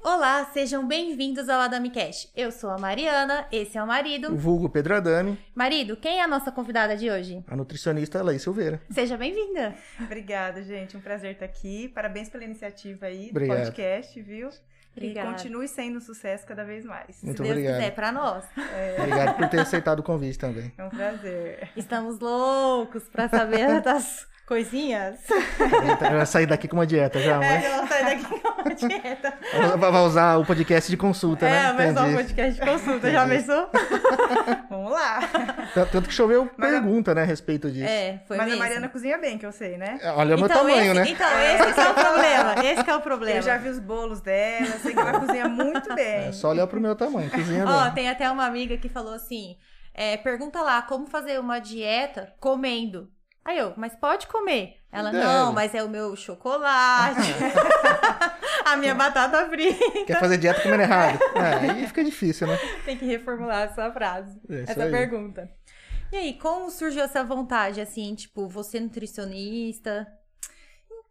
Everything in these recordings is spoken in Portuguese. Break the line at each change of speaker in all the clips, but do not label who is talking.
Olá, sejam bem-vindos ao Adami Cash. Eu sou a Mariana, esse é o
O
marido.
vulgo Pedro Adame,
Marido, quem é a nossa convidada de hoje?
a nutricionista Laís Silveira.
Seja bem-vinda.
Obrigada, gente. Um prazer estar aqui. Parabéns pela iniciativa aí do
Obrigado.
podcast, viu?
Obrigada.
E continue sendo um sucesso cada vez mais.
Muito
Se Deus
obrigado.
quiser, pra nós.
Obrigado por ter aceitado o convite também.
É um prazer.
Estamos loucos pra saber das coisinhas.
Eita, Ela vai sair daqui com uma dieta já,
É,
mas
tá
ela sai daqui com uma dieta.
ela vai usar o podcast de consulta, né?
É, mas só um
Entendi.
podcast de consulta, já
Entendi.
pensou? Vamos lá.
Tanto- Tanto que choveu
Mas a-
pergunta, né, a respeito disso.
É, foi
mas
mesmo.
a Mariana cozinha bem, que eu sei, né?
Olha o meu tamanho,
esse,
né?
Então, esse que é o problema. Esse que é o problema.
Eu já vi os bolos dela, sei que ela cozinha muito bem.
É só olhar pro meu tamanho, cozinha
Ó,
bem.
tem até uma amiga que falou assim: é, pergunta lá como fazer uma dieta comendo. Aí eu, mas pode comer. Ela,
Deve.
não, mas é o meu chocolate, a minha batata frita.
Quer fazer dieta comendo errado? É, aí fica difícil, né?
Tem que reformular essa frase,
É isso
essa
aí.
pergunta. E aí, como surgiu essa vontade, assim, tipo, você nutricionista?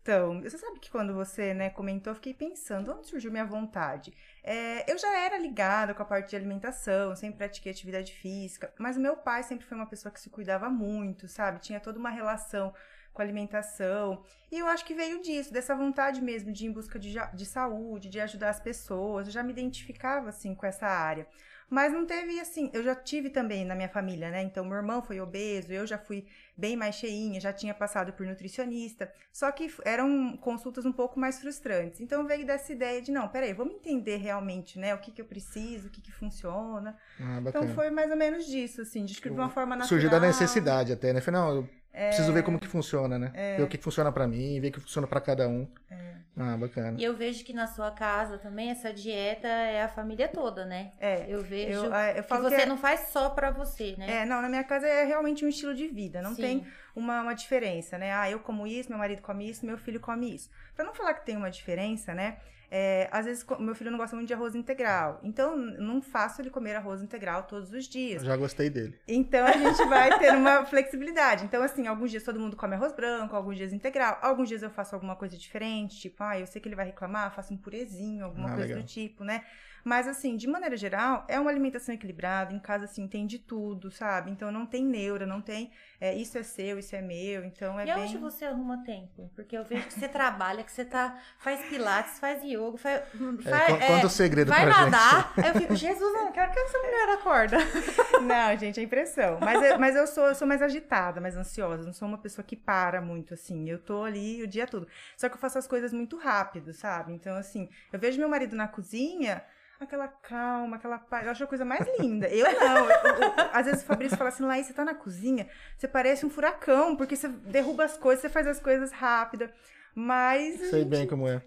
Então, você sabe que quando você né, comentou, eu fiquei pensando, onde surgiu minha vontade? É, eu já era ligada com a parte de alimentação, sempre pratiquei atividade física, mas o meu pai sempre foi uma pessoa que se cuidava muito, sabe? Tinha toda uma relação com a alimentação. E eu acho que veio disso, dessa vontade mesmo de ir em busca de, ja- de saúde, de ajudar as pessoas. Eu já me identificava, assim, com essa área. Mas não teve, assim, eu já tive também na minha família, né? Então, meu irmão foi obeso, eu já fui bem mais cheinha, já tinha passado por nutricionista. Só que f- eram consultas um pouco mais frustrantes. Então veio dessa ideia de, não, peraí, vamos entender realmente, né? O que, que eu preciso, o que, que funciona.
Ah,
Então
bacana.
foi mais ou menos disso, assim, descrevi de uma forma natural.
Surgiu da necessidade até, né? Falei, não, eu
É.
preciso ver como que funciona, né? Ver o que que funciona pra mim, ver o que funciona pra cada um. Ah, bacana.
É. E eu vejo que na sua casa também essa dieta é a família toda, né?
É.
Eu vejo
Eu, é, eu
que
falo
você
que é-
não faz só pra você, né?
É, não, na minha casa é realmente um estilo de vida, não
Sim.
tem uma, uma diferença, né? Ah, eu como isso, meu marido come isso, meu filho come isso. Pra não falar que tem uma diferença, né? É, às vezes co- meu filho não gosta muito de arroz integral, então n- não faço ele comer arroz integral todos os dias.
Já gostei dele.
Então a gente vai ter uma flexibilidade. Então, assim, alguns dias todo mundo come arroz branco, alguns dias integral, alguns dias eu faço alguma coisa diferente, tipo, ah, eu sei que ele vai reclamar, faço um purezinho, alguma
Ah,
coisa
legal.
do tipo, né? Mas, assim, de maneira geral, é uma alimentação equilibrada, em casa, assim, tem de tudo, sabe? Então não tem neura, não tem é, isso é seu, isso é meu, então é
e
bem.
onde você arruma tempo? Porque eu vejo que você trabalha, que você tá, faz pilates, faz yoga, faz,
É,
faz-
con-
é,
conta o segredo
vai
pra gente.
nadar. Aí eu fico, Jesus, eu não quero que essa mulher acorda.
Não, gente, é impressão. Mas, eu, mas eu, sou, eu sou mais agitada, mais ansiosa. Não sou uma pessoa que para muito, assim. Eu tô ali o dia todo. Só que eu faço as coisas muito rápido, sabe? Então, assim, eu vejo meu marido na cozinha, aquela calma, aquela paz. Eu acho a coisa mais linda. Eu não. Eu- eu- às vezes o Fabrício fala assim, Laís, você tá na cozinha, você parece um furacão, porque você derruba as coisas, você faz as coisas rápido. Mas. a
Sei
gente-
bem como é.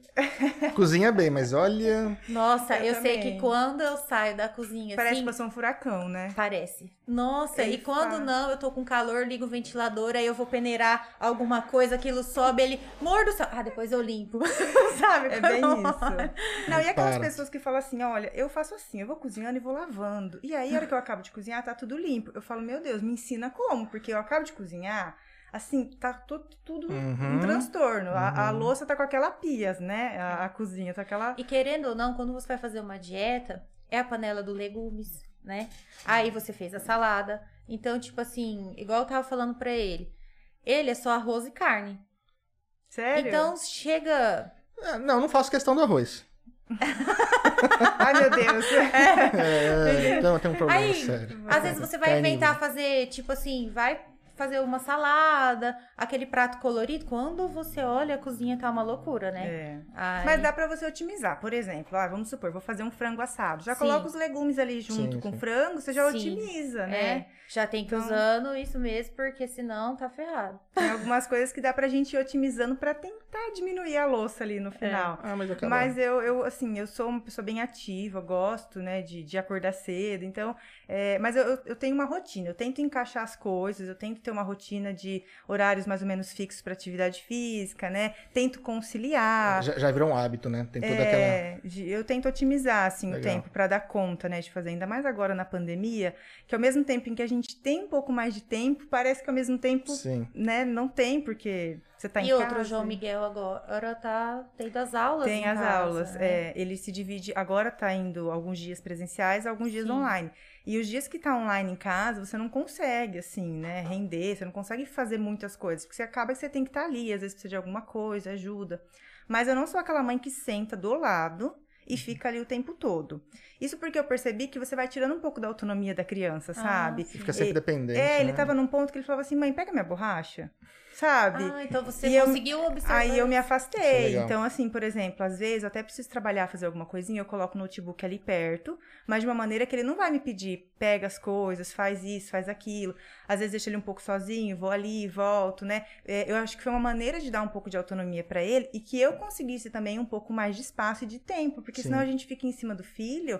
Cozinha bem, mas olha.
Nossa, eu,
Eu
sei
também.
que quando eu saio da cozinha,
Parece
assim,
que eu sou um furacão, né?
Parece. Nossa, e
Ele
quando
faz.
não, eu tô com calor, ligo o ventilador, aí eu vou peneirar alguma coisa, aquilo sobe, ele mordo o céu. Ah, depois eu limpo. Sabe?
É bem
Nossa.
isso. Não, e aquelas
Para.
pessoas que falam assim: olha, eu faço assim, eu vou cozinhando e vou lavando. E aí, a hora que eu acabo de cozinhar, tá tudo limpo. Eu falo, meu Deus, me ensina como, porque eu acabo de cozinhar. Assim, tá tu- tudo
Uhum.
um transtorno. A, a
Uhum.
louça tá com aquela pias, né? A, a cozinha tá aquela.
E querendo ou não, quando você vai fazer uma dieta, é a panela do legumes, né? Aí você fez a salada. Então, tipo assim, igual eu tava falando pra ele, ele é só arroz e carne.
Sério?
Então chega.
Ah, Não, não faço questão do arroz.
Ai, meu Deus.
É, então tem um problema
Aí,
sério.
Às vezes você vai
Carne.
inventar fazer, tipo assim, vai fazer uma salada, aquele prato colorido. Quando você olha, a cozinha tá uma loucura, né?
É.
Ai,
Mas dá pra você otimizar. Por exemplo, ah, vamos supor, vou fazer um frango assado. Já
Sim.
coloca os legumes ali junto
Sim,
com
sim.
o frango, você já
Sim.
otimiza,
é,
né?
já tem que ir
Então-
usando isso mesmo, porque senão tá ferrado.
Tem algumas coisas que dá pra gente ir otimizando pra tentar tentar diminuir a louça ali
É.
no final.
Ah, mas acabou.
Mas eu, eu, assim, eu sou uma pessoa bem ativa, eu gosto, né, de, de acordar cedo, então... é, mas eu, eu- eu tenho uma rotina, eu tento encaixar as coisas, eu tento ter uma rotina de horários mais ou menos fixos para atividade física, né? Tento conciliar.
já, já virou um hábito, né? Tem toda aquela.
ah, É, de- eu tento otimizar assim o
Legal.
tempo para dar conta, né, de fazer ainda mais agora na pandemia, que ao mesmo tempo em que a gente tem um pouco mais de tempo, parece que ao mesmo tempo,
Sim.
né, não tem porque você tá em
e outro,
casa.
o João Miguel agora tá tendo as aulas.
Tem
em
as
casa,
aulas.
né?
é, ele se divide. Agora tá indo alguns dias presenciais, alguns dias
Sim.
online. E os dias que tá online em casa, você não consegue, assim, né, render, você não consegue fazer muitas coisas. Porque você acaba que você tem que estar ali, às vezes precisa de alguma coisa, ajuda. Mas eu não sou aquela mãe que senta do lado
Uhum.
e fica ali o tempo todo. Isso porque eu percebi que você vai tirando um pouco da autonomia da criança, sabe?
Ah, sim.
Fica sempre
E-
dependente.
É, ele
né?
tava num ponto que ele falava assim, mãe, pega minha borracha, sabe?
Ah, então você
E eu-
conseguiu observar.
Aí eu me
Isso é
afastei.
legal.
Então, assim, por exemplo, às vezes eu até preciso trabalhar, fazer alguma coisinha, eu coloco o notebook ali perto, mas de uma maneira que ele não vai me pedir, pega as coisas, faz isso, faz aquilo. Às vezes deixo ele um pouco sozinho, vou ali, volto, né? É, eu acho que foi uma maneira de dar um pouco de autonomia pra ele e que eu conseguisse também um pouco mais de espaço e de tempo, porque
Sim.
senão a gente fica em cima do filho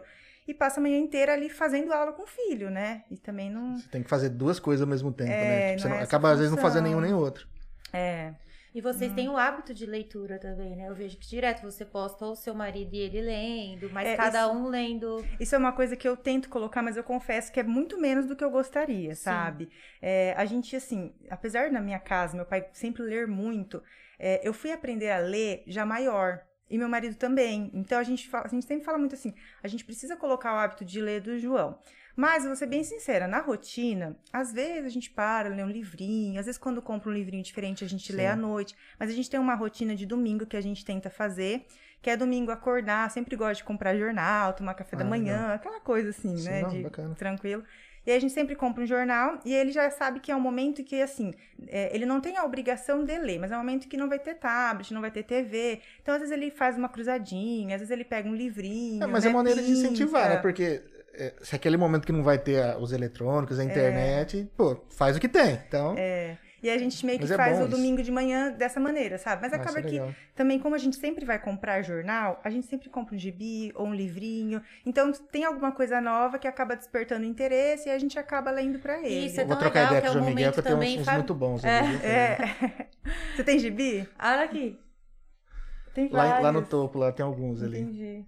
e passa a manhã inteira ali fazendo aula com o filho, né? E também não.
Você tem que fazer duas coisas ao mesmo tempo,
É,
né? Tipo, você
não é
não-
essa
acaba, às vezes, não
função.
fazendo nenhum nem outro.
É.
E vocês têm o hábito de leitura também, né? Eu vejo que direto você posta o seu marido e ele lendo, mas
É,
cada
isso-
um lendo.
Isso é uma coisa que eu tento colocar, mas eu confesso que é muito menos do que eu gostaria,
Sim.
sabe? É, a gente, assim, apesar da minha casa, meu pai sempre ler muito, é, eu fui aprender a ler já maior. E meu marido também. Então a gente, fala- a gente sempre fala muito assim: a gente precisa colocar o hábito de ler do João. Mas eu vou ser bem sincera, na rotina, às vezes a gente para, lê um livrinho, às vezes quando compra um livrinho diferente, a gente lê
Sim.
à noite. Mas a gente tem uma rotina de domingo que a gente tenta fazer que é domingo acordar, sempre gosto de comprar jornal, tomar café da
Ah,
manhã, aquela coisa assim,
Sim,
né?
não,
de
bacana.
tranquilo. E aí a gente sempre compra um jornal e ele já sabe que é um momento que, assim, é, ele não tem a obrigação de ler, mas é um momento que não vai ter tablet, não vai ter TV. Então, às vezes, ele faz uma cruzadinha, às vezes ele pega um livrinho.
É, mas
né?
é maneira de incentivar, né?
Pinta.
Porque é, se é aquele momento que não vai ter a- os eletrônicos, a
É.
internet, pô, faz o que tem. Então,
E a gente meio que
Mas é
faz
bom
o
isso.
domingo de manhã dessa maneira, sabe? Mas
ah, isso
acaba
é
que
legal.
Também, como a gente sempre vai comprar jornal, a gente sempre compra um gibi ou um livrinho. Então, tem alguma coisa nova que acaba despertando interesse e a gente acaba lendo pra ele.
Isso é
Eu vou
tão
trocar
legal
ideia
que
com
é
o
um
João Miguel,
momento
que eu tenho
também
uns, uns
fa-
muito bons.
É,
ali, viu?
É. Você tem gibi?
Olha aqui.
Tem
Lá, lá no
vários.
topo, lá tem alguns ali.
Entendi.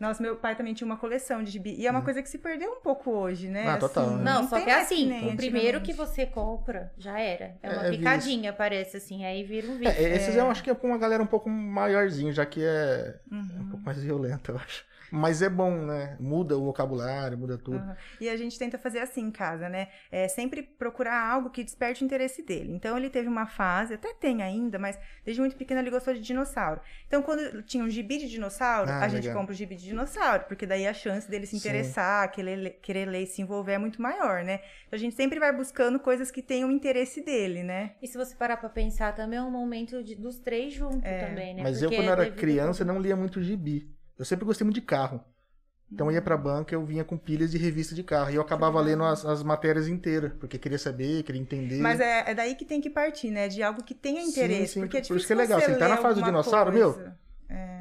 Nossa, meu pai também tinha uma coleção de gibi. E é uma coisa que se perdeu um pouco hoje, né?
Ah, Uhum. total, né?
Não, só
tem
que é
mais
assim,
nem
o primeiro que
né? antigamente.
você compra, já era. É uma
É, é
picadinha, parece assim, aí vira um vídeo.
É, esses eu acho que é pra uma galera um pouco maiorzinho, já que é um
Uhum.
pouco mais violenta, eu acho. Mas é bom, né? Muda o vocabulário, muda tudo.
Aham. E a gente tenta fazer assim em casa, né? É sempre procurar algo que desperte o interesse dele. Então ele teve uma fase, até tem ainda, mas desde muito pequeno ele gostou de dinossauro. Então quando tinha um gibi de dinossauro,
Ah,
a gente
legal.
compra o gibi de dinossauro, porque daí a chance dele se
Sim.
interessar, querer, le- querer ler e se envolver é muito maior, né? Então a gente sempre vai buscando coisas que tenham interesse dele, né?
E se você parar pra pensar, também é um momento de- dos três juntos
É.
também, né?
Mas eu,
Porque
quando era
devido-
criança, não lia muito gibi. Eu sempre gostei muito de carro. Então eu ia pra banca, eu vinha com pilhas de revista de carro. E eu acabava lendo as, as matérias inteiras, porque queria saber, queria entender.
Mas é, é daí que tem que partir, né? De algo que tenha
Sim,
interesse.
sim,
porque é
por
difícil
isso que é legal,
você
assim, tá na
ler
fase do
alguma
dinossauro,
coisa.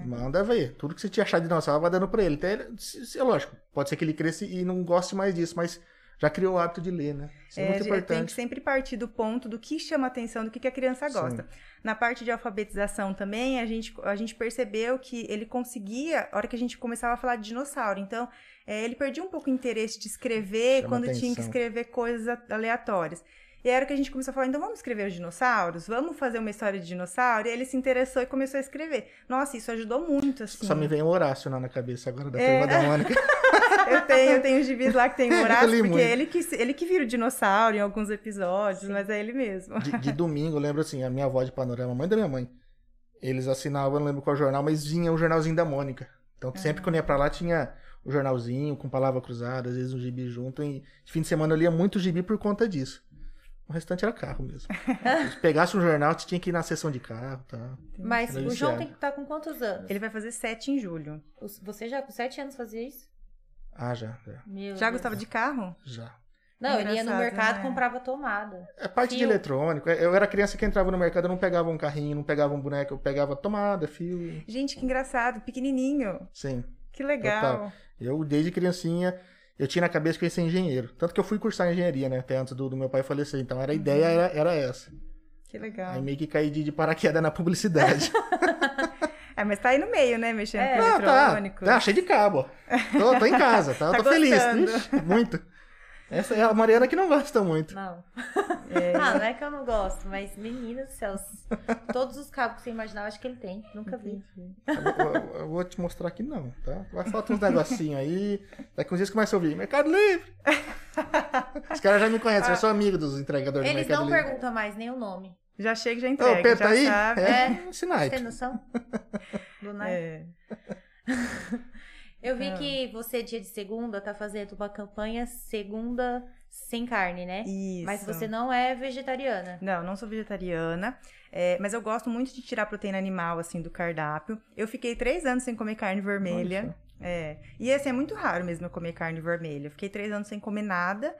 Manda ver. Tudo que você tinha achado de dinossauro, vai dando pra ele. Até ele- se- se- é lógico, pode ser que ele cresça e não goste mais disso, mas já criou o hábito de ler, né? Isso é,
É,
muito
a gente tem que
importante.
sempre partir do ponto do que chama atenção, do que, que a criança
Sim.
gosta. Na parte de alfabetização também, a gente, a gente percebeu que ele conseguia, a hora que a gente começava a falar de dinossauro. Então, é, ele perdia um pouco o interesse de escrever
Chama
quando tinha que
atenção.
escrever coisas a- aleatórias. E aí era que a gente começou a falar, então vamos escrever os dinossauros? Vamos fazer uma história de dinossauro? E ele se interessou e começou a escrever. Nossa, isso ajudou muito, assim.
Só me vem o Horácio lá na cabeça agora, da
É.
turma da Mônica.
Eu tenho, eu tenho os gibis lá que tem o
Eu
Horácio,
li
porque
muito.
ele que, se- ele que vira o dinossauro em alguns episódios, mas é ele mesmo.
De, de domingo, eu lembro assim, a minha avó de panorama, a mãe da minha mãe. Eles assinavam, eu não lembro qual jornal, mas vinha o jornalzinho da Mônica. Então sempre que eu ia pra lá tinha o jornalzinho com palavra cruzada, às vezes um gibi junto. E de fim de semana eu lia muito gibi por conta disso. O restante era carro mesmo. Se pegasse um jornal, você tinha que ir na sessão de carro tá? e tal.
Mas
Era
o João
viciado.
tem que estar com quantos anos?
Ele vai fazer sete em julho.
Os- Você já com sete anos fazia isso?
Ah, já, já.
Meu
Já
Deus.
gostava de carro?
já.
Não, ele ia no
Engraçado,
mercado
né?
comprava tomada.
É parte de
Fio.
eletrônico. é, Eu era criança que entrava no mercado, eu não pegava um carrinho, não pegava um boneco, eu pegava tomada, fio.
Gente, que engraçado, pequenininho.
Sim.
Que legal.
Eu, desde criancinha, eu tinha na cabeça que eu ia ser engenheiro. Tanto que eu fui cursar engenharia, né? Até antes do, do meu pai falecer. Então era a ideia era, era essa.
Que legal.
Aí meio que caí de, de paraquedas na publicidade.
É, mas tá aí no meio, né? Mexendo
É.
com
ah, tá.
eletrônico.
Tá, cheio de cabo. ó. Tô, tô em casa, tá?
Tá
tô feliz.
gostando.
Ixi, muito. Essa é a Mariana que não gosta muito.
Não.
É.
Ah, não é que eu não gosto, mas menina do céu. Todos os cabos que você imaginar, eu acho que ele tem. Nunca vi.
Eu, vou- eu- eu vou te mostrar que não, tá? Vai falta uns negocinhos aí. Daqui uns dias começa a ouvir. Mercado Livre! Os caras já me conhecem, eu sou amigo dos entregadores
Eles
do Mercado
não
Livre.
perguntam mais nem o nome.
Já chega, já
Ô,
entrega.
o Pedro
já
tá aí?
sabe.
É,
É.
um sinal.
Você tem noção? Do nada.
É.
Eu vi
Ah.
que você, dia de segunda, tá fazendo uma campanha segunda sem carne, né?
Isso.
Mas você não é vegetariana.
Não, não sou vegetariana, é, mas eu gosto muito de tirar proteína animal, assim, do cardápio. Eu fiquei três anos sem comer carne vermelha. É. E assim, é muito raro mesmo eu comer carne vermelha. Eu fiquei três anos sem comer nada.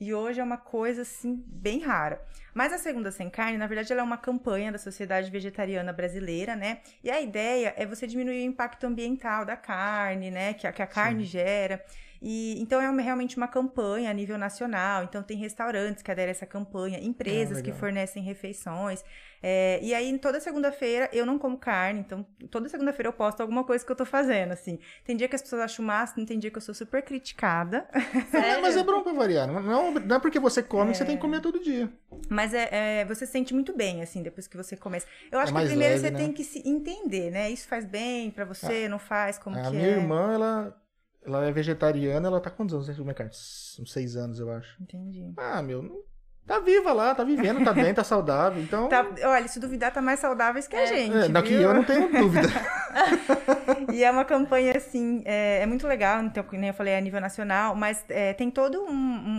E hoje é uma coisa, assim, bem rara. Mas a Segunda Sem Carne, na verdade, ela é uma campanha da Sociedade Vegetariana Brasileira, né? E a ideia é você diminuir o impacto ambiental da carne, né? Que a, que a carne gera. E, então, é uma- realmente uma campanha a nível nacional. Então, tem restaurantes que aderem a essa campanha, empresas que
legal.
fornecem refeições. É, e aí, toda segunda-feira, eu não como carne. Então, toda segunda-feira eu posto alguma coisa que eu tô fazendo, assim. Tem dia que as pessoas acham o máximo, tem dia que eu sou super criticada.
Sério?
Mas é bom pra variar. Não, não- não é porque você come que você tem que comer todo dia.
Mas é, é, você se sente muito bem, assim, depois que você começa. Eu acho que
mais
primeiro
leve,
você
né? É.
tem que se entender, né? Isso faz bem pra você, não faz, como
a
que
minha
é.
irmã, ela, ela é vegetariana, ela tá com quantos anos sem comer carne? Uns seis anos, eu acho.
Entendi.
Ah, meu, não- tá viva lá, tá vivendo, tá bem, tá saudável. Então,
Tá, olha, se duvidar, tá mais saudáveis que a gente.
é, daqui
viu?
eu não tenho dúvida.
E é uma campanha, assim, é, é muito legal, então, que nem eu falei, é a nível nacional, mas é, tem todo um,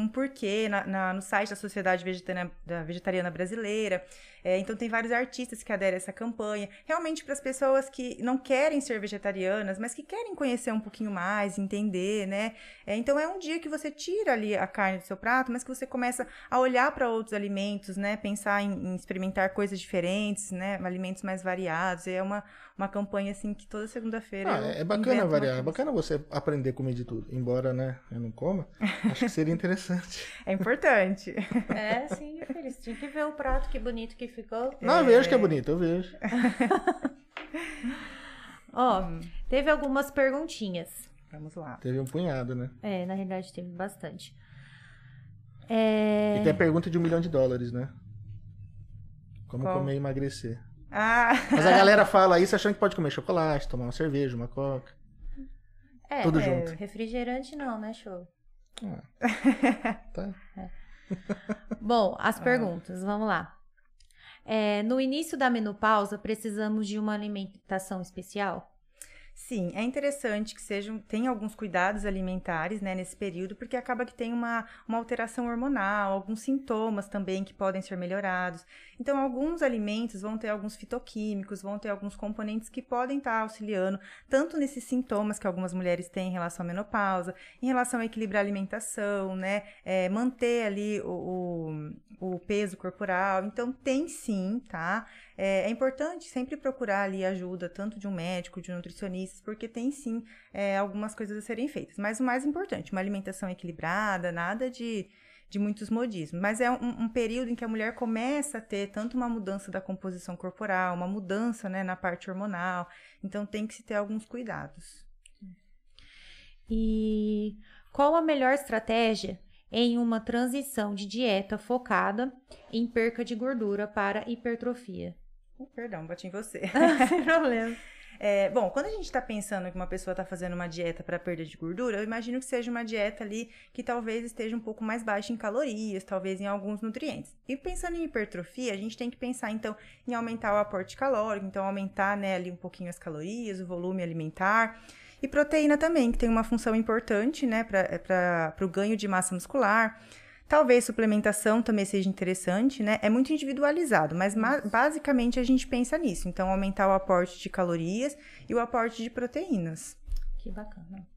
um porquê na- na- no site da Sociedade Vegetariana, da Vegetariana Brasileira. É, então, tem vários artistas que aderem a essa campanha. Realmente, para as pessoas que não querem ser vegetarianas, mas que querem conhecer um pouquinho mais, entender, né? É, então, é um dia que você tira ali a carne do seu prato, mas que você começa a olhar para outros alimentos, né? Pensar em, em experimentar coisas diferentes, né? Alimentos mais variados. É uma, uma campanha, assim, que toda segunda-feira.
Ah,
eu
é bacana
invento uma
variar, é
coisa.
bacana você aprender a comer de tudo. Embora, né, eu não coma, acho que seria interessante.
É importante.
É, sim, eles tinham que ver o prato, que bonito que ficou.
Não, eu vejo que é bonito, eu vejo.
Ó, teve algumas perguntinhas.
Vamos lá.
Teve um punhado, né?
É, na realidade teve bastante.
É.
E tem a pergunta de um milhão de dólares, né? Como
Qual?
comer e emagrecer.
Ah,
Mas a galera fala isso achando que pode comer chocolate, tomar uma cerveja, uma coca.
É,
Tudo
é,
junto.
refrigerante não, né, show? É.
Tá?
Bom, as perguntas, vamos lá. É, no início da menopausa, precisamos de uma alimentação especial?
Sim, é interessante que sejam, tem alguns cuidados alimentares, né, nesse período, porque acaba que tem uma, uma alteração hormonal, alguns sintomas também que podem ser melhorados. Então, alguns alimentos vão ter alguns fitoquímicos, vão ter alguns componentes que podem estar auxiliando, tanto nesses sintomas que algumas mulheres têm em relação à menopausa, em relação a equilibrar a alimentação, né, é, manter ali o, o, o peso corporal. Então, tem sim, tá? É, é importante sempre procurar ali ajuda, tanto de um médico, de um nutricionista, porque tem sim é, algumas coisas a serem feitas. Mas o mais importante, uma alimentação equilibrada, nada de, de muitos modismos. Mas é um, um período em que a mulher começa a ter tanto uma mudança da composição corporal, uma mudança né, na parte hormonal. Então tem que se ter alguns cuidados.
E qual a melhor estratégia em uma transição de dieta focada em perca de gordura para hipertrofia?
Uh, perdão, bati em você.
Ah, Sem problema.
É, bom, quando a gente está pensando que uma pessoa está fazendo uma dieta para perda de gordura, eu imagino que seja uma dieta ali que talvez esteja um pouco mais baixa em calorias, talvez em alguns nutrientes. E pensando em hipertrofia, a gente tem que pensar então em aumentar o aporte calórico, então aumentar né, ali um pouquinho as calorias, o volume alimentar. E proteína também, que tem uma função importante né, para o ganho de massa muscular. Talvez suplementação também seja interessante, né? É muito individualizado, mas ma- basicamente a gente pensa nisso. Então, aumentar o aporte de calorias e o aporte de proteínas.
Que bacana.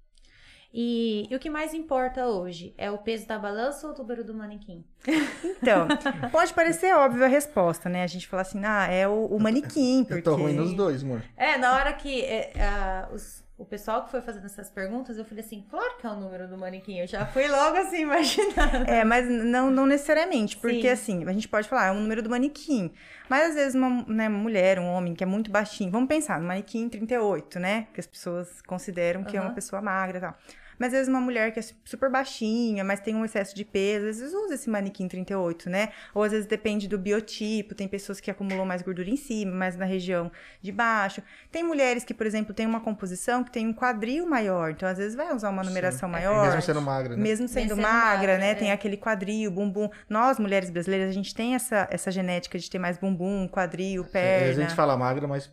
E, e o que mais importa hoje? É o peso da balança ou o número do manequim?
Então, pode parecer óbvio a resposta, né? A gente fala assim, ah, é o, o manequim, porque...
Eu tô ruim nos dois, amor.
É, na hora que é, ah, os- o pessoal que foi fazendo essas perguntas, eu falei assim, claro que é o número do manequim. Eu já fui logo assim, imaginando.
É, mas não, não necessariamente, porque
Sim.
assim, a gente pode falar, é um número do manequim. Mas às vezes uma né, mulher, um homem que é muito baixinho, vamos pensar, no manequim 38, né? Que as pessoas consideram que é uma
Aham.
pessoa magra e tal. Mas às vezes uma mulher que é su- super baixinha, mas tem um excesso de peso, às vezes usa esse manequim 38, né? Ou às vezes depende do biotipo, tem pessoas que acumulam mais gordura em cima, mais na região de baixo. Tem mulheres que, por exemplo, têm uma composição que tem um quadril maior, então às vezes vai usar uma
É,
numeração maior.
Mesmo sendo magra, né?
Mesmo sendo
sendo
magra,
magra,
né?
é.
Tem aquele quadril, bumbum. Nós, mulheres brasileiras, a gente tem essa, essa genética de ter mais bumbum, quadril,
É, a
perna.
gente fala magra, mas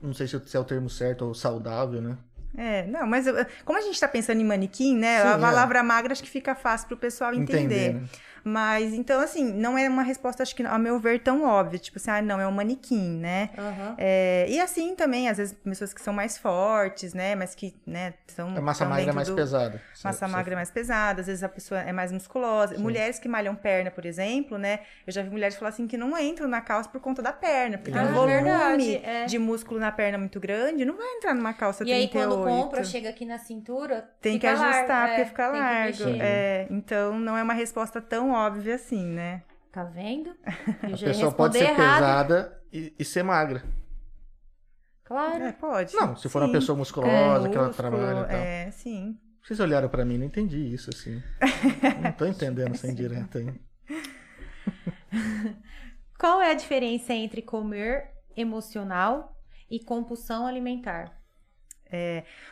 não sei se é o termo certo ou saudável, né?
É, não, mas eu- como a gente tá pensando em manequim, né?
Sim,
a
é.
palavra magra acho que fica fácil pro pessoal entender.
né?
Mas, então, assim, não é uma resposta, acho que, a meu ver, tão óbvia. Tipo assim, ah, não, é um manequim, né?
Aham.
É, e assim também, às vezes, pessoas que são mais fortes, né? Mas que, né, são.
A massa
tão
magra é
dentro
mais
do-
pesada. Você-
Massa
você-
magra é mais pesada, às vezes a pessoa é mais musculosa.
Sim.
Mulheres que malham perna, por exemplo, né? Eu já vi mulheres falar assim que não entram na calça por conta da perna, porque tem
Ah,
um volume
verdade, é.
de músculo na perna muito grande, não vai entrar numa calça
E aí,
38.
quando compra, chega aqui na cintura,
tem que
fica largo,
ajustar,
é,
porque fica
tem que
largo.
mexer.
É, então não é uma resposta tão óbvia assim, né?
Tá vendo? Eu
A
já ia
pessoa pode ser
responder errado.
pesada e, e ser magra.
Claro.
É, pode.
Não, se for
Sim.
uma pessoa musculosa, que ela
Músculo,
trabalha e tal.
É, sim.
Vocês olharam pra mim, não entendi isso, assim. não tô entendendo sem direto aí.
Qual é a diferença entre comer emocional e compulsão alimentar?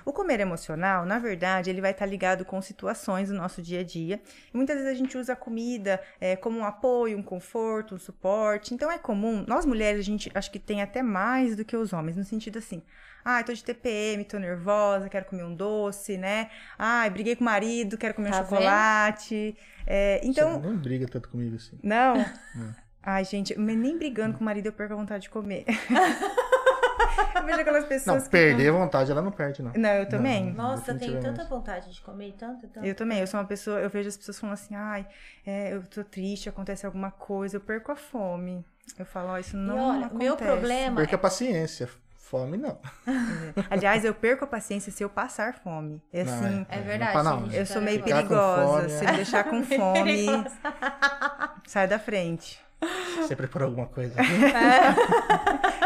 O comer emocional, na verdade, ele vai estar ligado com situações do nosso dia a dia. E muitas vezes a gente usa a comida eh, como um apoio, um conforto, um suporte. Então é comum, nós mulheres, a gente acho que tem até mais do que os homens, no sentido assim. Ai, tô de TPM, tô nervosa, quero comer um doce, né? Ai, briguei com o marido, quero comer
Tá
um chocolate. Eh, então,
Você não briga tanto comigo assim.
não? Ai, gente, mas nem brigando com o marido eu perco a vontade de comer. eu vejo aquelas
Não,
pessoas que.
perder a vontade, ela não perde, não.
Não, eu também.
Nossa, eu tenho tanta
definitivamente.
vontade de comer, tanta, tanta.
Eu também, eu sou uma pessoa, eu vejo as pessoas falando assim, ai, é, eu tô triste, acontece alguma coisa, eu perco a fome. Eu falo, ó, isso
E
não
olha, o
acontece.
meu
É,
problema
Perca a paciência. Fome, não.
Aliás, eu perco a paciência se eu passar fome. É
Não,
assim,
é... é
Não,
verdade.
não,
gente,
eu sou
tá
meio
Ficar
nervosa.
com
perigosa.
fome,
Se
é.
me deixar com fome, sai da frente.
Você preparou alguma coisa?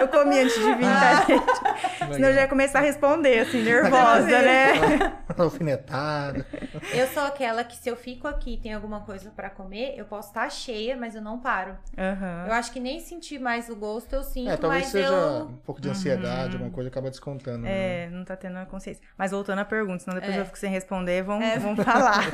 Eu comi antes de vir, tá,
Ah,
gente? Senão eu já ia começar a responder, assim, nervosa, né?
Alfinetada.
é, Eu sou aquela que se eu fico aqui e tem alguma coisa pra comer, eu posso estar cheia, mas eu não paro.
Aham.
Eu acho que nem sentir mais o gosto eu sinto,
É, talvez
mas
seja
eu
um pouco de ansiedade, alguma coisa acaba descontando. né?
Uhum. É, não tá tendo a consciência. Mas voltando à pergunta, senão depois
É.
eu fico sem responder, vão, vão falar.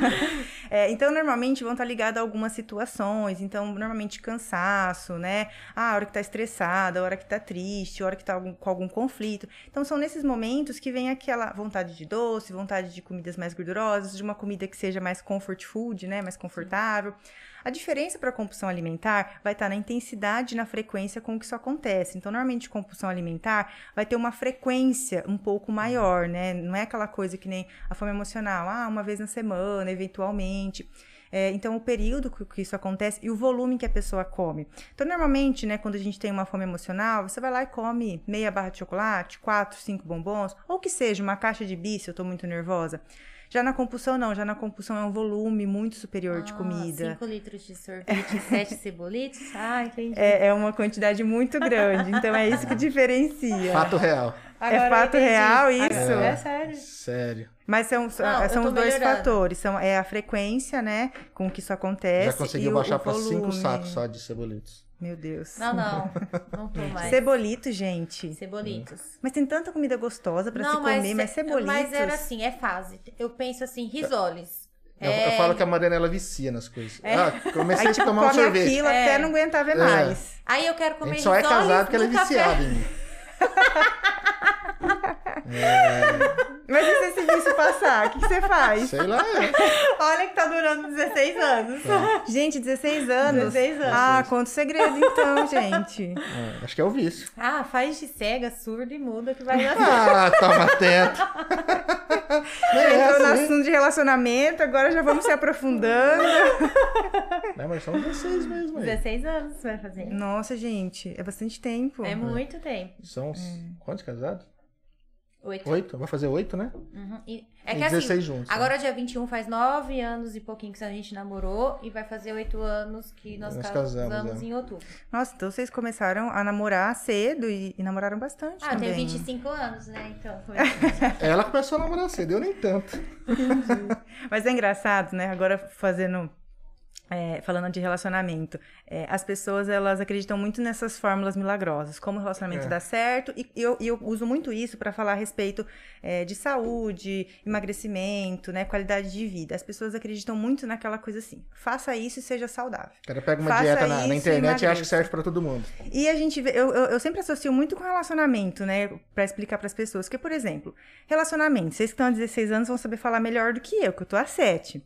É, então, normalmente vão estar ligados a algumas situações. Então, normalmente cansaço, né? Ah, a hora que tá estressada, a hora que tá triste, a hora que tá algum- com algum conflito. Então, são nesses momentos que vem aquela vontade de doce, vontade de comidas mais gordurosas, de uma comida que seja mais comfort food, né? Mais confortável. A diferença para compulsão alimentar vai estar na intensidade e na frequência com que isso acontece. Então, normalmente, compulsão alimentar vai ter uma frequência um pouco maior, né? Não é aquela coisa que nem a fome emocional, ah, uma vez na semana, eventualmente. É, então, o período que, que isso acontece e o volume que a pessoa come. Então, normalmente, né, quando a gente tem uma fome emocional, você vai lá e come meia barra de chocolate, quatro, cinco bombons, ou que seja, uma caixa de bis, se eu tô muito nervosa. Já na compulsão, não. Já na compulsão é um volume muito superior de
Ah,
comida.
cinco litros de sorvete, sete cebolites. Ah, entendi.
É, é uma quantidade muito grande. Então é isso que diferencia.
né?
É
Fato real.
Agora eu
fato
entendi.
real isso?
É sério.
Sério.
Mas são,
Não, eu
são
tô
os dois
melhorando.
fatores. São, é a frequência, né? Com que isso acontece.
Já conseguiu
É, e o-
baixar
o
pra cinco
volume.
sacos só de cebolitos.
Meu Deus.
Não, não. Não tô mais.
Cebolito, gente.
Cebolitos.
Mas tem tanta comida gostosa pra se comer, mas,
ce-
cebolitos.
é, Mas era assim, é fase. Eu penso assim, risoles.
Eu, eu
É.
falo que a Mariana ela vicia nas coisas.
É.
Ah, comecei
Aí,
a
tipo,
tomar um
come
sorvete.
aquilo
É.
até não aguentar ver
É.
mais.
Aí eu quero
A
comer
gente só é
risoles
casado porque ela é
no café.
viciada em mim.
Mas e se esse vício passar? O que, que você faz?
Sei lá, é.
Olha que tá durando 16 anos. Gente, 16 anos?
16 anos.
Ah, conta o segredo então, gente.
É, Acho que é o vício.
É.
Ah, faz de cega, surda e muda que vai dar.
Ah, toma atento.
É
Já entrou no
assim.
assunto de relacionamento, agora já vamos se aprofundando.
Né, mas são vocês mesmo aí.
16 anos você vai fazer.
Nossa, gente, é bastante tempo.
É muito tempo.
São uns-
É.
quantos casados?
Oito.
Oito? Vai fazer oito, né?
Uhum. E- é
Tem
que assim,
16 juntos. né?
agora dia 21 faz nove anos e pouquinho que a gente namorou e vai fazer oito anos que nós,
Nós
casamos,
casamos, é.
em outubro.
Nossa, então vocês começaram a namorar cedo e, e namoraram bastante.
Ah, eu
também.
tenho 25 anos, né? Então, foi...
É, Ela começou a namorar cedo, eu nem tanto.
Mas é engraçado, né? Agora fazendo. é, falando de relacionamento, é, as pessoas elas acreditam muito nessas fórmulas milagrosas, como o relacionamento
É.
dá certo, e eu, e eu uso muito isso para falar a respeito é, de saúde, emagrecimento, né, qualidade de vida. As pessoas acreditam muito naquela coisa assim: faça isso e seja saudável.
O cara pega uma
Faça
dieta na, na
isso e
internet e acha
emagreça.
que serve pra todo mundo.
E a gente vê, eu, eu, eu sempre associo muito com relacionamento, né? Pra explicar pras pessoas. Porque, por exemplo, relacionamento. Vocês que estão há 16 anos vão saber falar melhor do que eu, que eu tô há 7.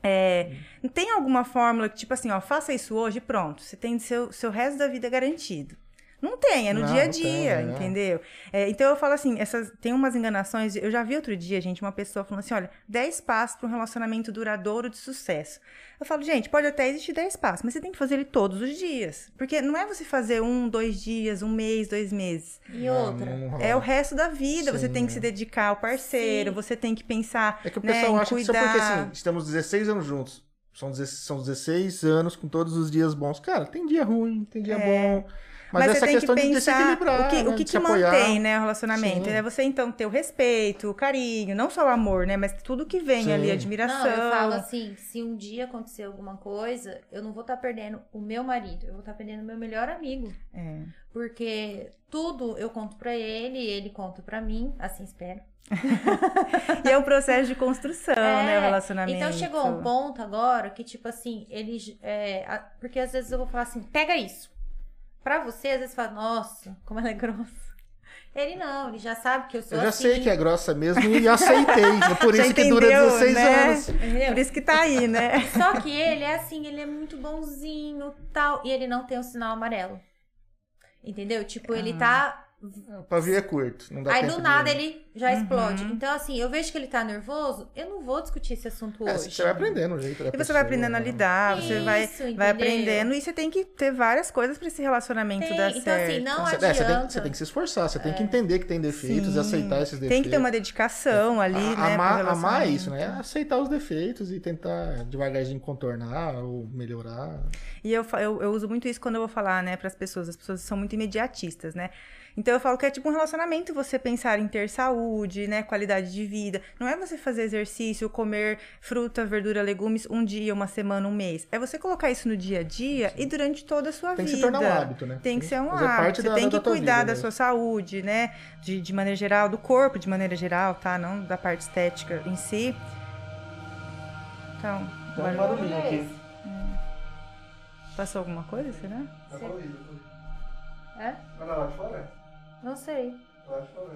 É, tem alguma fórmula que, tipo assim, ó, faça isso hoje e pronto. Você tem seu, seu resto da vida garantido. Não tem, é no
Não,
dia a
não tem,
dia,
né?
entendeu? É, então eu falo assim, essas, tem umas enganações. Eu já vi outro dia, gente, uma pessoa falando assim: olha, 10 passos para um relacionamento duradouro de sucesso. Eu falo, gente, pode até existir 10 passos, mas você tem que fazer ele todos os dias. Porque não é você fazer um, dois dias, um mês, dois meses.
E
Não,
outra.
não rola.
É o resto da vida. Você
Sim,
tem que se
é.
dedicar ao parceiro,
Sim.
você tem que pensar.
É que o
né,
pessoal
em
acha que só porque
cuidar.
assim, estamos 16 anos juntos. São 16, são 16 anos com todos os dias bons. Cara, tem dia ruim, tem dia bom. Mas,
É. Mas,
essa
você tem
questão
que
de se
pensar
equilibrar,
o que,
né,
o que,
de
que
se apoiar.
mantém, né, o relacionamento.
Sim.
É você, então, ter o respeito, o carinho, não só o amor, né, mas tudo que vem
Sim.
ali, a
Não,
admiração.
eu falo assim, se um dia acontecer alguma coisa, eu não vou estar perdendo o meu marido, eu vou estar perdendo o meu melhor amigo.
É.
Porque tudo eu conto pra ele, ele conta pra mim, assim espero.
E é um processo de construção, né,
É,
o relacionamento.
Então chegou um ponto agora que, tipo assim, ele. é, a- porque às vezes eu vou falar assim, pega isso. Pra você, às vezes fala, nossa, como ela é grossa. Ele não, ele já sabe que eu sou
Eu já
assim.
sei que é grossa mesmo e aceitei. É por
Já
isso que dura
entendeu,
16
né?
anos.
entendeu?
Por isso que tá aí, né?
Só que ele é assim, ele é muito bonzinho tal. E ele não tem o sinal amarelo. Entendeu? Tipo, ele tá.
O pavio é curto. Não Ah, dá
Aí
tempo
do nada
de... Uhum.
ele já explode. Então, assim, eu vejo que ele tá nervoso, eu não vou discutir esse assunto
É,
hoje.
você vai aprendendo o jeito da
E você vai
pessoa,
aprendendo a
né?
lidar, você vai,
Isso,
vai
entendeu?
aprendendo. E você tem que ter várias coisas pra esse relacionamento
Tem,
dar
então,
certo.
assim, não
Você- é, você, tem,
adianta.
você tem que se esforçar, você tem que entender que tem defeitos
É. Sim.
e aceitar esses defeitos.
tem que ter uma dedicação ali, né?
A-
pro
amar, amar
relacionamento.
isso, né? Aceitar os defeitos e tentar devagarzinho contornar ou melhorar.
E eu, fa- eu, eu uso muito isso quando eu vou falar, né, pras pessoas. As pessoas são muito imediatistas, né? Então eu falo que é tipo um relacionamento você pensar em ter saúde, né, qualidade de vida. Não é você fazer exercício, comer fruta, verdura, legumes um dia, uma semana, um mês. É você colocar isso no dia a dia e durante toda a sua
Tem que
vida.
se tornar um hábito, né?
Tem que ser um
fazer
hábito.
parte
Você
da-
tem
da
que
tua
cuidar
vida,
da
né?
sua saúde, né? De, de maneira geral, do corpo de maneira geral, tá? Não da parte estética em si. Então,
Dá
agora-
um barulhinho aqui.
passou alguma coisa, será?
Tá colorido, colorido.
É?
Vai lá de fora?
Não sei.
Lá de fora.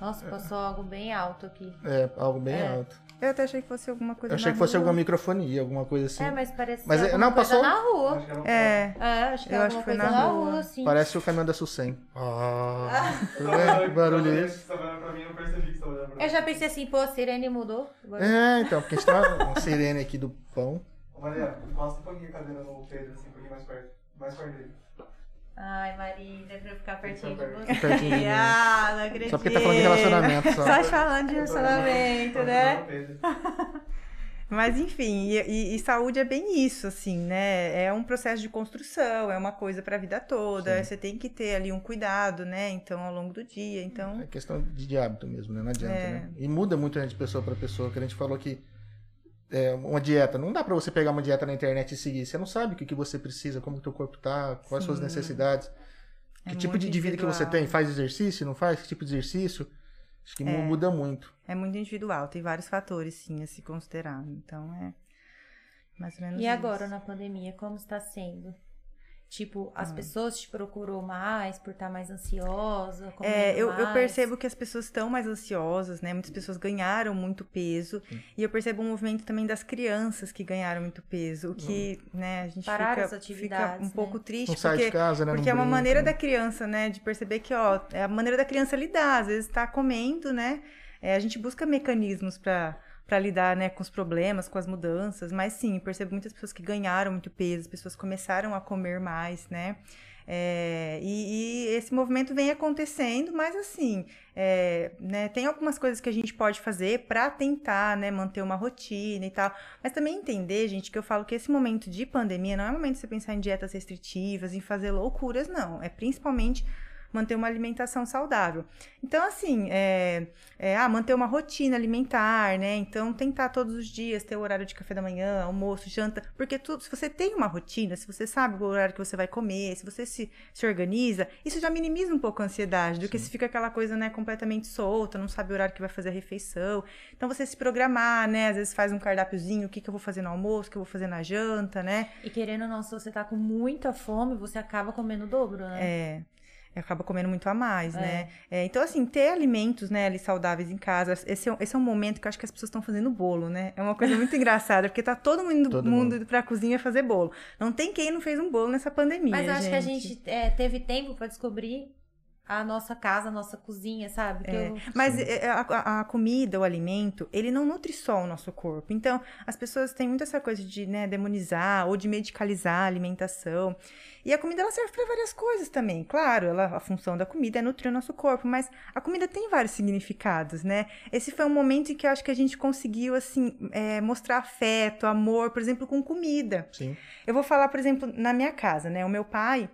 Nossa,
É.
passou algo bem alto aqui.
É, algo bem
É.
alto.
Eu até achei que fosse alguma coisa
Eu achei
na
que fosse
rua.
alguma microfonia, alguma coisa assim.
É, mas parece
Mas, é,
alguma
não,
coisa
passou?
na rua.
É,
É, acho que é
Eu acho
alguma
que foi
coisa
na
na
rua.
rua, assim.
Parece o caminhão da Sucem. Ah, ah. que barulho é esse?
Eu já pensei assim, pô, a Sirene mudou. Agora...
É, então, porque a gente tem uma, uma sirene aqui do pão.
Maria, encosta um pouquinho a cadeira no Pedro, assim, um pouquinho mais perto. Mais perto dele.
Ai, Marília, pra eu ficar pertinho de
Fica
você.
pertinho de mim.
Ah, não acredito.
Só porque tá falando de relacionamento, só.
É. só falando de
Encosta
relacionamento,
no
né?
Pedro.
Mas enfim, e, e- e saúde é bem isso, assim, né? É um processo de construção, é uma coisa pra vida toda.
Sim.
Você tem que ter ali um cuidado, né? Então, ao longo do dia. Então,
É questão de de hábito mesmo, né? Não adianta,
É.
né? E muda muito né, de pessoa pra pessoa, que a gente falou que é, uma dieta, não dá pra você pegar uma dieta na internet e seguir. Você não sabe o que, que você precisa, como que o teu corpo tá, quais suas
Sim.
necessidades,
É
que tipo
muito
de, de vida que você
individual.
tem, faz exercício, não faz, que tipo de exercício. Acho que mu- muda muito.
é muito individual, tem vários fatores, sim, a se considerar. Então, é mais ou menos
E
isso.
agora, na pandemia, como está sendo? Tipo,
Hum.
as pessoas te procurou mais por estar mais ansiosa? comendo
É, eu, eu
mais?
percebo que as pessoas estão mais ansiosas, né? Muitas pessoas ganharam muito peso. E eu percebo um movimento também das crianças que ganharam muito peso. O que, né, a gente
Pararam
fica,
as
fica
atividades,
um
né?
pouco
Não
triste,
sai de
porque,
casa, né? Não
porque é uma
brinca,
maneira
né?
da criança, né? De perceber que, ó, é a maneira da criança lidar. Às vezes tá comendo, né? É, a gente busca mecanismos para para lidar né, com os problemas, com as mudanças, mas sim, percebo muitas pessoas que ganharam muito peso, as pessoas começaram a comer mais, né? É, e, e esse movimento vem acontecendo, mas assim, é, né, tem algumas coisas que a gente pode fazer para tentar né, manter uma rotina e tal, mas também entender, gente, que eu falo que esse momento de pandemia não é um momento de você pensar em dietas restritivas, em fazer loucuras, não. É principalmente manter uma alimentação saudável. Então, assim, é, é, ah, manter uma rotina alimentar, né? Então, tentar todos os dias ter o horário de café da manhã, almoço, janta, porque tu, se você tem uma rotina, se você sabe o horário que você vai comer, se você se, se organiza, isso já minimiza um pouco a ansiedade, do que se fica aquela coisa, né, completamente solta, não sabe o horário que vai fazer a refeição. Então, você se programar, né? Às vezes faz um cardápiozinho, o que, que eu vou fazer no almoço, o que eu vou fazer na janta, né?
E querendo ou não, se você tá com muita fome, você acaba comendo o dobro, né?
É acaba comendo muito a mais, né? É, então, assim, ter alimentos, né, ali saudáveis em casa, esse é, esse é um momento que eu acho que as pessoas estão fazendo bolo, né? É uma coisa muito engraçada, porque tá todo mundo,
Todo
mundo
mundo.
indo pra cozinha fazer bolo. Não tem quem não fez um bolo nessa pandemia,
Mas eu acho
gente.
que a gente é, teve tempo pra descobrir a nossa casa, a nossa cozinha, sabe? Que
É,
eu-
Mas é, é, a, a- a comida, o alimento, ele não nutre só o nosso corpo. Então, as pessoas têm muito essa coisa de né, demonizar ou de medicalizar a alimentação. E a comida ela serve para várias coisas também. Claro, ela- a função da comida é nutrir o nosso corpo, mas a comida tem vários significados, né? Esse foi um momento em que eu acho que a gente conseguiu assim é, mostrar afeto, amor, por exemplo, com comida.
Sim.
Eu vou falar, por exemplo, na minha casa, né? O meu pai,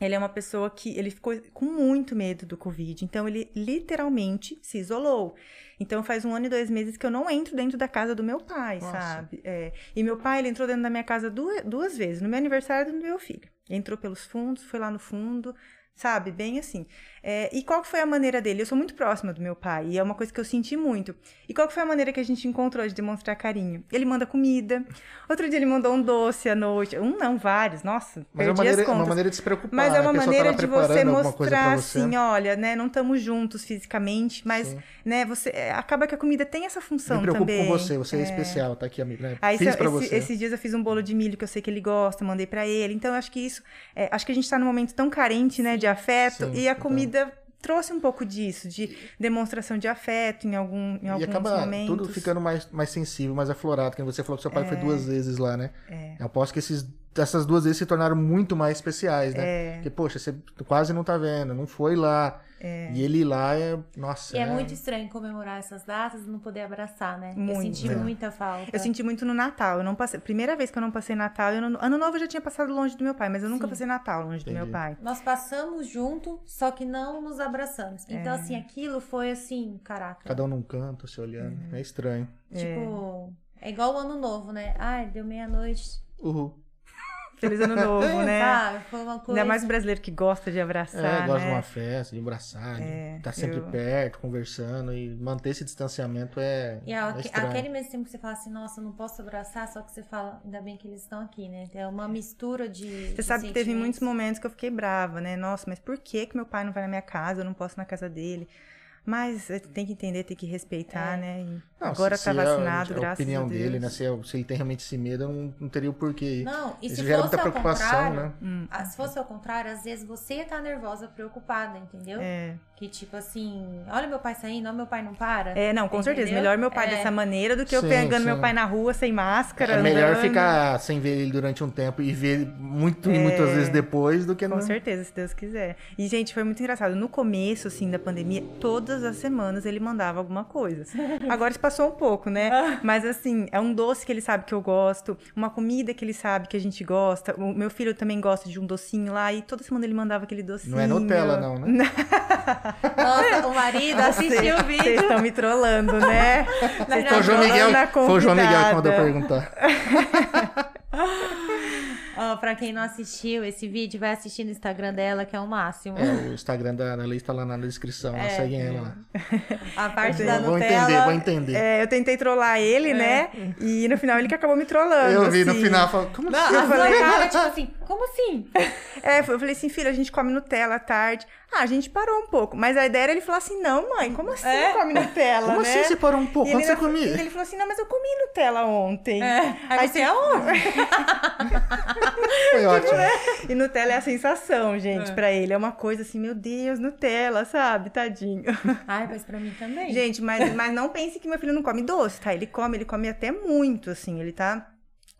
ele é uma pessoa que ele ficou com muito medo do Covid, então ele literalmente se isolou. Então faz um ano e dois meses que eu não entro dentro da casa do meu pai,
Nossa.
sabe? É, e meu pai, ele entrou dentro da minha casa duas, duas vezes, no meu aniversário e no meu filho. Ele entrou pelos fundos, foi lá no fundo, sabe? Bem assim. É, e qual que foi a maneira dele? Eu sou muito próxima do meu pai, e é uma coisa que eu senti muito. E qual que foi a maneira que a gente encontrou de demonstrar carinho? Ele manda comida. Outro dia ele mandou um doce à noite. Um não, vários. Nossa,
Mas é
perdi
uma maneira,
as
é uma
contas.
maneira de se preocupar.
Mas é
né?
uma
A pessoa tá lá
maneira de
preparando
você
alguma coisa pra
mostrar
você.
assim, olha, né, não estamos juntos fisicamente, mas,
Sim.
né, você é, acaba que a comida tem essa função
Me preocupo
também.
com você, você é, especial, tá aqui, amigo. né?
Aí
Fiz
se-
pra
esse-
você.
esses dias eu fiz um bolo de milho que eu sei que ele gosta, mandei pra ele. Então eu acho que isso, é, acho que a gente tá num momento tão carente, né, de afeto
Sim,
e a
total.
comida trouxe um pouco disso, de demonstração de afeto em algum em
E
alguns
acaba
momentos. É.
tudo ficando mais, mais sensível, mais aflorado. Que nem você falou que seu pai foi duas vezes lá, né? Eu aposto que esses, essas duas vezes se tornaram muito mais especiais,
É.
né? Porque, poxa, você quase não tá vendo, não foi lá. E ele ir lá é. Nossa.
E é muito estranho comemorar essas datas e não poder abraçar, né?
Muito.
eu senti
É.
muita falta.
Eu senti muito no Natal. Eu não passei, primeira vez que eu não passei Natal, eu não- ano novo eu já tinha passado longe do meu pai, mas eu nunca
Sim.
passei Natal longe do meu
Entendi.
pai.
Nós passamos junto, só que não nos abraçamos.
É.
Então, assim, aquilo foi assim, caraca.
Cada um num canto, se
Uhum.
olhando. É estranho.
Tipo, é igual o ano novo, né? Ai, deu meia-noite.
Uhul.
Feliz ano novo, né?
Sabe? Tá, Foi uma coisa.
Ainda mais o brasileiro que gosta de
É,
abraçar,
gosta de
né? É,
uma festa, de abraçar, de tá sempre
eu-
perto, conversando. E manter esse distanciamento é.
E a-
é estranho.
aquele mesmo tempo que você fala assim, nossa, eu não posso abraçar, só que você fala, ainda bem que eles estão aqui, né? É uma mistura de.
Você sabe que teve muitos momentos que eu fiquei brava, né? Nossa, mas por que que meu pai não vai na minha casa? Eu não posso ir na casa dele. Mas eh, tem que entender, tem que respeitar,
É.
né? E
Não,
agora
se-
tá
se é a-
vacinado,
é a,
graças
opinião
a Deus.
dele, né? Se, é- se ele tem realmente esse medo, eu não, não teria o porquê.
Não, e
Isso
se
gera
fosse
muita
ao
preocupação,
contrário,
né?
Hum,
ah, se fosse ao contrário, às vezes você ia estar nervosa, preocupada, entendeu?
é.
Que tipo assim, olha meu pai saindo, olha meu pai não para.
É, não, com certeza.
Entendeu?
Melhor meu pai
É.
dessa maneira do que eu
Sim,
pegando meu
sim.
pai na rua sem máscara.
É melhor
andando.
ficar sem ver ele durante um tempo e ver muito, muitas vezes depois do que não.
É,
é
Com certeza, se Deus quiser. E, gente, foi muito engraçado. No começo, assim, da pandemia, todas as semanas ele mandava alguma coisa. Agora isso passou um pouco, né? Mas, assim, é um doce que ele sabe que eu gosto, uma comida que ele sabe que a gente gosta. O meu filho também gosta de um docinho lá e toda semana ele mandava aquele docinho.
Não é Nutella, não, né?
Nossa, o marido assistiu o
Vocês
vídeo.
estão me trollando, né? Vocês
Não,
Foi
tão
o João
trolando
Miguel,
a
foi o João Miguel que mandou
convidada.
perguntar.
Ó, pra quem não assistiu esse vídeo, vai assistir no Instagram dela, que é o máximo.
É, o Instagram da Annalise tá lá na descrição,
É.
lá, seguem ela lá.
A parte da
Vão vão
Nutella.
entender, vão entender.
É, eu tentei trollar ele, né? E no final ele que acabou me trollando.
eu vi no
assim.
final, falando, como
Não,
assim?
As
falei,
duas
"Ah."
tava tipo assim, Como assim?
É, eu falei assim, filho, a gente come Nutella à tarde. Ah, a gente parou um pouco. Mas a ideia era ele falar assim, não, mãe, como assim
É?
come Nutella,
Como
né?
assim você parou um pouco?
E
Quando
ele
você
ainda-
comia?
e ele falou assim, não, mas eu comi Nutella ontem.
É. Aí você
tipo,
aonde?
Foi ótimo.
E Nutella é a sensação, gente,
É.
pra ele. É uma coisa assim, meu Deus, Nutella, sabe? Tadinho.
Ai, mas pra mim também.
Gente, mas, mas não pense que meu filho não come doce, tá? Ele come, ele come até muito, assim. Ele tá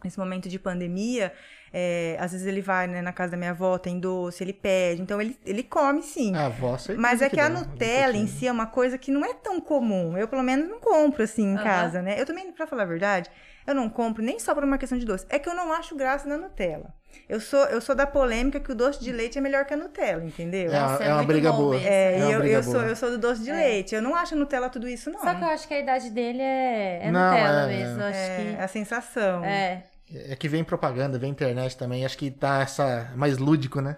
nesse momento de pandemia. é, às vezes ele vai né, na casa da minha avó, tem doce, ele pede. Então ele, ele come sim.
Ah, vó, certeza
Mas é que a
dá, um
Nutella em
pouquinho.
si é uma coisa que não é tão comum. Eu, pelo menos, não compro assim em
Aham.
casa, né? Eu também, pra falar a verdade, eu não compro nem só por uma questão de doce. É que eu não acho graça na Nutella. Eu sou, eu sou da polêmica que o doce de leite é melhor que a Nutella, entendeu?
É,
Nossa,
uma-
é
é uma
muito
briga
bom
boa.
mesmo.
É,
É
e
uma
eu,
briga
eu sou,
boa.
eu sou do doce de
É.
leite. Eu não acho a Nutella tudo isso, não.
Só que eu acho que a idade dele é, é
Não,
Nutella
é,
mesmo. Eu acho
É, a sensação.
que. É,
É que vem propaganda, vem internet também. Acho que tá essa mais lúdico, né?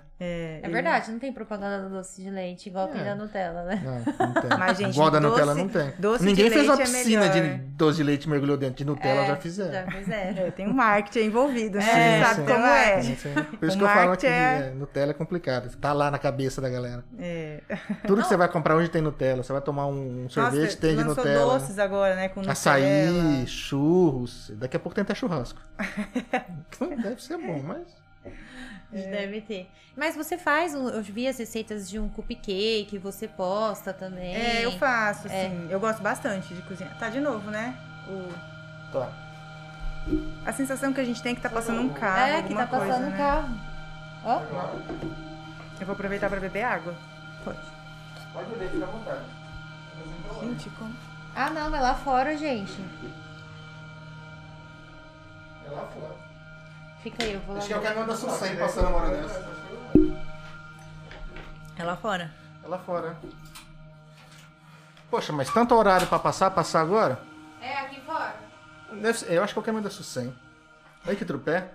é verdade, não tem propaganda do doce de leite igual tem
É.
da Nutella, né?
Não, É, não tem.
Mas, gente,
Igual da
doce-
Nutella não tem.
doce
Ninguém
de
fez uma
leite é
piscina de
melhor.
doce de leite e mergulhou dentro de Nutella,
É,
já fizeram.
Já fizeram.
É, tem um marketing envolvido, né?
É,
sabe
sim.
como
um
é?
Não sei. Por isso
O
que eu falo
marketing
que
é-
é, Nutella é complicado. Tá lá na cabeça da galera.
É.
Tudo que você vai comprar hoje tem Nutella. Você vai tomar um sorvete,
Nossa,
tem de
lançou
Nutella.
doces agora, né? Com Nutella.
Açaí, churros. Daqui a pouco tem até churrasco. Que não deve ser bom, mas.
É.
Deve ter. Mas você faz, um- eu vi as receitas de um cupcake, você posta também.
É, eu faço, assim. Eu gosto bastante de cozinhar. Tá de novo, né? O-
Tá.
A sensação que a gente tem é que tá passando um carro.
É, que
alguma
tá
coisa,
passando o
né?
carro. Ó,
Eu vou aproveitar pra beber água.
Pode beber, fica à vontade. Mas então,
Gente, como.
ah não, vai lá fora, gente.
É lá fora.
Fica aí, eu vou lá.
é o caminhão da Sucem passando uma hora dessa.
É lá fora.
É lá fora. Poxa, mas tanto horário pra passar, passar agora?
É, aqui fora.
Deve ser- eu acho que é o caminho da Sucem. Olha que trupé.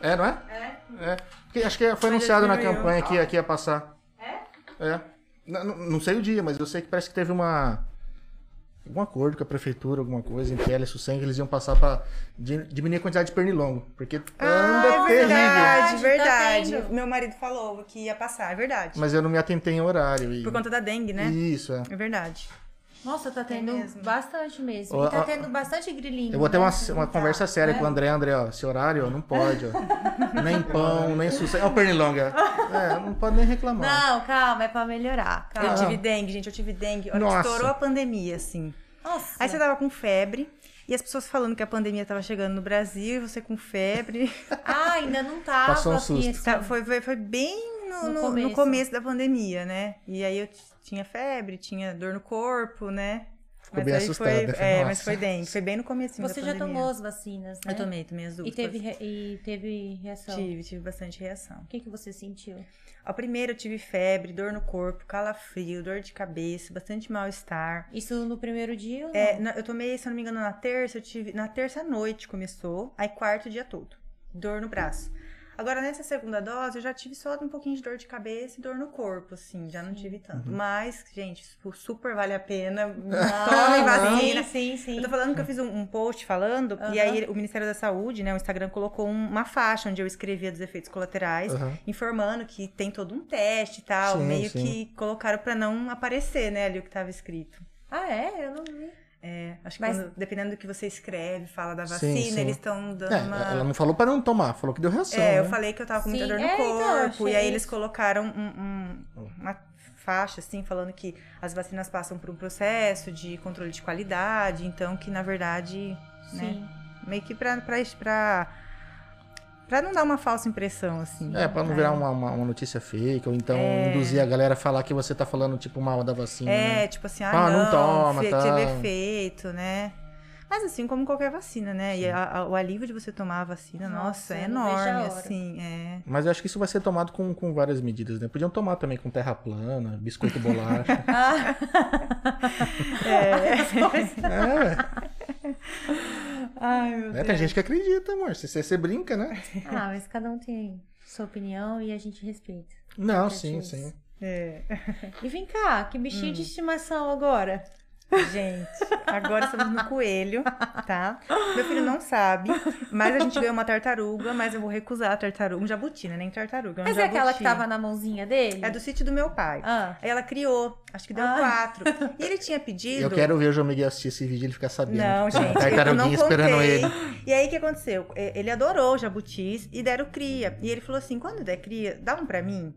É, não é? É. Porque acho que foi anunciado na
diminuiu.
campanha que, ia- que ia passar. É? É. N- n- não sei o dia, mas eu sei que parece que teve uma. Algum acordo com a prefeitura, alguma coisa, entre ela e Sucem, que eles iam passar pra di- diminuir a quantidade de pernilongo. Porque anda
Ah, é
terrível.
verdade,
Verdade,
verdade.
tá
Meu marido falou que ia passar, é verdade.
Mas eu não me atentei em horário. E...
Por conta da dengue, né?
Isso, é.
É verdade.
Nossa, tá
Tem
tendo
mesmo.
bastante mesmo.
Ó,
E tá
ó,
tendo bastante grilinho.
Eu vou ter
né?
uma,
tá
uma conversa séria
É.
com o André. André, ó, esse horário ó, não pode, ó. nem pão, nem sucesso. É o pernilonga. É, não pode nem reclamar.
Não, calma, é pra melhorar. Calma.
Eu
Ah.
tive dengue, gente, eu tive dengue. Olha,
Nossa.
estourou a pandemia, assim.
Nossa.
Aí você tava com febre, e as pessoas falando que a pandemia tava chegando no Brasil, e você com febre.
Ah, ainda não tava.
Passou um
aqui,
susto.
assim.
Tá, foi, foi, foi bem no,
No
no- no começo.
começo.
da pandemia, né? E aí eu t- tinha febre, tinha dor no corpo, né?
Ficou bem
aí
assustada,
foi,
falei,
é, mas
"Nossa."
foi dengue, foi bem no começo da
Você já
pandemia.
tomou as vacinas, né?
Eu tomei, tomei as duas.
E teve, re- e teve reação.
Tive, tive bastante reação.
O que, que você sentiu?
A primeira eu tive febre, dor no corpo, calafrio, dor de cabeça, bastante mal-estar.
Isso no primeiro dia ou não?
É, na- eu tomei, se eu não me engano, na terça, eu tive. Na terça à noite começou, aí quarto o dia todo. Dor no braço. Agora, nessa segunda dose, eu já tive só um pouquinho de dor de cabeça e dor no corpo, assim, já não tive tanto.
Uhum.
Mas, gente, su- super vale a pena. Tomem vacina.
Sim, sim, sim.
Eu tô falando que eu fiz um, um post falando, e
Aham.
aí ele- o Ministério da Saúde, né, o Instagram colocou um- uma faixa onde eu escrevia dos efeitos colaterais,
Aham.
informando que tem todo um teste e tal,
Sim,
meio
sim.
que colocaram pra não aparecer, né, ali o que tava escrito.
Ah, é? Eu não vi.
É, acho que
Mas-
quando- dependendo do que você escreve, fala da
Sim,
vacina,
sim.
eles estão dando
É,
uma...
ela não falou pra não tomar, falou que deu reação.
É, eu
né?
falei que eu tava com muita
Sim,
dor no
é, então, eu
corpo,
achei
e aí
isso.
eles colocaram um- um- uma faixa, assim, falando que as vacinas passam por um processo de controle de qualidade, então que, na verdade, né,
Sim.
meio que pra, pra, pra, pra não dar uma falsa impressão, assim.
É, pra não virar uma, uma- uma notícia fake, ou então induzir a galera a falar que você tá falando, tipo, mal da vacina. né?
É, tipo assim, ah,
Ah,
não,
não toma,
fe-
tá.
teve efeito, né? Mas assim, como qualquer vacina, né? E a- a- o alívio de você tomar a vacina, nossa,
Nossa,
é
eu não vejo a
enorme,
hora.
assim, é.
Mas eu acho que isso vai ser tomado com, com várias medidas, né? Podiam tomar também com terra plana, biscoito bolacha.
É.
é, ué.
Ai, meu
né? Tem gente que acredita, amor. Se você, você brinca, né?
Ah, mas cada um tem sua opinião e a gente respeita.
Não,
Tem
sim,
gente.
sim.
é.
E vem cá, que bichinho de estimação agora?
Gente, agora estamos no coelho, tá? Meu filho não sabe, mas a gente ganhou uma tartaruga, mas eu vou recusar a tartaruga. Um jabuti, né? Nem tartaruga. é um
Mas é aquela que
jabuti.
tava na mãozinha dele?
É do sítio do meu pai.
Ah.
Aí ela criou, acho que deu
Ah.
quatro. E ele tinha pedido.
Eu quero ver o João Miguel assistir esse vídeo e ele ficar sabendo.
Não,
Tem uma
gente, eu não
Tartaruguinha
contei.
esperando ele.
E aí, o que aconteceu? E- Ele adorou os jabutis e deram cria. E ele falou assim, quando der cria, dá um pra mim?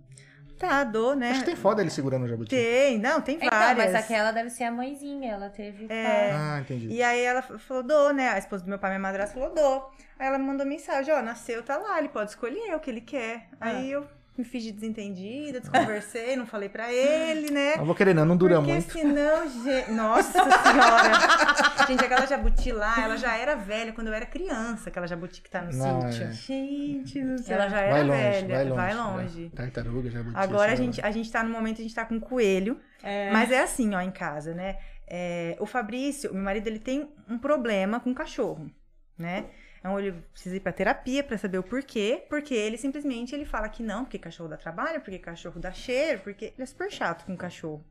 Tá, dou, né?
Acho que tem foda ele segurando o jabuti.
Tem, não, tem
Então,
várias.
mas aquela deve ser a mãezinha, ela teve.
É.
Ah, entendi.
E aí ela f- falou, dou, né? A esposa do meu pai, minha madrasta, falou, dou. Aí ela me mandou mensagem, ó, nasceu, tá lá, ele pode escolher o que ele quer.
Ah.
Aí eu me fiz de desentendida, desconversei, não falei pra ele, né?
Não Ah, vou querer não, não dura
Porque assim,
muito.
senão, gente... Nossa senhora! gente, aquela jabuti lá, ela já era velha quando eu era criança, aquela jabuti que tá no
Não,
sítio.
é.
Gente do céu.
Ela já era
Vai longe,
é velha,
vai longe.
longe.
né? Tartaruga, jabuti.
Agora a
sei lá.
gente, a gente tá no momento, a gente tá com coelho.
É.
Mas é assim, ó, em casa, né? É, o Fabrício, meu marido, ele tem um problema com cachorro, né? Então ele precisa ir pra terapia pra saber o porquê, porque ele simplesmente ele fala que não, porque cachorro dá trabalho, porque cachorro dá cheiro, porque ele é super chato com cachorro.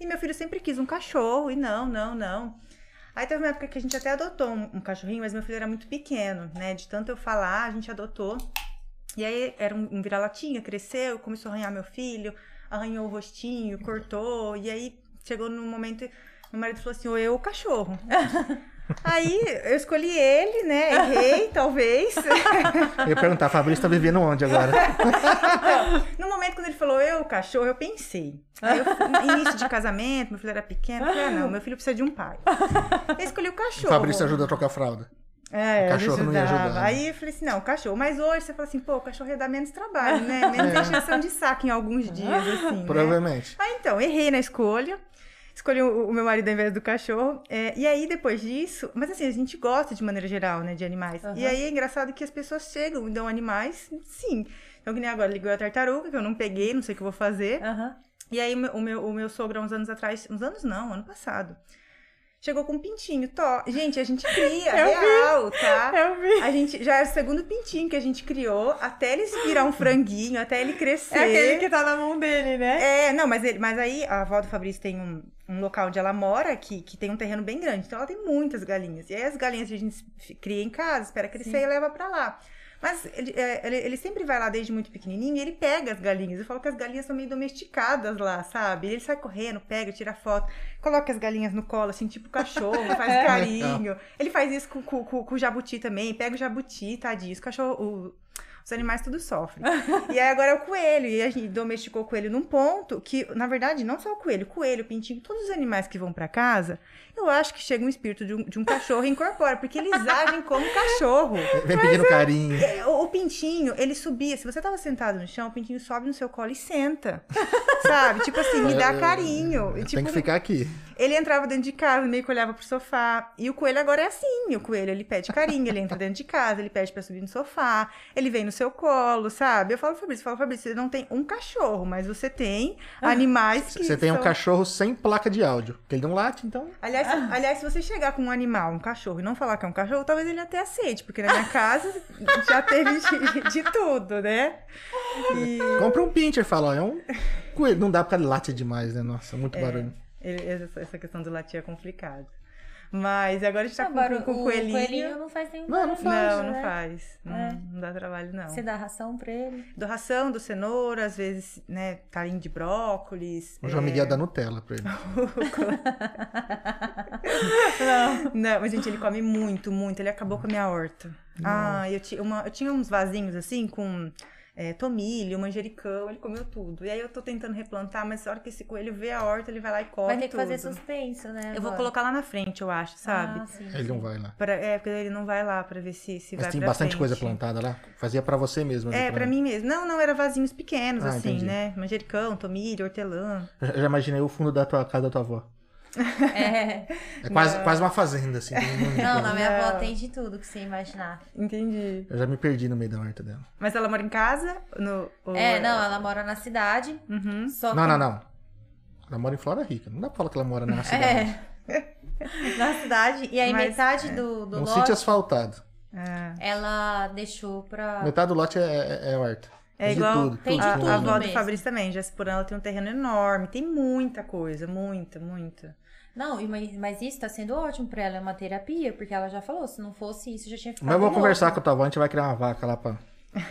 E meu filho sempre quis um cachorro, e não, não, não. Aí teve uma época que a gente até adotou um, um cachorrinho, mas meu filho era muito pequeno, né? De tanto eu falar, a gente adotou. E aí era um, um vira-latinha, cresceu, começou a arranhar meu filho, arranhou o rostinho, cortou. E aí chegou num momento, meu marido falou assim: ou eu ou o cachorro. aí eu escolhi ele, né? Errei, talvez.
Eu ia perguntar, Fabrício tá vivendo onde agora?
No momento quando ele falou eu, cachorro, eu pensei. Aí eu, no início de casamento, meu filho era pequeno, eu falei, ah, não, meu filho precisa de um pai. Eu escolhi o
O
cachorro.
Fabrício ajuda a trocar fralda.
É,
O cachorro não ia
ajudava.
ajudar, né?
Aí eu falei assim, não, cachorro. Mas hoje você fala assim, pô, o cachorro ia dar menos trabalho, né? Menos
É.
encheção de saco em alguns dias, assim, né?
Provavelmente.
Ah, então, errei na escolha. Escolhi o, o meu marido ao invés do cachorro. É, e aí, depois disso... Mas assim, a gente gosta de maneira geral, né? De animais.
Aham.
E aí, é engraçado que as pessoas chegam e dão animais, sim. Então, que nem agora, ligou a tartaruga, que eu não peguei, não sei o que eu vou fazer.
Aham.
E aí, o meu- o meu, o meu sogro, há uns anos atrás, uns anos não, ano passado, chegou com um pintinho. Tó. Gente, a gente cria,
Eu vi.
real, tá?
Eu vi.
A gente já é o segundo pintinho que a gente criou, até ele virar um franguinho, até ele crescer.
É aquele que tá na mão dele, né?
É, não, mas, ele, mas aí a avó do Fabrício tem um, um local onde ela mora que, que tem um terreno bem grande. Então ela tem muitas galinhas. E aí as galinhas a gente f- cria em casa, espera crescer
Sim.
e leva pra lá. Mas ele, é, ele, ele sempre vai lá desde muito pequenininho e ele pega as galinhas. Eu falo que as galinhas são meio domesticadas lá, sabe? Ele sai correndo, pega, tira foto, coloca as galinhas no colo, assim, tipo cachorro, faz
É.
carinho. Ele faz isso com, com, com- com o jabuti também, pega o jabuti, tadinho. Os cachorro, o- os animais tudo sofrem. E aí agora é o coelho. E a gente domesticou o coelho num ponto que, na verdade, não só o coelho, o coelho, o pintinho, todos os animais que vão pra casa, eu acho que chega um espírito de um, de um cachorro e incorpora, porque eles agem como cachorro.
Vem pedindo carinho.
É, O, o pintinho, ele subia. Se você tava sentado no chão, o pintinho sobe no seu colo e senta. Sabe? Tipo assim, me dá carinho.
Eu
Tipo,
tenho É, que ficar aqui.
ele entrava dentro de casa, meio que olhava pro sofá. E o coelho agora é assim. O coelho, ele pede carinho, ele entra dentro de casa, ele pede pra subir no sofá, ele vem no seu colo, sabe? Eu falo, Fabrício, eu falo, Fabrício, você não tem um cachorro, mas você tem animais que
É. Você tem um
são-
cachorro sem placa de áudio. Porque ele não late, então.
Aliás, se- aliás, se você chegar com um animal, um cachorro, e não falar que é um cachorro, talvez ele até aceite, porque na minha casa já teve de, de tudo, né? E...
Compra um pincher, fala, ó, é um coelho. Não dá porque ele late demais, né? Nossa,
É,
muito barulho.
ele- Essa essa questão do latir é complicada. Mas agora a gente tá
Não,
com,
barulho-
com, com o
O
coelhinho.
coelhinho não faz nenhum
Não, não
barulho,
Não, não
né?
faz. Não,
É.
não dá trabalho, não.
Você dá ração pra ele?
Do ração, do cenoura, às vezes, né, talinho de brócolis.
O João
é,
Miguel dá Nutella pra ele.
Não, mas, gente, ele come muito, muito. Ele acabou com a minha horta. Ah, eu, ti- uma- eu tinha uns vasinhos, assim, com é, tomilho, manjericão. Ele comeu tudo. E aí eu tô tentando replantar, mas a hora que esse coelho vê a horta, ele vai lá e come
Vai ter que
tudo.
fazer suspenso, né?
Eu vou
agora?
colocar lá na frente, eu acho, sabe?
Ah, sim,
Ele não
sim.
vai lá.
Pra- é, porque ele não vai lá pra ver se, se
Mas
vai
tem
pra
bastante coisa
frente.
plantada lá. Fazia pra você mesmo. ali,
É, pra mim mesmo. Não, não, era vasinhos pequenos,
Ah,
assim,
entendi.
né? Manjericão, tomilho, hortelã.
Já, já imaginei o fundo da tua casa da tua avó.
É.
É quase, quase uma fazenda, assim. tem um monte de
Não,
coisa.
na minha
Não.
avó tem de tudo que você imaginar.
Entendi.
Eu já me perdi no meio da horta dela.
Mas ela mora em casa? No, ou-
É, não, ela mora na cidade.
Uhum.
Só
Hum? Não,
que-
não, não. Ela mora em Flora Rica. Não dá pra falar que ela mora na cidade.
É. na cidade. E aí
Mas,
metade do, do
Um
lote
sítio asfaltado.
É,
ela deixou pra.
Metade do lote é, é, é horta.
É
Tem de
igual-
tudo,
tem
tudo,
de
a,
tudo.
a avó do
mesmo.
Fabrício também, já se por ela tem um terreno enorme, tem muita coisa, muita, muita.
Não, e mas, mas isso tá sendo ótimo pra ela, é uma terapia, porque ela já falou, se não fosse isso, eu já tinha ficado
Mas eu vou
louca.
conversar com o Tavão, a gente vai criar uma vaca lá pra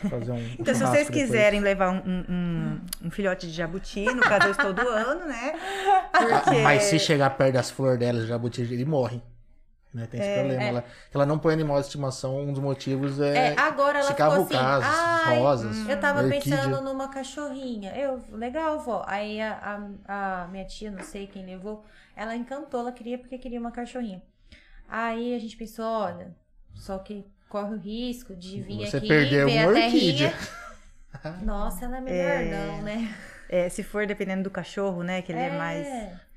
fazer um.
Então, se
churrasco
vocês
depois.
quiserem levar um, um- um- um filhote de jabuti, no caso eu estou doando, né? Porque...
Ah, Mas se chegar perto das flores dela, o jabuti, ele morre. Né? Tem esse problema.
É.
Ela, ela não põe animal de estimação, um dos motivos é.
É, agora ela
se
ficou assim,
cavucasas,
ai,
rosas,
eu tava
orquídea.
pensando numa cachorrinha. Eu, legal, vó. Aí a, a- a minha tia, não sei quem levou, ela encantou, ela queria porque queria uma cachorrinha. Aí a gente pensou, olha, só que corre o risco de vir
Você
aqui
perdeu
ver
uma
a terrinha.
orquídea.
Nossa, ela é melhor não, né?
É, se for dependendo do cachorro, né? Que ele é, mais.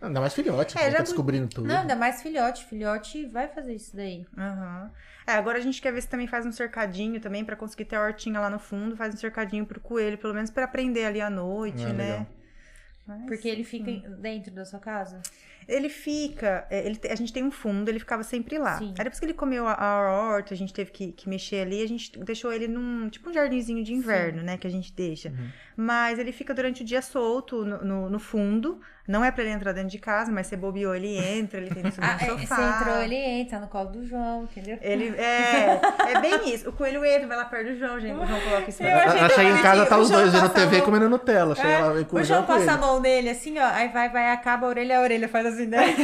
Ainda mais filhote,
É,
é, tá
jabuti-
descobrindo tudo.
Não, ainda mais filhote. Filhote vai fazer isso daí.
Aham. É, agora a gente quer ver se também faz um cercadinho também pra conseguir ter a hortinha lá no fundo, faz um cercadinho pro coelho, pelo menos pra aprender ali à noite,
Ah,
né?
legal.
Mas-
Porque ele fica dentro da sua casa.
Ele fica, é, ele te- a gente tem um fundo, ele ficava sempre lá.
Sim.
Aí depois que ele comeu a, a horta, a gente teve que, que mexer ali, a gente deixou ele num, tipo um jardinzinho de inverno, né, que a gente deixa.
Uhum.
Mas ele fica durante o dia solto no, no- no fundo, não é pra ele entrar dentro de casa, mas você bobeou, ele entra, ele tem que subir
Ah,
no
é,
sofá.
você entrou, ele entra no colo do João, entendeu?
Ele, é, é bem isso. O coelho entra, vai lá perto do João, gente. O João coloca isso pra
Eu
Ela,
achei
ela chega em casa,
bonitinho,
tá os
o João
dois vendo
passa a
TV
mão.
comendo Nutella. Chega
É,
lá e com
o João
com
passa a
ele.
mão nele, assim, ó. Aí vai, vai, acaba a orelha a orelha, faz assim, né?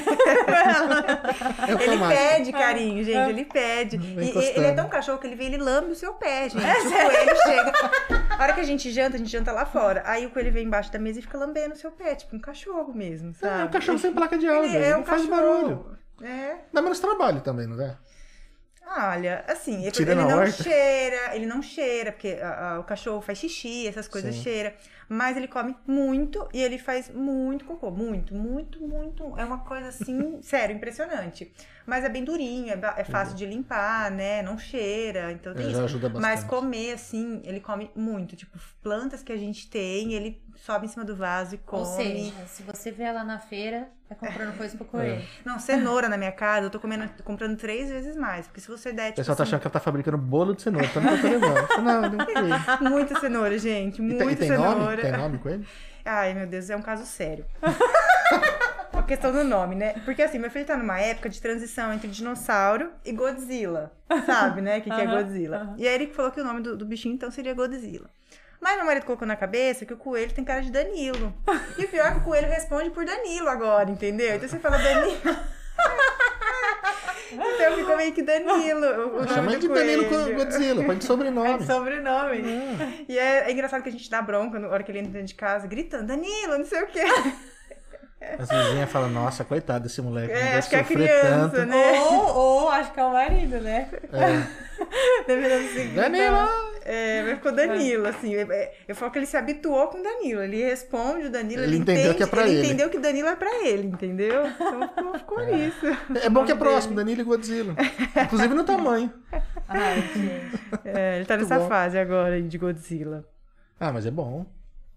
É
Ele
automático.
pede carinho,
Ah.
gente, ele pede.
Vai
E- E,
encostando.
ele é tão cachorro que ele vem, ele lambe o seu pé,
É
gente. o coelho chega. A hora que a gente janta, a gente janta lá fora. Aí o coelho vem embaixo da mesa e fica lambendo o seu pé, tipo um cachorro mesmo, sabe?
É um cachorro sem placa de áudio.
Ele
Ele
é um
não faz
cachorro.
barulho.
É.
Dá menos trabalho também, não é?
Olha, assim, é porque
Tira
ele
na
não
horta.
cheira, ele não cheira, porque ah, ah, o cachorro faz xixi, essas coisas
Sim.
cheira. Mas ele come muito e ele faz muito cocô, muito, muito, muito. É uma coisa assim, sério, impressionante. Mas é bem durinho, é, ba- é fácil de limpar, né? Não cheira, então tem
É, Já
isso.
ajuda bastante.
Mas comer, assim, ele come muito. Tipo, plantas que a gente tem, ele sobe em cima do vaso e come.
Ou seja, se você vê ela na feira, tá comprando coisa pro coelho.
Não, cenoura na minha casa, eu tô comendo, comprando três vezes mais. Porque se você
O
der, tipo
pessoal tá
assim,
achando que ela tá fabricando bolo de cenoura. Então não tá levando. Não, não foi.
Muita cenoura, gente.
E,
Muita
tem- e tem nome?
cenoura.
Tem nome com ele?
Ai, meu Deus, é um caso sério. A questão do nome, né? Porque assim, meu filho tá numa época de transição entre dinossauro e Godzilla. Sabe, né? O que, que é
Aham,
Godzilla?
aham.
E aí ele falou que o nome do, do bichinho então seria Godzilla. Mas meu marido colocou na cabeça que o coelho tem cara de Danilo. E o pior é que o coelho responde por Danilo agora, entendeu? Então você fala Danilo. então ficou meio que Danilo. o- O
Chama
nome
ele
do
de Danilo
coelho.
Godzilla, põe de
É
um
sobrenome.
de sobrenome.
Uhum. né?
E é, é engraçado que a gente dá bronca na hora que ele entra dentro de casa, gritando, Danilo, não sei o quê.
As vizinhas falam, nossa, coitado desse moleque. não
É,
deve
acho que é a
sofrer
criança,
tanto.
né?
Ou, ou acho que é o marido, né?
É.
Dependendo se grita.
Danilo!
assim, É, mas ficou Danilo, assim. é- é- Eu falo que ele se habituou com o Danilo. Ele responde o Danilo, ele,
Ele entendeu
entende,
que é pra ele.
entendeu que Danilo é pra ele, entendeu? Então ficou, ficou nisso.
É bom que é próximo, Danilo e Godzilla. Inclusive no tamanho.
Ai, gente.
É, ele tá
Muito
nessa
bom.
fase agora aí de Godzilla.
Ah, mas é bom.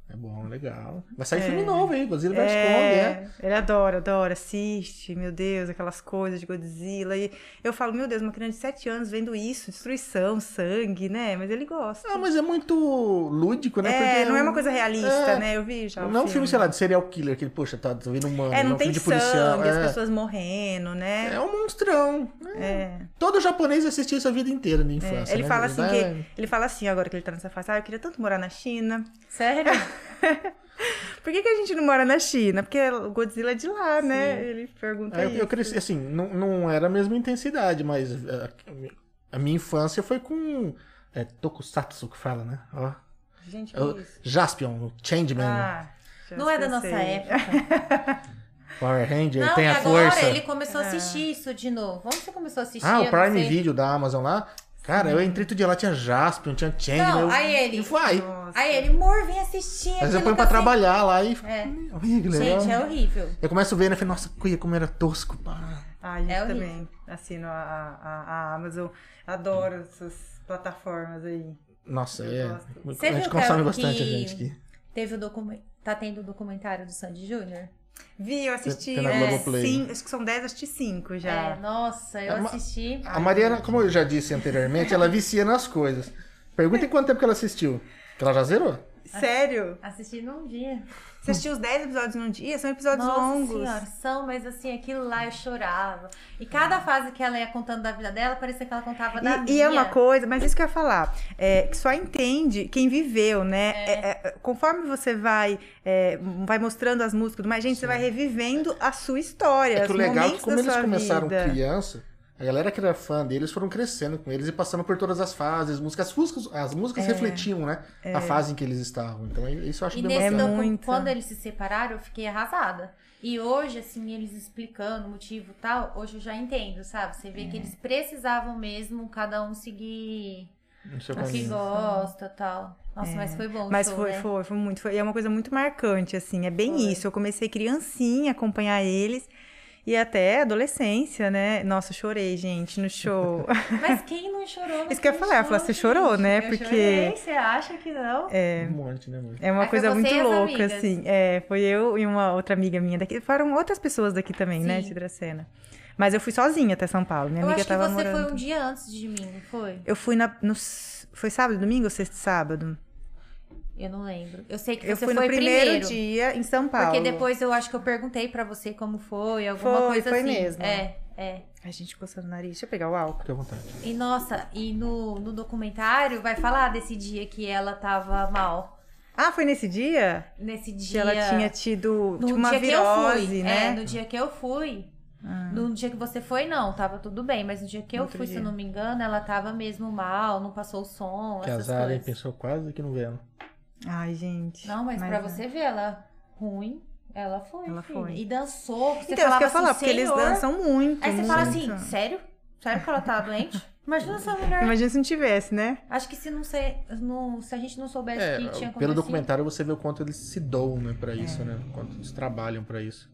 É bom, legal. Vai sair
É.
filme novo aí, Godzilla vai esconder. é.
ele adora, adora, assiste, meu Deus, aquelas coisas de Godzilla. E eu falo, meu Deus, uma criança de 7 anos vendo isso, destruição, sangue, né? Mas ele gosta.
Ah, mas é muito lúdico, né?
É,
Porque
não é uma coisa realista,
é.
né? Eu vi já. o
Não é um filme, sei lá, de serial killer, que, poxa, tá vendo humano.
É,
é
não
um filme
tem
de
sangue,
policial.
as
É.
pessoas morrendo, né?
é um monstrão.
É.
Todo japonês assistiu isso a vida inteira na
É.
infância.
Ele
né?
fala assim
Vai-
que. Ele fala assim agora que ele tá nessa fase, ah, eu queria tanto morar na China.
Sério?
Por que, que a gente não mora na China? Porque o Godzilla é de lá, né? Ele pergunta
É, eu,
isso.
eu cresci, assim, não, não era a mesma intensidade, mas é, a minha infância foi com. É Tokusatsu que fala, né? Ó.
Gente, que
É o
isso?
Jaspion, o Changeman,
Ah, já
Não é da nossa
sei.
época.
Power Ranger,
Não,
tem
e
a
agora
força.
ele começou a assistir isso de novo. Onde você começou a assistir?
Ah,
Eu
o
não
Prime
sei.
Video da Amazon lá. Cara, eu entrei todo dia lá, tinha Jaspion, tinha Changeman.
Não,
eu-
aí ele-
E vai.
Nossa.
Aí ele, amor, vem assistir.
Mas eu
aquilo que
ponho pra né?
sei."
trabalhar lá e.
É.
Ih, que legal.
Gente, é horrível.
Eu começo a ver, né? Falei, nossa, cuia, como era tosco. pá.
Ah, eu
É horrível.
também assino a, a, a Amazon. Adoro essas plataformas aí.
Nossa,
Eu
é.
gosto.
Você
a gente
viu,
consome
Carol,
bastante a
que-
gente aqui.
Teve o documentário. Tá tendo o documentário do Sandy Júnior?
Vi, eu assisti.
Tem na
é,
Globoplay.
cinco- acho que são 10, assisti 5
É,
já.
nossa, eu
É uma-
assisti.
A Mariana, como eu já disse anteriormente, ela vicia nas coisas. Pergunta em quanto tempo que ela assistiu. Que ela já zerou.
É.
Sério?
Assisti num dia.
Você assistiu os 10 episódios num dia? São episódios
Nossa
longos.
senhora, são, mas assim, aquilo lá eu chorava. E cada fase que ela ia contando da vida dela, parecia que ela contava da
E,
minha.
e é uma coisa, mas isso que eu ia falar, é, que só entende quem viveu, né? É, é, conforme você vai, é, vai mostrando as músicas, mas gente, você vai revivendo a sua história,
É
os
que o legal é que
momentos
como
da
eles
sua
começaram
vida.
criança, a galera que era fã deles foram crescendo com eles e passando por todas as fases. Músicas, as músicas, as músicas refletiam, né? A fase em que eles estavam. Então isso eu acho
E
bem
nesse
bacana.
docu-
muito.
quando eles se separaram, eu fiquei arrasada. E hoje, assim, eles explicando o motivo e tal, hoje eu já entendo, sabe? Você vê
É.
que eles precisavam mesmo cada um seguir
No seu
o que
caminho.
gosta e tal. Nossa, mas foi bom. o
É. Mas
show,
foi,
né?
foi, foi muito. Foi, e é uma coisa muito marcante, assim. É bem isso. Eu comecei criancinha a acompanhar eles. E até adolescência, né? Nossa, eu chorei, gente, no show.
Mas quem não chorou?
Isso que eu ia
falar
falar, eu falei, você chorou, né? Porque-
Você acha que não?
Um monte, né, mano?
É uma
Aí foi você
coisa muito
e as
louca,
amigas.
assim. É, foi eu e uma outra amiga minha daqui. Foram outras pessoas daqui também, né,
Sim.
de Dracena. Mas eu fui sozinha até São Paulo. Minha
eu
amiga
acho que
estava
você
tava morando.
foi um dia antes de mim, não foi?
Eu fui na. no s- Foi sábado, domingo ou sexta e sábado?
Eu não lembro. Eu sei que
eu
você
fui no
foi
primeiro, dia em São Paulo.
Porque depois eu acho que eu perguntei pra você como foi, alguma
Foi,
coisa
foi
assim.
mesmo.
É, é.
A gente coçando o nariz. Deixa eu pegar o álcool.
Fique à vontade.
E nossa, e no, no documentário vai falar desse dia que ela tava mal.
Ah, foi nesse dia?
Nesse
Que
dia.
ela tinha tido
no
tipo, uma
dia que eu
virose,
fui.
né? Ah.
É, no dia que eu fui. No dia que você foi, não, tava tudo bem. Mas no dia que eu
Outro
fui, se
dia.
eu não me engano, ela tava mesmo mal, não passou o som,
Que
essas
azar, hein?
coisas.
Pensou quase que não vê ela.
Ai, gente.
Não, mas, pra
é.
você ver, ela ruim, ela foi,
Ela
filha.
foi.
E dançou. Você
Então,
falava
isso que eu ia falar,
assim,
porque eles
"Senhor".
dançam muito.
Aí você fala
muito.
assim, sério? Sério que ela tá doente? Imagina essa mulher.
Imagina se não tivesse, né?
Acho que se não sei, não- se a gente não soubesse
É,
que tinha acontecido.
pelo documentário você vê o quanto eles se doam, né, pra isso, né? O quanto eles trabalham pra isso.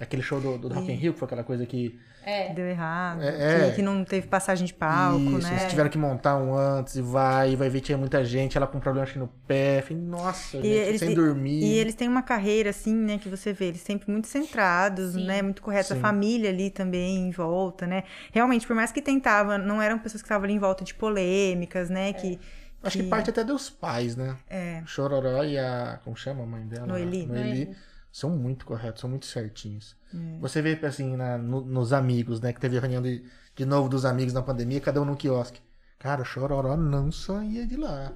É Aquele show do, do Rock in Rio, que foi aquela coisa que...
É.
Deu errado.
É, é.
Que, que não teve passagem de palco,
isso, eles
né?
tiveram que montar um antes e vai, e vai ver tinha muita gente, ela com problema acho que no pé, enfim, nossa, gente,
eles-
sem dormir.
E eles têm uma carreira, assim, né, que você vê, eles sempre muito centrados,
Sim.
né? Muito corretos. A
Sim.
família ali também em volta, né? Realmente, por mais que tentavam, não eram pessoas que estavam ali em volta de polêmicas, né? Que.
Acho que
que-
parte até dos pais, né?
É.
O Chororó e a. Como chama a mãe dela?
Noeli. É.
Noeli.
São muito corretos, são muito certinhos. Você vê, assim, na- no- nos amigos, né? Que teve a reunião de, de novo dos amigos na pandemia, cada um num quiosque. Cara, o Chororó não saía de lá.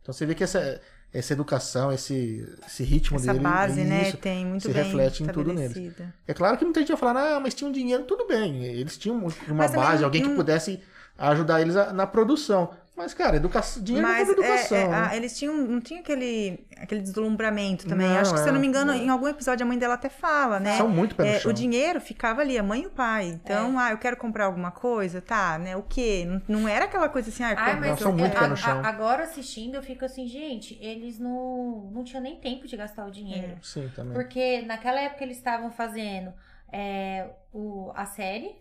Então você vê que essa, essa educação, esse, esse
É.
ritmo
Essa
dele.
base, né?
isso,
Tem muito
se
bem
reflete em tudo neles.
estabelecida.
É claro que muita gente vai falar, ah, mas tinham dinheiro, tudo bem. Eles tinham um, uma
Mas também
base,
não- um
alguém que
não-
pudesse ajudar eles a- na produção. Mas, cara, educação, dinheiro
Mas
não compra
é,
educação.
é,
né?
ah, eles tinham, não tinha aquele, aquele deslumbramento também.
Não,
Acho que, se eu não
é.
me engano, em algum episódio a mãe dela até fala, né?
São muito pé no
É,
chão.
o dinheiro ficava ali, a mãe e o pai. Então,
É.
ah, eu quero comprar alguma coisa, tá, né? O quê? Não, não era aquela coisa assim, ah,
Ai,
compra-
mas
são muito
é,
pé no
a-
chão.
a- agora assistindo, eu fico assim, gente, eles não, não tinham nem tempo de gastar o dinheiro.
Sim,
É.
também.
Porque naquela época eles estavam fazendo é, o, a série.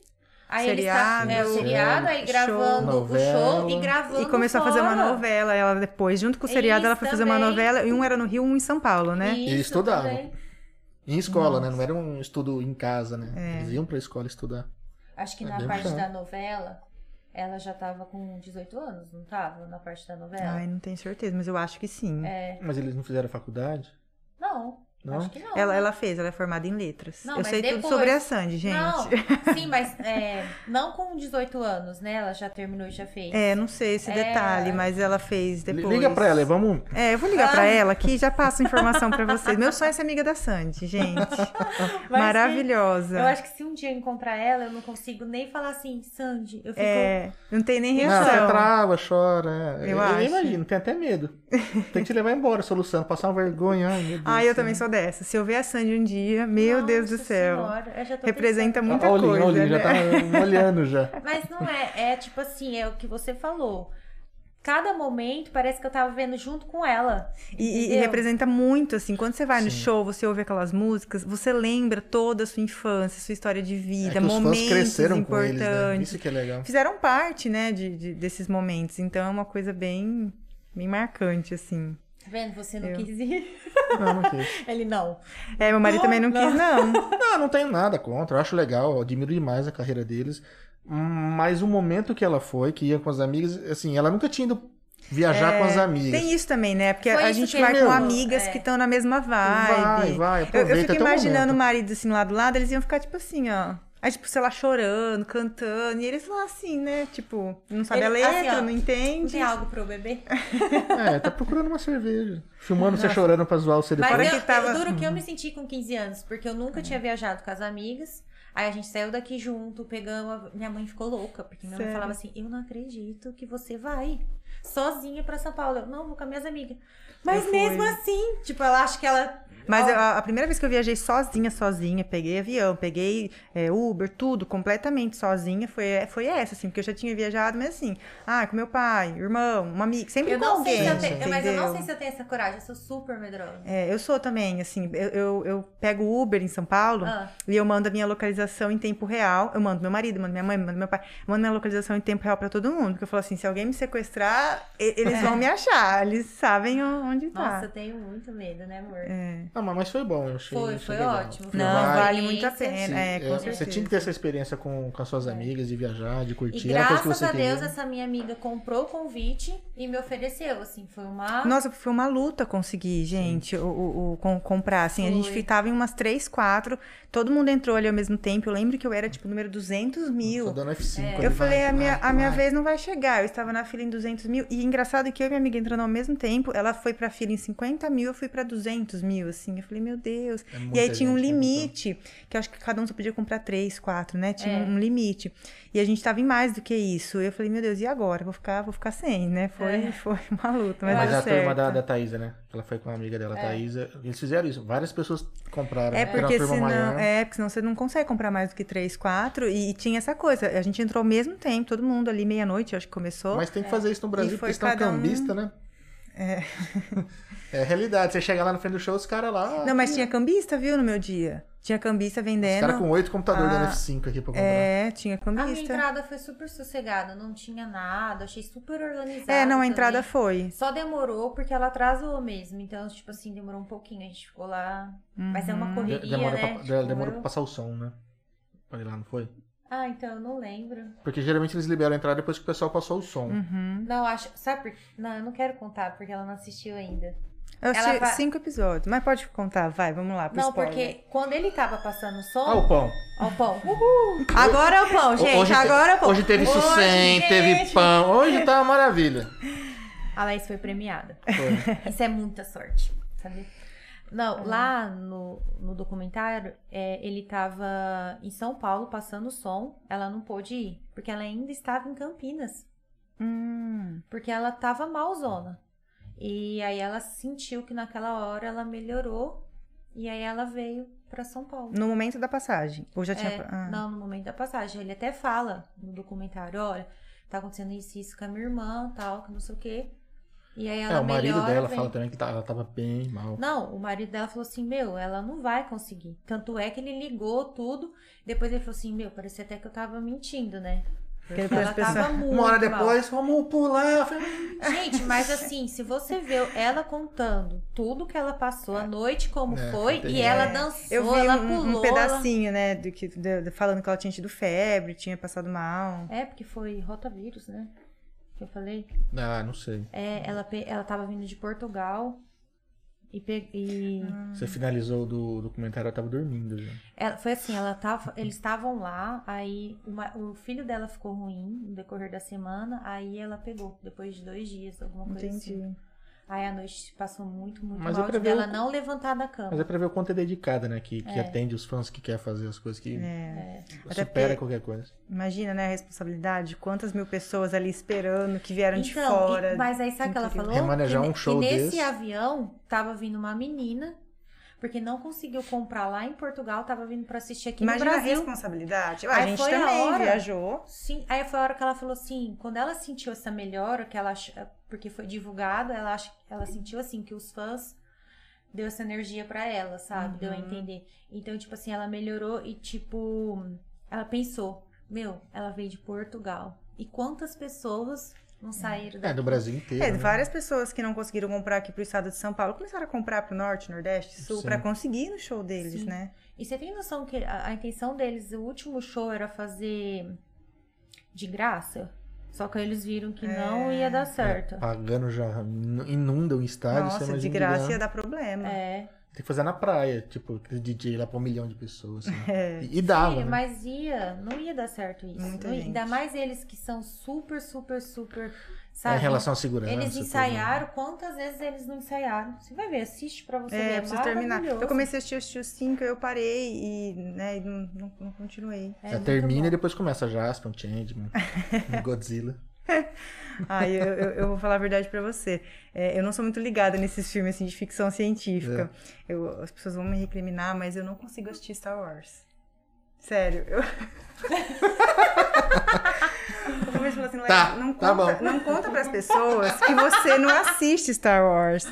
Aí
Seriado.
eles estavam. É, o seriado, aí
Show.
gravando o show
Novela.
e gravando.
E começou a
fora.
fazer uma novela, ela depois, junto com o
É
seriado, ela
isso
foi fazer uma
também.
novela, e um era no Rio, um em São Paulo, né?
Isso
Eles estudavam.
também.
Em escola, né? Não era um estudo em casa, né?
É.
Eles iam pra escola estudar.
Acho que
É
na
bem
parte
puxado.
da novela, ela já tava com 18 anos, não tava? Na parte da novela?
Ai, não tenho certeza, mas eu acho que sim.
É.
Mas eles não fizeram faculdade?
Não.
Não?
Acho que não.
Ela,
né?
ela fez, ela é formada em letras.
Não,
eu
mas
sei tudo
depois-
sobre a Sandy, gente.
Não, sim, mas é, não com 18 anos, né? Ela já terminou e já fez.
É, não sei esse detalhe, mas ela fez depois.
Liga pra ela, vamos.
É, eu vou ligar
Ah.
pra ela aqui e já passo informação pra vocês. Meu sonho é ser amiga da Sandy, gente. Maravilhosa.
né, Eu acho que se um dia eu encontrar ela, eu não consigo nem falar assim, Sandy. Eu fico.
É, não tem nem
Não,
reação.
você trava, chora. é.
Eu
Eu,
acho.
imagino, tem até medo. Tem que se levar embora, solução, passar uma vergonha. Ai, meu Deus.
Ah, eu também sou dessa. Se eu ver a Sandy um dia, meu
Nossa
Deus do céu.
Senhora, eu já tô
Representa
pensando.
muita
Olha o olhinho,
coisa,
olha o olhinho,
né?
já tá molhando já.
Mas não é, é tipo assim, é o que você falou. Cada momento parece que eu tava vendo junto com ela.
E- E, e
entendeu?
representa muito, assim, quando você vai no
Sim.
show, você ouve aquelas músicas, você lembra toda a sua infância, sua história de
É
vida,
que os
momentos
fãs cresceram com eles, né?
importantes.
Isso que é legal.
Fizeram parte, né, de, de- desses momentos. Então é uma coisa bem, bem marcante, assim.
Tá vendo? Você não
Eu.
quis ir.
Não, não quis.
Ele não.
É, meu
Não,
marido também não,
não.
quis, não.
Não, não tenho nada contra. Eu acho legal, eu admiro demais a carreira deles. Mas o momento que ela foi, que ia com as amigas, assim, ela nunca tinha ido Viajar com as amigas.
É, Tem isso também, né? Porque
Foi
a
isso
gente
que
vai
ele
com
falou,
amigas
é.
que estão na mesma
Vai,
vibe.
vai,
Eu,
aproveita
eu fico
até o
imaginando o
momento.
marido assim lá do lado, eles iam ficar tipo assim, ó. Aí, tipo, sei lá, chorando, cantando. E eles lá assim, né? Tipo, não sabe a
Ele- assim,
letra,
ó,
não
Não
entende.
tem algo pro bebê?
É, tá procurando uma cerveja. Filmando você chorando pra zoar o CD
Mas
Fora
eu,
que tava- É.
eu duro que eu me senti com 15 anos, porque eu nunca tinha viajado com as amigas. Aí a gente saiu daqui junto, pegamos. a- Minha mãe ficou louca, porque minha mãe
Sério?
falava assim: Eu não acredito que você vai sozinha pra São Paulo. Eu não vou com as minhas amigas. Mas
Eu fui.
mesmo assim, tipo, ela acha que ela.
Mas eu- a, a primeira vez que eu viajei sozinha, sozinha, peguei avião, peguei é, Uber, tudo, completamente sozinha, foi, foi essa, assim, porque eu já tinha viajado, mas assim, ah, com meu pai, irmão, uma amiga, sempre
Eu
com
não sei
alguém.
se eu tenho, mas eu não
entendeu?
sei se eu tenho essa coragem, eu sou super medrosa.
É, eu sou também, assim, eu, eu, eu pego Uber em São Paulo
Ah.
e eu mando a minha localização em tempo real. Eu mando meu marido, mando minha mãe, mando meu pai, mando minha localização em tempo real pra todo mundo. Porque eu falo assim, se alguém me sequestrar, e- eles vão me achar, eles sabem o- onde tá.
Nossa, eu tenho muito medo, né, amor?
Ah, mas mas foi bom, eu achei.
Foi,
achei
foi
legal.
ótimo.
É. Não,
Foi uma
vale muito a
experiência.
pena.
Sim,
É, com
é, você
certeza.
tinha que ter essa experiência com, com as suas amigas, de viajar, de
E
curtir. era uma coisa que
graças
você
a Deus,
queria.
essa minha amiga comprou o convite e me ofereceu, assim, foi uma...
Nossa, foi uma luta conseguir, gente, o, o- o com- comprar. Assim, a gente
Foi.
ficava em umas três, quatro, todo mundo entrou ali ao mesmo tempo. Eu lembro que eu era, tipo, número 200 assim, mil.
Tô dando F5. ali,
Eu
vai,
falei, a
vai,
minha, a minha
vai.
vez não vai chegar. Eu estava na fila em 200 mil. E engraçado que eu e minha amiga entrando ao mesmo tempo, ela foi pra fila em 50 mil, eu fui pra 200 mil, assim. Eu falei, meu Deus.
É
e aí
muita
tinha um
gente, é muito.
limite, que eu acho que cada um só podia comprar três, quatro, né? Tinha
É.
um limite. E a gente tava em mais do que isso. Eu falei, meu Deus, e agora? Vou ficar, vou ficar sem, né? Foi,
É.
foi uma luta, mas,
Mas,
deu
a turma
certo.
da, da Thaísa, né? Ela foi com a amiga
É.
dela, Thaísa. Eles fizeram isso. Várias pessoas compraram.
É
porque
porque,
era uma turma
senão,
maior. né?
é porque senão você não consegue comprar mais do que três, quatro. E, e tinha essa coisa. A gente entrou ao mesmo tempo, todo mundo ali, meia-noite, eu acho que começou.
Mas tem que fazer isso no Brasil,
E
porque
foi
estão
cada um-
cambista, né? É. é realidade. Você chega lá na frente do show, os caras lá.
Não, mas tinha cambista, viu, no meu dia. Tinha cambista
Os caras
vendendo.
com né? oito computadores dando
Ah,
F5 aqui pra comprar.
É, tinha
A minha
cambista.
entrada foi super sossegada, não tinha nada, achei super organizada.
É, não, a
também.
entrada foi.
Só demorou porque ela atrasou mesmo, então, tipo assim, demorou um pouquinho, a gente ficou lá... Mas é uma
Uhum.
correria,
De- demora
né?
pra, de-
Tipo,
demora pra
eu-
passar o som, né? Olha lá, não foi?
Ah, então, eu não lembro.
Porque geralmente eles liberam a entrada depois que o pessoal passou o som.
Uhum.
Não, acho... Sabe por... Não, eu não quero contar, porque ela não assistiu ainda.
Eu
Ela
assisti
vai-
cinco episódios. Mas pode contar, vai, vamos lá. pro
Não,
Tá spoiler.
porque quando ele tava passando o
Ah,
som...
o pão.
Ó o pão. Agora é o pão, gente,
hoje te-
agora é o pão.
Hoje teve sucem,
gente.
teve pão. Hoje tá uma maravilha. é
A Laís foi premiada.
Foi.
Isso é muita sorte, sabe?
É.
Não, lá no, no documentário, é, ele tava em São Paulo passando som, ela não pôde ir, porque ela ainda estava em Campinas,
Hum.
porque ela tava malzona. E aí ela sentiu que naquela hora ela melhorou, e aí ela veio pra São Paulo.
No momento da passagem. Ou já tinha.
É,
Hum.
ah.
Não, no momento da passagem. Ele até fala no documentário, olha, tá acontecendo isso, e isso com a minha irmã, tal, que não sei o quê. E aí ela
É, o marido
melhora,
dela
vem.
fala também que tá- ela tava bem mal.
Não, o marido dela falou assim, meu, ela não vai conseguir. Tanto é que ele ligou tudo, depois ele falou assim, meu, parecia até que eu tava mentindo, né? Porque
depois
ela
as pessoas-
tava muito
Uma
mal.
hora depois, vamos pular.
Gente, mas assim, se você vê ela contando tudo que ela passou, a noite como
É,
foi,
tem-
e ela
É.
dançou,
Eu vi
ela
um-
pulou.
um,
ela-
pedacinho, né? Do que, do- do- falando que ela tinha tido febre, tinha passado mal.
É, porque foi rotavírus, né? Que eu falei.
Ah, não sei.
É, ela, pe- ela tava vindo de Portugal e, pe- e
Você finalizou do documentário, eu tava dormindo já.
ela- foi assim, ela tava, eles estavam lá, aí uma- o filho dela ficou ruim no decorrer da semana, aí ela pegou, depois de dois dias, alguma coisa assim.
Entendi.
Aí a noite passou muito, muito
Mas eu
mal de
prevê
dela
o-
não levantar da cama.
Mas é pra ver o quanto é dedicada, né? Que, que
É.
atende os fãs que quer fazer as coisas, que
É.
supera
Até porque-
qualquer coisa.
Imagina, né? A responsabilidade. Quantas mil pessoas ali esperando que vieram de
Então,
fora.
e- mas aí sabe o que ela
Incrível.
falou?
Remanejar
que,
um
ne-
show
que nesse
desse.
avião tava vindo uma menina, porque não conseguiu comprar lá em Portugal, tava vindo pra assistir aqui
Imagina
no
a
Brasil.
responsabilidade. Ah,
Aí
a gente
foi a
também
hora.
viajou.
Sim, aí foi a hora que ela falou assim, quando ela sentiu essa melhora, que ela ach- porque foi divulgada, ela acha, ela sentiu assim que os fãs deu essa energia pra ela, sabe? Deu a
Uhum.
entender. Então, tipo assim, ela melhorou e tipo, ela pensou, meu, ela veio de Portugal. E quantas pessoas não saíram
É,
daqui?
do Brasil inteiro.
É,
né?
várias pessoas que não conseguiram comprar aqui pro estado de São Paulo começaram a comprar pro norte, nordeste, sul,
Sim.
pra conseguir ir no show deles,
Sim.
né?
E você tem noção que a, a intenção deles, o último show era fazer de graça? Só que aí eles viram que não ia dar certo.
Pagando já inundam o estádio. você
Nossa,
imagina
de
um
graça
milhão.
ia dar problema.
É.
Tem que fazer na praia, tipo, aquele DJ lá pra um milhão de pessoas. assim.
É.
E, e dava.
Sim,
né?
mas ia, não ia dar certo isso.
Muita
Não ia- Ainda
gente.
mais eles que são super, super, super.
É,
Sabe?
em relação à segurança.
eles
tudo, né?
ensaiaram, quantas vezes eles não ensaiaram? Você vai ver, assiste pra você ver.
É,
É
eu preciso terminar.
maravilhoso.
Eu comecei a assistir os Tio 5, eu parei e, né, e não, não- não continuei.
É
É,
muito
termina
bom.
e depois começa Jasper, Changeman, Godzilla.
Ah, eu, eu, eu vou falar a verdade pra você. É, eu não sou muito ligada nesses filmes assim, de ficção científica.
É.
Eu- as pessoas vão me recriminar, mas eu não consigo assistir Star Wars. Sério, eu. Eu vou falar assim, Léo,
Tá,
não,
tá
conta,
bom.
não conta pras pessoas que você não assiste Star Wars.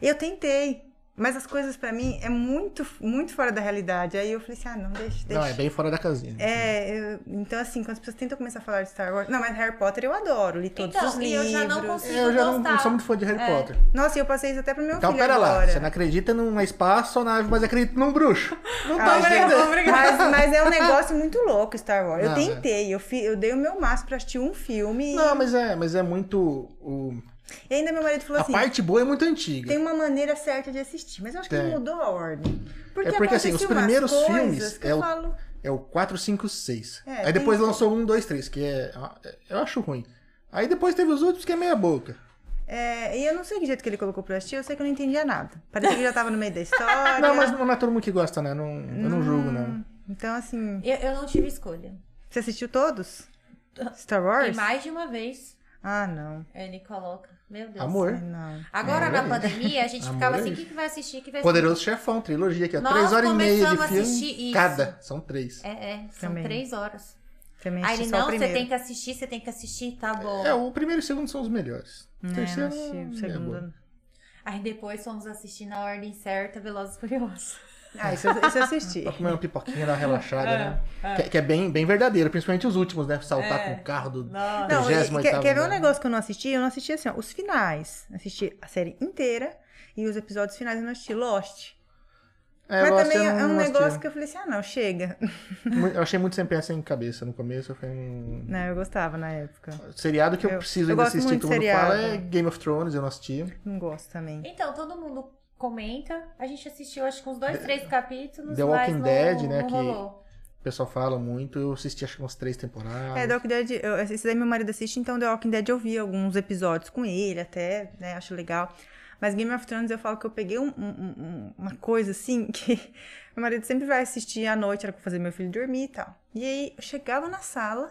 Eu tentei, mas as coisas pra mim é muito, muito fora da realidade. Aí eu falei assim: ah, não, deixa, deixa.
Não, é bem fora da casinha.
É, eu- então assim, quando as pessoas tentam começar a falar de Star Wars. Não, mas Harry Potter eu adoro, li todos
Então,
os
e eu
livros.
já não consigo
Eu já não,
gostar.
não sou muito fã de Harry Potter.
Nossa, e É. eu passei isso até pro meu
Então,
filho
pera lá.
agora.
Você não acredita num espaçonave, mas acredita num bruxo. Não
Ah,
dá,
gente,
né?
mas, mas é um negócio muito louco Star Wars. eu
Não,
tentei, eu, fi- eu dei o meu máximo pra assistir um filme.
Não, mas é, mas é muito. o-
E ainda meu marido falou
A
Tipo assim:
parte boa é muito antiga.
tem uma maneira certa de assistir, mas eu acho que
Tem.
ele mudou a ordem. Porque
É porque, assim, os
aconteciam umas
primeiros
coisas
filmes
que
é
eu
o-
falo,
É o 4, 5, 6.
É,
Aí
tem-
depois lançou 1, 2, 3, que é. Eu acho ruim. Aí depois teve os últimos que é meia boca.
é, e eu não sei que jeito que ele colocou pra eu assistir, eu sei que eu não entendia nada. Parecia que eu já tava no meio da história.
Não, mas não é todo mundo que gosta, né? Não, eu não julgo, não.
Então, assim,
Eu, eu não tive escolha.
você assistiu todos? Star
E
Wars?
mais de uma vez
Ah, não.
ele coloca. Meu Deus.
Ai,
Amor.
Não.
Agora
É
na
isso.
pandemia a gente
Amor
ficava
é
assim:
isso.
quem que vai assistir? Quem vai assistir?
Poderoso Chefão, trilogia aqui, ó.
Nós
3 horas e meia de
começamos a assistir
filme.
isso.
Cada. São três.
É, é, são
Também.
três horas.
Também
Aí
assisti
Ah, ele,
só o
não, você
primeiro.
tem que assistir, você tem que assistir, tá bom.
É, o primeiro e o segundo são os melhores. O
É,
terceiro.
não assisti, o
é
segundo.
boa.
Aí depois fomos assistir na ordem certa, Velozes e Furiosos.
Ah, isso, eu- isso eu assisti.
Pra comer uma pipoquinha, dar uma relaxada, né? Que, que é bem, bem verdadeiro, principalmente os últimos, né?
É.
Saltar com o carro do.
Nossa.
Não, e-
38º
quer, quer ver um
andar.
negócio que eu não assisti? Eu não assisti assim, ó, os finais. Assisti a série inteira e os episódios finais eu não assisti. Lost.
É,
Mas
eu acho que
também
eu
é
não
um
assisti.
negócio que eu falei assim, ah, não, chega.
Mu- Eu achei muito sem pé sem cabeça no começo. Eu falei, hum,
Não, eu gostava na época.
Seriado que eu,
Eu-
preciso
eu
ainda
gosto
assistir,
muito
todo
de
mundo fala,
seriado.
é Game of Thrones, eu não assisti.
Não gosto também.
Então, todo mundo comenta. A gente assistiu, acho que uns dois, três capítulos.
É, The
mas
Walking
não-
Dead, né,
Não
que-
rolou.
O pessoal fala muito, eu assisti acho que umas três temporadas.
É, The Walking Dead, eu- esse daí meu marido assiste, então The Walking Dead eu vi alguns episódios com ele até, né, acho legal. Mas Game of Thrones eu falo que eu peguei um- um- um- uma coisa assim, que meu marido sempre vai assistir à noite, era pra fazer meu filho dormir e tal. E aí eu chegava na sala,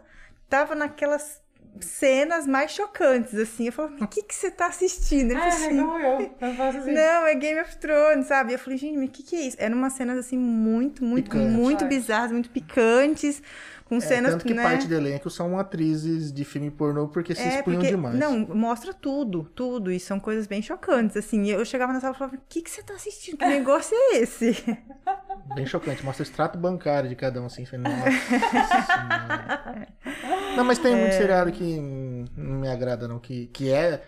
tava naquelas cenas mais chocantes, assim. Eu falava, mas o que, que você tá assistindo? Ele
é
falou assim,
Ah, eu. Eu faço assim.
não, é Game of Thrones, sabe? Eu falei, gente, mas o que, que é isso? Eram umas cenas assim muito, muito,
Picante.
muito
Forte.
bizarras, muito picantes, com
É,
cenas
tanto que
né? É,
parte do elenco são atrizes de filme pornô porque se expunham demais.
Não, mostra tudo, tudo. E são coisas bem chocantes, assim. Eu chegava na sala e falava, o que, que você tá assistindo? Que negócio é esse?
Bem chocante. Mostra o extrato bancário de cada um, assim. Falei, nossa senhora. não, mas
É.
tem muito seriado que hum, não me agrada, não. Que, que é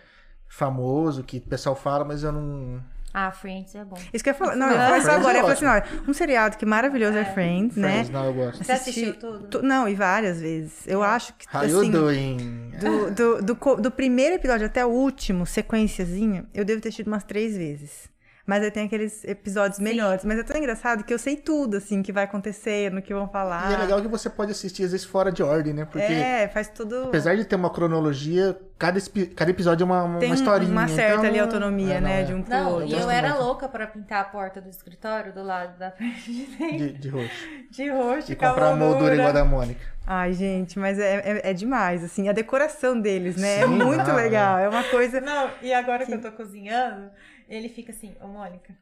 famoso, que o pessoal fala, mas eu não...
Ah, Friends é bom.
Isso que eu ia falar. Não,
Ah,
eu ia falar isso
Friends
agora.
é
Eu ia falar assim, olha, um seriado que maravilhoso é, Friends,
Friends,
né?
não, eu gosto.
Você
Assisti-
assistiu tudo?
Tu- Não, e várias vezes. Eu acho que,
How you
assim...
doing?
Do, do, do, co- do primeiro episódio até o último, sequenciazinha, eu devo ter assistido umas três vezes. Mas eu tenho aqueles episódios melhores. Mas é tão engraçado que eu sei tudo, assim, que vai acontecer, no que vão falar.
E é legal que você pode assistir, às vezes, fora de ordem, né? Porque...
ah. É, faz tudo.
Apesar de ter uma cronologia, cada, espi- cada episódio é uma, uma
tem um-
historinha.
uma certa
então-
ali autonomia,
É, não,
né?
é.
De um pro
Não,
outro.
e eu
gosto
era
muito.
louca pra pintar a porta do escritório do lado da frente de,
De, de roxo.
de roxo
E
com a
comprar uma moldura
moldura.
igual a da Mônica.
Ai, gente, mas é, é, é demais, assim, a decoração deles, né? é
Sim,
muito
não,
legal. É. uma coisa.
Não, e agora que eu tô cozinhando, ele fica assim, ô Mônica.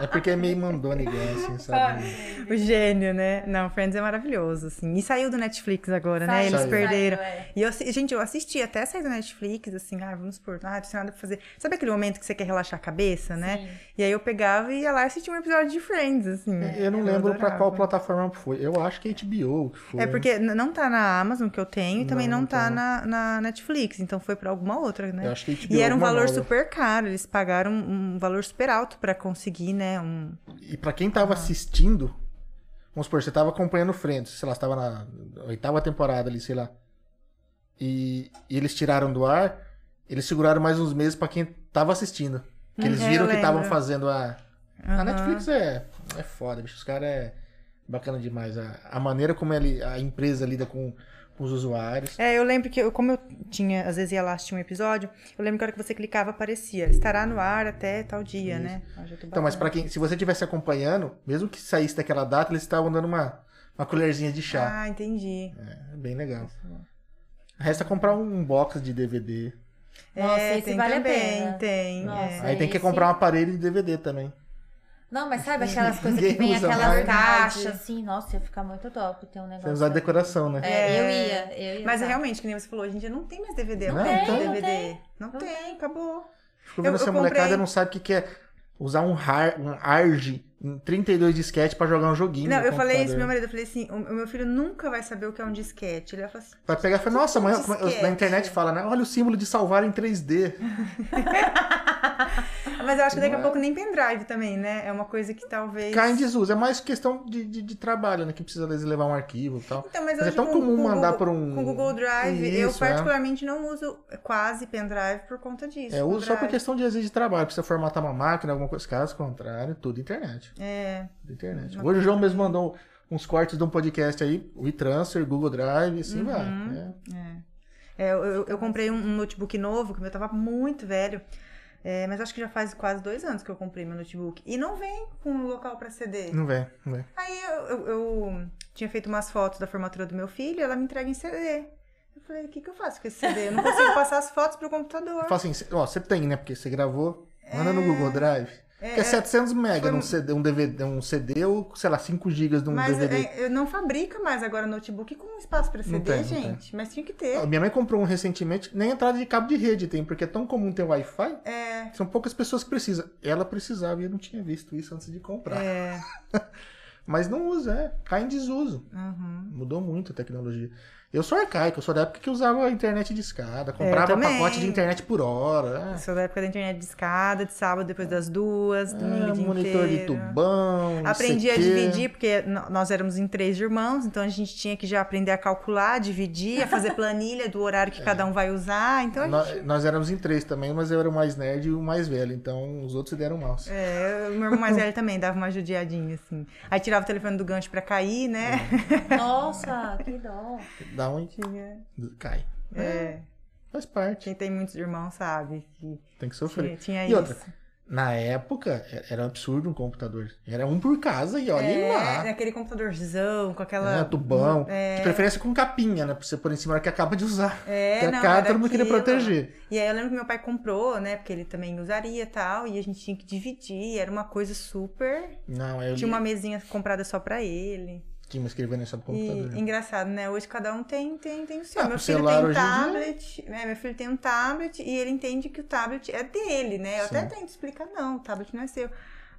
É porque é meio mandona igual, assim,
Sabe?
sabe?
O gênio, né? Não, Friends é maravilhoso, assim. E saiu do Netflix agora, né?
Saiu,
Eles
saiu,
perderam.
é.
E eu, assi- gente, eu assisti até sair do Netflix, assim, ah, vamos por, ah, não tem nada pra fazer. Sabe aquele momento que você quer relaxar a cabeça, né?
Sim.
E aí eu pegava e ia lá e assistia um episódio de Friends, assim.
É, Eu não lembro pra qual
adorava.
plataforma foi. Eu acho que HBO que foi.
É porque n- não tá na Amazon que eu tenho e também
Não,
não,
não
tá
tá.
na, na Netflix, então foi pra alguma outra, né?
Eu acho que HBO
E era um
alguma
valor
nova.
super caro, eles pagaram um valor super alto pra conseguir, né? Um...
E pra quem tava assistindo, vamos supor, você tava acompanhando Friends, sei lá, você tava na oitava temporada ali, sei lá. e, e eles tiraram do ar, eles seguraram mais uns meses pra quem tava assistindo. Que eles
Uhum, eu
viram que estavam
lembro.
fazendo a. A
Aham.
Netflix é, é foda, bicho. Os caras é bacana demais. A, a maneira como ele- a empresa lida com, com os usuários.
É, eu lembro que, eu, como eu tinha, às vezes ia lá assistir um episódio, eu lembro que a hora que você clicava aparecia, estará no ar até tal dia,
Isso.
né? Ah, já tô
Então, mas pra quem. Se você estivesse acompanhando, mesmo que saísse daquela data, eles estavam dando uma, uma colherzinha de chá.
Ah, entendi.
É bem legal. Resta comprar um box de DVD.
Nossa,
é,
esse
tem
vale a
também,
pena.
tem.
Nossa.
é.
Aí tem que
esse-
comprar um aparelho de DVD também.
Não, mas sabe aquelas coisas que
Ninguém
vem
usa
aquelas
mais.
caixas, assim, nossa, ia ficar muito top ter um negócio.
Sem usar a
assim.
decoração, né?
É, eu
É.
ia, eu ia.
Mas
usar.
realmente, que nem você falou, hoje em dia não tem mais DVD.
Não
tem,
tem,
mais
não
DVD.
tem.
Não,
Não
tem, acabou.
Fico vendo
Eu-
essa
eu
molecada
comprei.
não sabe o que, que é usar um, har, um ARG em 32 disquete pra jogar um joguinho.
Não,
no
eu falei isso pro
computador.
meu marido, eu falei assim, o o meu filho nunca vai saber o que é um disquete. Ele vai falar assim,
Vai pegar e falar, nossa, mãe, como-
Disquete.
na internet fala, né? Olha o símbolo de salvar em 3D.
"Ah, mas eu acho que daqui a
Não é.
pouco nem pendrive também, né? É uma coisa que talvez...
Cai em desuso. É mais questão de, de, de trabalho, né? Que precisa às vezes levar um arquivo e tal.
Então, mas
Mas
hoje
é tão
com,
comum
com o
mandar
Google,
por um-
com o Google Drive, eu
Isso, é.
particularmente não uso quase pendrive por conta disso.
É, eu uso só por
pendrive.
questão de, às vezes, de trabalho. Precisa formatar uma máquina, alguma coisa. Caso contrário, tudo internet.
É,
Tudo internet.
Uma
Hoje o João mesmo mandou uns cortes de um podcast aí, o e-transfer, Google Drive, e assim vai.
Uhum.
né?
É, eu, eu- eu comprei um, um notebook novo, que o meu tava muito velho. É, mas acho que já faz quase dois anos que eu comprei meu notebook. E não vem com um local pra CD.
Não vem, não vem.
Aí eu, eu- eu tinha feito umas fotos da formatura do meu filho, ela me entrega em CD. Eu falei, o que, que eu faço com esse CD? Eu não consigo passar as fotos pro computador.
Fala assim, cê- ó, você tem, né? Porque você gravou, manda no Google Drive.
É,
que é 700 mega
foi um-
num CD, um DVD, um CD ou, sei lá, 5 GB de um
mas
DVD.
é, eu não fabrica mais agora notebook com espaço pra CD,
tem, não tem.
gente. Mas tinha que ter.
Ah, Minha mãe comprou um recentemente, nem entrada de cabo de rede tem, porque é tão comum ter Wi-Fi.
É.
São poucas pessoas que precisam. Ela precisava e eu não tinha visto isso antes de comprar.
É.
Mas não usa, é. Cai em desuso.
Uhum.
Mudou muito a tecnologia. Eu sou arcaico, eu sou da época que usava a internet de escada,
eu
comprava
também.
pacote de internet por hora. é.
Sou da época da internet de escada, de sábado depois das duas,
É,
domingo o dia
monitor de
inteiro.
tubão. não sei
Aprendi a
quê.
dividir, porque no- nós éramos em três irmãos, então a gente tinha que já aprender a calcular, a dividir, a fazer planilha do horário que cada um vai usar. Então a gente.
Nós, nós éramos em três também, mas eu era o mais nerd e o mais velho, então os outros se deram mal.
É, o meu irmão mais velho também dava uma judiadinha, assim. Aí tirava o telefone do gancho pra cair,
É.
né?
Nossa, que dó.
Dá um e
Tinha.
cai.
É,
Faz parte,
quem tem muitos irmãos sabe que
tem que sofrer.
tinha, tinha
E
isso.
outra, Na época, era- era um absurdo um computador. Era um por casa e olha lá.
É, aquele computadorzão com aquela.
Ah. É, tubão. De preferência com capinha, né? Pra você pôr em cima na hora que acaba de usar.
É,
Porque a
não,
cara
era
todo mundo queria
aquilo.
proteger.
E aí eu lembro que meu pai comprou, né? Porque ele também usaria e tal. E a gente tinha que dividir. Era uma coisa super.
Não, é, eu
Tinha uma mesinha comprada só pra ele.
tinha uma escrevança no
E
computador.
engraçado, né? Hoje cada um tem, tem, tem o seu.
Ah,
meu
o
filho
celular
tem um
hoje em dia-
tablet. né, meu filho tem um tablet e ele entende que o tablet é dele, né? Eu até
Sim.
tento explicar, não, o tablet não é seu.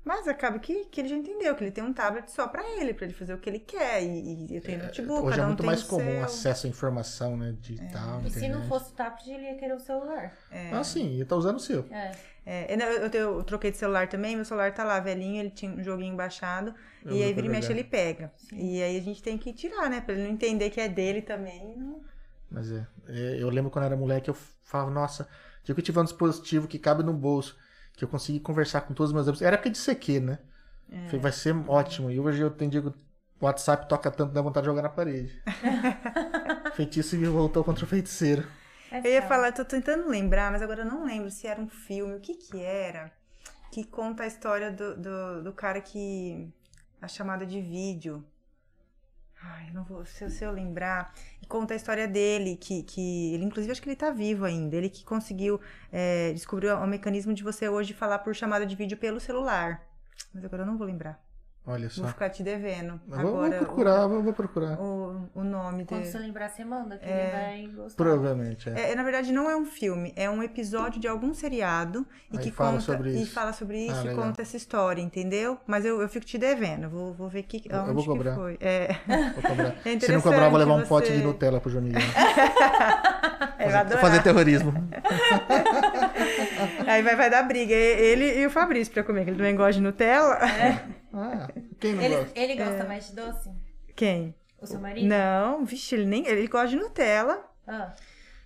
Mas acaba que, que ele já entendeu que ele tem um tablet só pra ele, pra ele fazer o que ele quer. E, e eu tenho notebook,
Hoje
cada
é
um
muito
tem
mais
o
comum
seu. É.
acesso à informação, né? Digital,
E se
internet.
não fosse o tablet, ele ia querer o celular.
Ah, sim, ia tá usando o seu.
É.
É, eu, não, eu- eu tenho- eu troquei de celular também, meu celular tá lá, velhinho, ele tinha um joguinho baixado.
Eu
e aí
uso
vira e
pra
mexe
jogar.
ele pega. E aí a gente tem que tirar, né? Pra ele não entender que é dele também. não-
Mas é. é, Eu lembro quando eu era moleque, eu falava, nossa, tinha que eu tiver um dispositivo que cabe no bolso, que eu consegui conversar com todos os meus amigos. Era época de CQ, né?
É.
Falei, vai ser ótimo. E hoje eu tenho dia que o WhatsApp toca tanto, dá vontade de jogar na parede. Feitiço me voltou contra o feiticeiro.
É
Eu ia
só.
falar, eu tô tentando lembrar, mas agora eu não lembro se era um filme, o que que era, que conta a história do, do, do cara que. a chamada de vídeo. Ai, eu não vou. Se, eu- se eu lembrar. E conta a história dele, que, que. Ele, inclusive, acho que ele tá vivo ainda. Ele que conseguiu. É, descobriu o mecanismo de você hoje falar por chamada de vídeo pelo celular. Mas agora eu não vou lembrar.
Olha
Vou
só.
ficar te devendo.
Mas vou, vou
agora
procurar, vou, vou procurar.
o, o nome
Quando
dele.
você lembrar, você manda, que
É.
ele vai gostar.
Provavelmente, é.
É, na verdade, não é um filme, é um episódio de algum seriado e
Aí
que
fala
conta
sobre
e
isso.
fala sobre isso
Ah,
e
legal.
conta essa história, entendeu? Mas eu, eu fico te devendo, vou, vou ver que,
Eu- eu
onde
vou cobrar.
que foi. É,
Vou cobrar.
é
Se não cobrar, eu vou levar um
interessante
pote
você- É,
de Nutella pro Juninho.
Ele vai
fazer,
adorar.
fazer terrorismo.
Aí vai, vai dar briga, e- ele e o Fabrício pra comer, que ele também gosta de Nutella.
Ah, quem não
Ele,
gosta?
ele
É.
gosta mais de doce?
Quem?
O seu marido?
Não, vixe, ele nem. Ele gosta de Nutella.
Ah,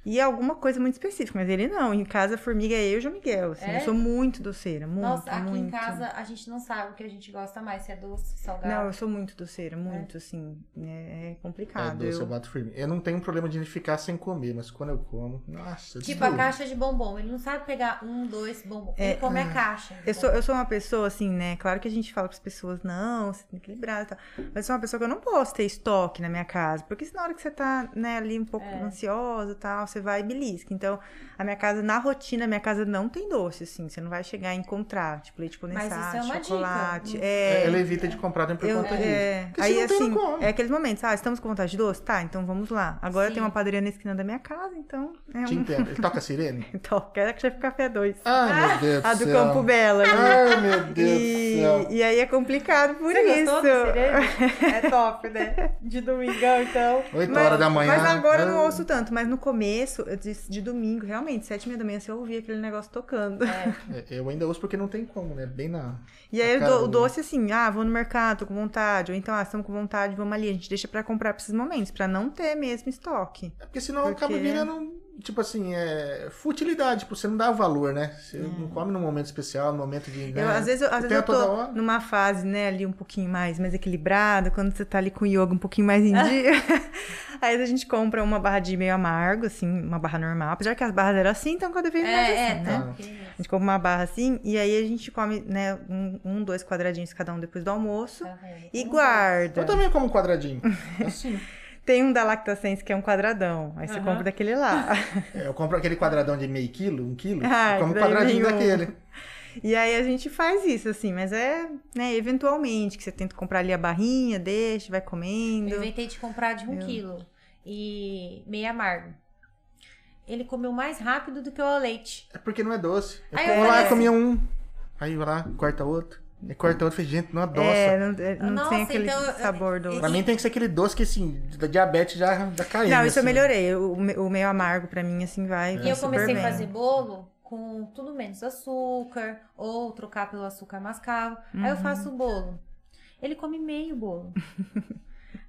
E alguma coisa muito específica, mas ele não. Em casa, a formiga é eu e o João Miguel. assim.
É?
Eu sou muito doceira, muito.
Nossa, aqui em
muito.
casa a gente não sabe o que a gente gosta mais, se é doce,
Não,
salgado.
eu sou muito doceira, muito, assim. É, é
É
complicado.
doce, eu
eu...
bato firme. Eu não tenho problema de ficar sem comer, mas quando eu como, nossa, eu
tipo a
destruo.
caixa de bombom. Ele não sabe pegar um, dois bombom. Ele
É,
come a
ah,
caixa.
Eu sou, eu sou uma pessoa, assim, né? Claro que a gente fala para as pessoas, não, você tem que equilibrar e tal. Mas eu sou uma pessoa que eu não posso ter estoque na minha casa. Porque se na hora que você tá, né, ali um pouco
É.
ansiosa e tal, você vai e belisca. Então, a minha casa, na rotina, a minha casa não tem doce, assim. Você não vai chegar e encontrar, tipo, leite
isso é
condensado,
uma dica.
chocolate.
Hum.
É,
Ela evita de comprar também por
Eu-
conta disso.
é,
Porque
aí
se não tem,
assim,
não come.
é aqueles momentos, ah, estamos com vontade de doce? Tá, então vamos lá. Agora
Sim.
tem uma padaria na esquina da minha casa, então é
Te
um.
entendo. Ele toca a sirene?
Então, quero que já fica café dois.
Ai, meu Deus
A
do
do
céu.
Campo Bela. né?
Ai, meu Deus do
E,
céu.
e aí é complicado por
Você
isso.
gostou da sirene?
é top, né? De domingão, então.
Oito
Mas-
horas da manhã.
Mas agora eu não
Ah.
ouço tanto. Mas no começo, eu disse, de domingo, realmente, sete e meia da manhã, você ouvia aquele negócio tocando.
É, Eu ainda uso porque não tem como, né? Bem na.
E aí
A
eu
cara
dou-
do
o doce assim, ah, vou no mercado, tô com vontade. Ou então, ah, estamos com vontade, vamos ali. A gente deixa pra comprar pra esses momentos, pra não ter mesmo estoque.
É porque senão
Porque-
acaba virando, tipo assim, é futilidade, tipo, você não dá valor, né? Você não come num momento especial, num momento de.
Hum. Eu,
né?
às vezes, eu, às
Você
vezes
tem a
eu tô
toda hora.
numa fase, né, ali um pouquinho mais, mais equilibrada, quando você tá ali com o yoga um pouquinho mais em dia. aí a gente compra uma barra de meio amargo, assim, uma barra normal. Apesar que as barras eram assim, então cada vez mais
É,
assim,
é,
né?
tá. pequenininho.
A gente compra uma barra assim, e aí a gente come, né, um, um, dois quadradinhos cada um depois do almoço.
Tá vendo?
E
Um,
Eu
guarda.
também como um quadradinho. Assim.
Tem um da Lactasense que é um quadradão. Aí você
Aham.
compra daquele lá.
É, eu compro aquele quadradão de meio quilo, um quilo,
Ai,
eu como um
daí
quadradinho
nenhum.
daquele.
E aí a gente faz isso, assim, mas é, né, eventualmente, que você tenta comprar ali a barrinha, deixa, vai
Eu
comendo.
inventei de comprar de um
Eu-
quilo e meio amargo. Ele comeu mais rápido do que o leite.
É porque não é doce. Eu
Aí eu
como lá,
falei
eu
assim,
comia um. Aí vai lá, corta outro. E corta outro, falei, gente, não adoça.
É, não, é, não
Nossa,
tem aquele
então eu-
sabor do.
Pra mim tem que ser aquele doce que, assim, da diabetes já, já caiu.
Não, isso eu
assim.
melhorei. O, me- o meio amargo pra mim, assim, vai.
E
vai
eu
super
comecei a
bem.
fazer bolo com tudo menos açúcar, ou trocar pelo açúcar mascavo. Aí
Uhum.
eu faço o bolo. Ele come meio bolo.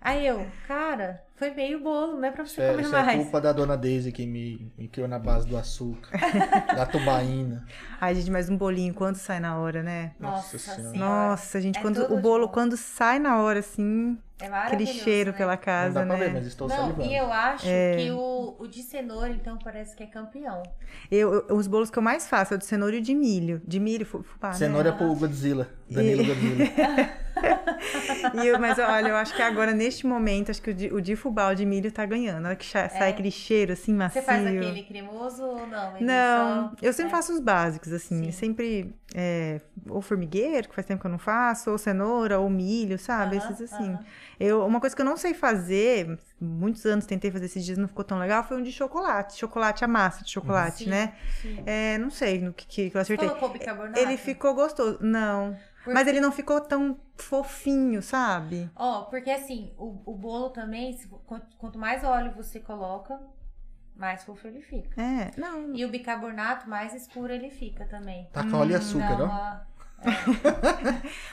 Aí eu, cara, foi meio bolo, não é pra
Isso
você
é,
comer
isso é
mais.
culpa da dona Daisy que me, me criou na base do açúcar, da tubaína.
Ai, gente, mas um bolinho, quando sai na hora, né?
Nossa
Nossa Senhora.
senhora.
Nossa, gente,
é
quando
tudo
o
de
bolo,
bom.
quando sai na hora, assim,
É
aquele
maravilhoso,
cheiro
né?
pela
Não
casa,
dá pra ver,
né?
mas estou
Não,
salivando.
e eu acho
É.
que o, o de cenoura, então, parece que é campeão.
Eu, eu- os bolos que eu mais faço é o de cenoura e o de milho. De milho, fu-
Ah,
fubá, né?
Cenoura é pro Godzilla, Danilo Godzilla.
E eu- mas olha, eu acho que agora, neste momento, acho que o de, o de fubá, o de milho tá ganhando. Na hora que cha- sai aquele cheiro, assim, macio.
É. Você faz aquele cremoso ou não? Ele
Não,
só-
eu sempre faço os básicos, assim.
né? Sim.
Sempre, é, ou formigueiro, que faz tempo que eu não faço, ou cenoura, ou milho, sabe?
Aham,
Esses assim.
aham.
Eu, uma coisa que eu não sei fazer, muitos anos tentei fazer esses dias, não ficou tão legal, foi um de chocolate. Chocolate, a massa de chocolate,
Sim,
né?
sim.
É, não sei no que, que eu acertei.
Colocou bicarbonato?
Ele ficou gostoso. Não.
Por-
Mas ele não ficou tão fofinho, sabe?
Ó, porque assim, o, o bolo também, se- quanto, quanto mais óleo você coloca, mais fofo ele fica.
É, não.
E o bicarbonato, mais escuro ele fica também.
Tá com óleo e açúcar,
Dá
ó.
uma-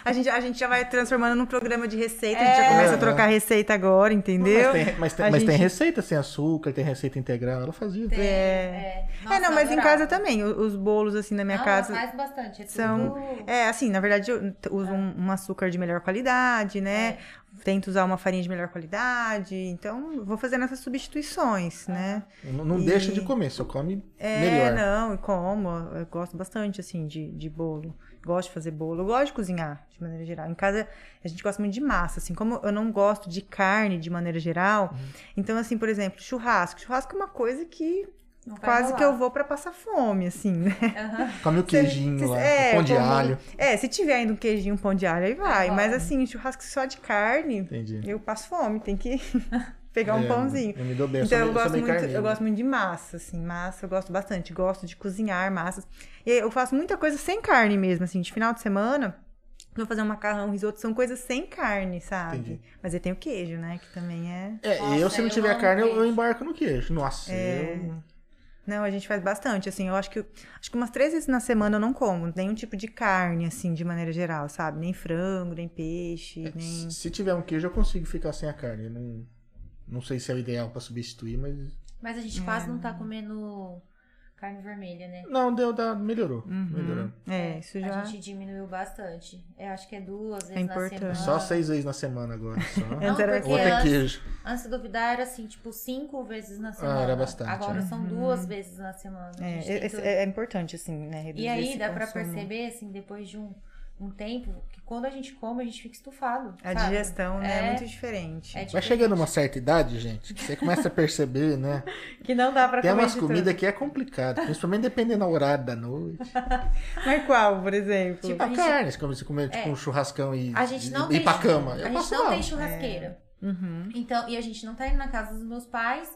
A gente, a gente já vai transformando num programa de receita, a
É.
gente já começa
É.
a trocar receita agora, entendeu?
Mas tem, mas tem-
A
mas tem
gente-
receita sem açúcar, tem receita integral, ela fazia.
tem,
É.
é.
é, não,
Nossa,
mas
adorava.
em
Ah,
casa também. o- Os bolos, assim, na minha
Não,
casa.
Ela faz bastante. É
são-
tudo...
É, assim, na verdade, eu t- uso um, um açúcar de melhor qualidade, né?
É.
Tento usar uma farinha de melhor qualidade. Então, vou fazendo essas substituições, né?
Não, não
E-
deixa de comer, só come
É,
melhor.
não, e como. Eu gosto bastante, assim, de, de bolo. Gosto de fazer bolo. Eu gosto de cozinhar, de maneira geral. Em casa, a gente gosta muito de massa, assim. Como eu não gosto de carne, de maneira geral. Então, assim, por exemplo, churrasco. Churrasco é uma coisa que
não vai
é quase
rolar.
que eu vou pra passar fome, assim, né?
Aham.
Come o queijinho
Se-
lá,
é,
o pão de
como-
alho.
É, se tiver ainda um queijinho, um pão de alho, aí vai.
Agora.
Mas assim, churrasco só de carne,
Entendi.
eu passo fome, tem que pegar um
É,
pãozinho.
Eu me dou bem, eu, sou
Então eu
meio- sou
gosto,
meio
muito, eu
carnívoro.
gosto muito de massa, assim, massa eu gosto bastante, gosto de cozinhar massas. E eu faço muita coisa sem carne mesmo, assim, de final de semana, vou fazer um macarrão, um risoto, são coisas sem carne, sabe?
Entendi.
Mas aí tem o queijo, né, que também é...
É,
Nossa,
eu se não
eu
tiver
amo
carne, eu, eu
queijo.
embarco no queijo. Nossa,
É.
eu...
Não, a gente faz bastante, assim, eu acho que acho que umas três vezes na semana eu não como nenhum tipo de carne, assim, de maneira geral, sabe? Nem frango, nem peixe, nem...
é Se tiver um queijo, eu consigo ficar sem a carne. Não, não sei se é o ideal pra substituir, mas
Mas a gente quase não
Hum.
tá comendo carne vermelha, né?
Não, deu, dá, melhorou.
Uhum.
Melhorou.
É, isso já.
A gente diminuiu bastante. Eu acho que é duas vezes
importante.
na semana.
É Só seis vezes na semana agora. Só.
Não,
Ah. Antes era-
porque
Outra é
antes-
queijo.
Antes de duvidar era assim, tipo, cinco vezes na semana.
Ah, era bastante,
Agora
é.
são duas vezes na semana. A
Uhum. É,
gente tem
esse-
que-
é importante, assim, né? reduzir
e aí
esse
dá pra
consumo.
perceber, assim, depois de um, um tempo, que quando a gente come, a gente fica estufado.
A
sabe?
digestão, né? É
É.
muito diferente.
É
Vai
diferente.
chegando uma certa idade, gente, que você começa a perceber, né?
tipo
Que não dá pra
Tem
comer.
umas
de tudo.
comidas que é complicado, principalmente dependendo do horário da noite.
Mas qual, por exemplo?
Tipo,
A
A gente-
carne, você come, você come tipo
É.
um churrascão e,
A gente não
e,
tem
e pra cama. Eu
A gente
posso
não
não.
tem churrasqueira.
É. Uhum.
Então, e a gente não tá indo na casa dos meus pais.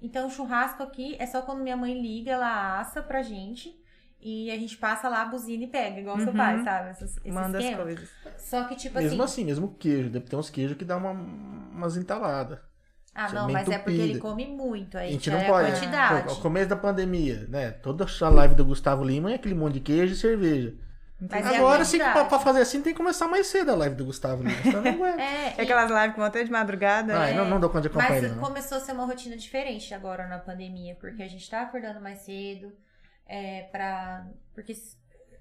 Então, o churrasco aqui é só quando minha mãe liga, ela assa pra gente. E a gente passa lá, buzina e pega, igual seu
Uhum.
pai, sabe? Essas, esse
Manda as
esquema.
coisas.
Só que, tipo
Mesmo
assim.
assim, mesmo queijo. deve- Tem uns queijos que dá uma, umas entaladas.
Ah,
Você
não,
meio
mas é porque ele
entupida.
come muito. Aí
assim, a gente
já
não
é
pode. né?
quantidade.
Pô, ao começo da pandemia, né? Toda a live do Gustavo Lima é aquele monte de queijo e cerveja.
Mas é a
Agora, se pra,
quantidade.
pra fazer assim, tem que começar mais cedo a live do Gustavo Lima. Senão não aguenta.
É,
É
e-
aquelas lives que vão até de madrugada. né?
Ah, eu não, não dou conta de acompanhar.
É. Mas
não.
começou a ser uma rotina diferente agora na pandemia, porque a gente tá acordando mais cedo, é, pra... Porque s-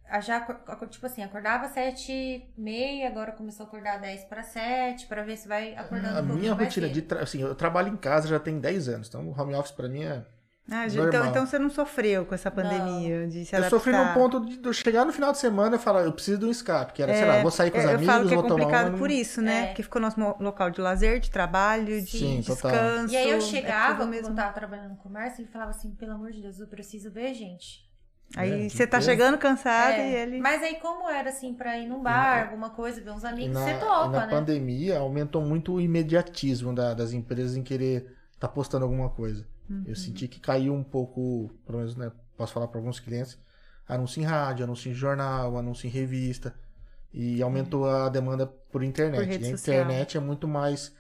a já, acor- acor- tipo assim, acordava às sete e meia, agora começou a acordar às 10 para 7, pra ver se vai acordando
A
um pouquinho
minha
mais
rotina de
cedo.
tra... assim, eu trabalho em casa já tem 10 anos, então o home office pra mim é.
Ah, gente, então,
Normal.
então você não sofreu com essa pandemia de se
eu
adaptar.
sofri no ponto de eu chegar no final de semana e falar, eu preciso de um escape, que era, sei lá, vou sair com os
eu,
amigos,
eu falo que é
vou tomar
complicado
um.
por isso, né?
É.
Porque ficou nosso mo- local de lazer, de trabalho, de
Sim, total.
descanso.
E aí
é
eu
tudo
chegava,
mesmo.
quando tava trabalhando no comércio, ele falava assim, pelo amor de Deus, eu preciso ver gente.
Aí
É,
você tá
entendeu?
chegando cansado
É,
e ele.
Mas aí como era assim, pra ir num bar, alguma coisa, ver uns
E
amigos,
na,
você
e
topa,
na
né?
pandemia aumentou muito o imediatismo da- das empresas em querer estar postando alguma coisa.
Uhum.
Eu senti que caiu um pouco, pelo menos né, posso falar para alguns clientes, anúncio em rádio, anúncio em jornal, anúncio em revista. E aumentou a demanda por internet.
Uhum. Por rede
e a
social.
internet é muito mais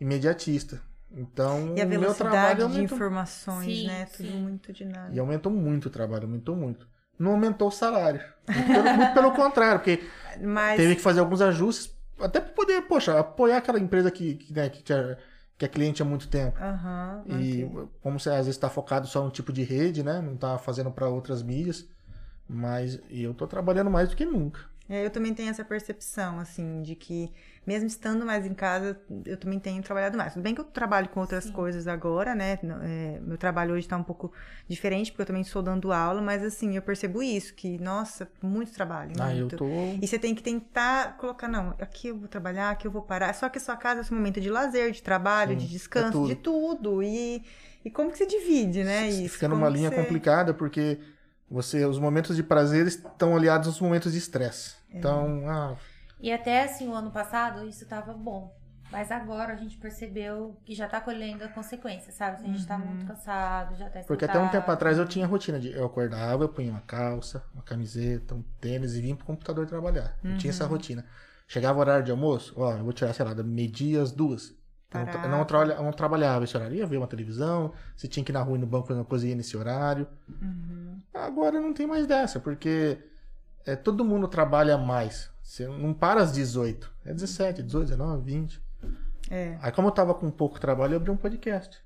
imediatista. Então,
E a
o meu trabalho
velocidade de
aumentou
informações,
Sim,
né? Tudo
sim.
muito dinâmico.
E aumentou muito o trabalho, aumentou muito. Não aumentou o salário. Muito pelo, muito pelo contrário, porque
Mas
teve que fazer alguns ajustes, até para poder, poxa, apoiar aquela empresa que, que, né, que, tinha- que é cliente há muito tempo.
Aham,
E
ok.
como você às vezes está focado só num tipo de rede, né? Não tá fazendo para outras mídias. Mas eu tô trabalhando mais do que nunca.
É, eu também tenho essa percepção, assim, de que mesmo estando mais em casa, eu também tenho trabalhado mais. Tudo bem que eu trabalho com outras
Sim.
coisas agora, né? Não- é, meu trabalho hoje tá um pouco diferente, porque eu também estou dando aula, mas assim, eu percebo isso, que, nossa, muito trabalho,
Ah, eu
muito.
tô.
E você tem que tentar colocar, não, aqui eu vou trabalhar, aqui eu vou parar. Só que a sua casa é um momento de lazer, de trabalho,
Sim,
de
é
descanso,
tudo.
de tudo. E, e como que você divide, né? Isso,
Fica numa
Como que
linha
você-
complicada, porque você, os momentos de prazer estão aliados aos momentos de estresse.
É.
Então, ah,
E até assim, o ano passado, isso tava bom. Mas agora a gente percebeu que já tá colhendo a consequência, sabe? A gente tá muito cansado, já tá esgotado.
Porque até um tempo atrás eu tinha rotina de eu acordava, eu punha uma calça, uma camiseta, um tênis e vinha pro computador trabalhar. Eu tinha
Uhum.
essa rotina. Chegava o horário de almoço, ó, eu vou tirar, sei lá, da meio-dia às duas. Eu não, tra- eu não tra- eu não trabalhava esse horário. Ia ver uma televisão, você tinha que ir na rua e no banco fazer uma coisa ia nesse horário.
Uhum.
Agora não tem mais dessa, porque é, todo mundo trabalha mais. Você não para às 18. É 17, 18, 19, 20.
É.
Aí como eu tava com pouco trabalho, eu abri um podcast.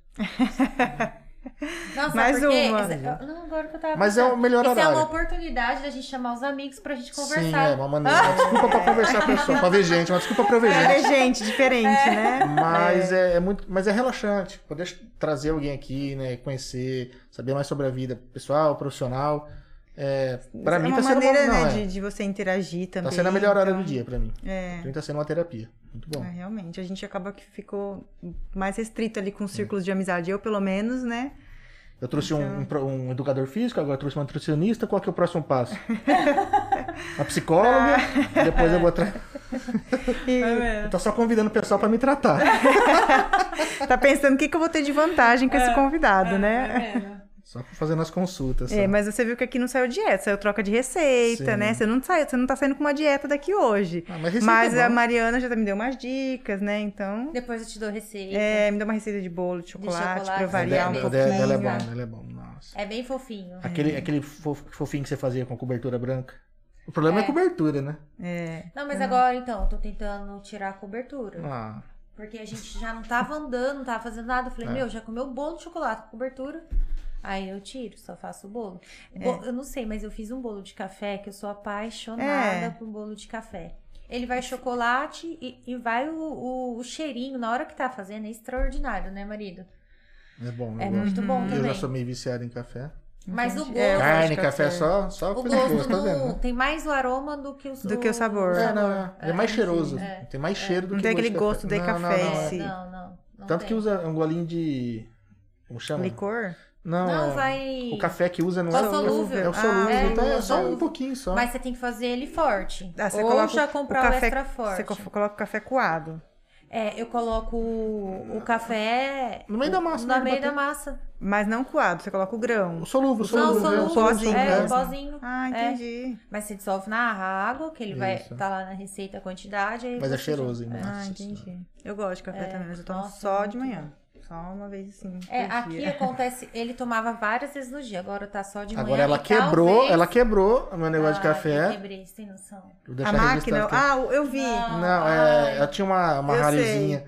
Nossa,
Mais
porque...
uma.
essa- Não, agora que eu tava
Mas é o
pensando.
melhor
Isso é
horário.
uma oportunidade da gente chamar os amigos pra gente
Sim,
conversar.
é uma maneira. Uma desculpa pra conversar com a pessoa, pra ver gente, uma desculpa pra ver gente.
É, gente, diferente, né?
Mas é, é muito, mas é relaxante poder trazer alguém aqui, né, conhecer, saber mais sobre a vida pessoal, profissional. É, para mim
é
tá
uma
sendo uma-
maneira,
não,
né,
é.
de, de você interagir também.
tá sendo a melhor hora
então,
do dia então. pra mim.
É,
Pra mim tá sendo uma terapia. Muito
é,
bom.
realmente. A gente acaba que ficou mais restrito ali com os círculos de amizade. Eu, pelo menos, né?
Eu trouxe um-
Então
um, pro- um educador físico, agora eu trouxe uma nutricionista, qual que é o próximo passo? Uma psicóloga, depois eu vou atrás.
Tá. E
Eu tô só convidando o pessoal pra me tratar.
tá pensando o que, que eu vou ter de vantagem com esse
é.
convidado,
é.
né?
Tá
Só fazendo as consultas. tá
É,
só.
mas você viu que aqui não saiu dieta, saiu troca de receita,
Sim.
né? Você não, saiu, você não tá saindo com uma dieta daqui hoje.
Ah, mas receita
mas
é
a
bom.
Mariana já tá, me deu umas dicas, né? Então,
Depois eu te dou receita. É,
é, me deu uma receita de bolo de chocolate, pra eu
chocolate,
variar
né?
um
Ela-
pouquinho.
ela- ela é bom, ela é bom. Nossa.
bem fofinho.
Aquele, aquele fofo- fofinho que você fazia com cobertura branca. O problema é, a cobertura, né?
Não, mas agora então, eu tô tentando tirar a cobertura.
Ah,
Porque a gente já não tava andando, não tava fazendo nada. Eu falei,
É.
meu, já comeu bolo de chocolate com cobertura. Aí eu tiro, só faço o bolo.
É.
Bo- Eu não sei, mas eu fiz um bolo de café que eu sou apaixonada
É.
por um bolo de café. Ele vai chocolate e, e vai o, o- o cheirinho na hora que tá fazendo. É extraordinário, né, marido?
É bom, eu
É
gosto.
muito bom
Eu já
também.
sou meio viciado em café.
Mas o
Entendi. É,
gosto-
eu gosto
Carne,
de
café, só, só
O
coisa boa,
gosto
tá vendo?
não-
né?
tem mais o aroma do que o
Do que o sabor.
É, não, é, é mais cheiroso. Tem mais cheiro do
Não
que
tem
gosto
aquele gosto de
Não,
café
não, não,
em
é.
É,
si.
não, não. não
Tanto que
tem.
usa um golinho de. Como chama?
Um Licor?
Não,
Não,
é-
vai.
O café que usa não
Só
é o
solúvel.
É o
Ah,
solúvel,
é,
então é
não,
só um
solúvel.
pouquinho só.
Mas você tem que fazer ele forte.
Ah, você
Ou
coloca
já
o
comprar o,
café-
extra
Você
forte.
co- coloca o café coado.
É, eu coloco o, o café.
No meio da massa,
Na
né,
meio
bater.
da massa.
Mas não coado, você coloca o grão.
O solúvel, o
Não,
solúvel.
só
é
no
o
pozinho,
É,
né?
o pozinho.
Ah, entendi.
Mas você dissolve na água, que ele vai.
Isso.
Tá lá na receita a quantidade. aí
Mas é
você-
cheiroso, hein?
Ah,
Nossa
entendi.
Senhora.
Eu gosto de café também, mas eu tomo
É, nossa,
só
muito
de manhã. Só uma vez assim.
É,
por
aqui
dia.
acontece. Ele tomava várias vezes no dia, agora tá só de manhã.
Agora ela
e
quebrou,
talvez-
ela quebrou o meu negócio de
Ah,
café.
Eu quebrei, sem noção.
Vou
A
deixar
máquina.
registrado aqui.
Ah, eu vi.
Não, é, ela tinha uma, uma
Eu
ralhozinha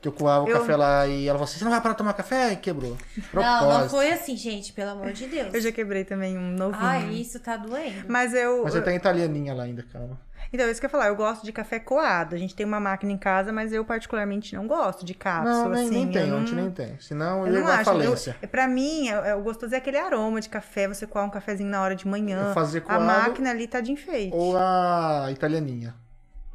que eu coava o
Eu-
café lá e ela falou assim: você não vai parar de tomar café? E quebrou. Propósito.
Não, não foi assim, gente, pelo amor de Deus.
Eu já quebrei também um novinho.
Ah, isso tá doendo.
Mas eu.
Mas você tá em italianinha lá ainda, calma.
Então, isso que eu ia falar, eu gosto de café coado. A gente tem uma máquina em casa, mas eu particularmente não gosto de cápsula,
não, nem,
assim.
nem
eu
tem,
não-
a gente nem tem. Senão
Eu
eu ia
não
dar
acho. Eu,
falência.
é, pra mim, é- é- o gostoso é aquele aroma de café, você coar um cafezinho na hora de manhã.
Eu fazer
a
coado
máquina ali tá de enfeite.
Ou a italianinha.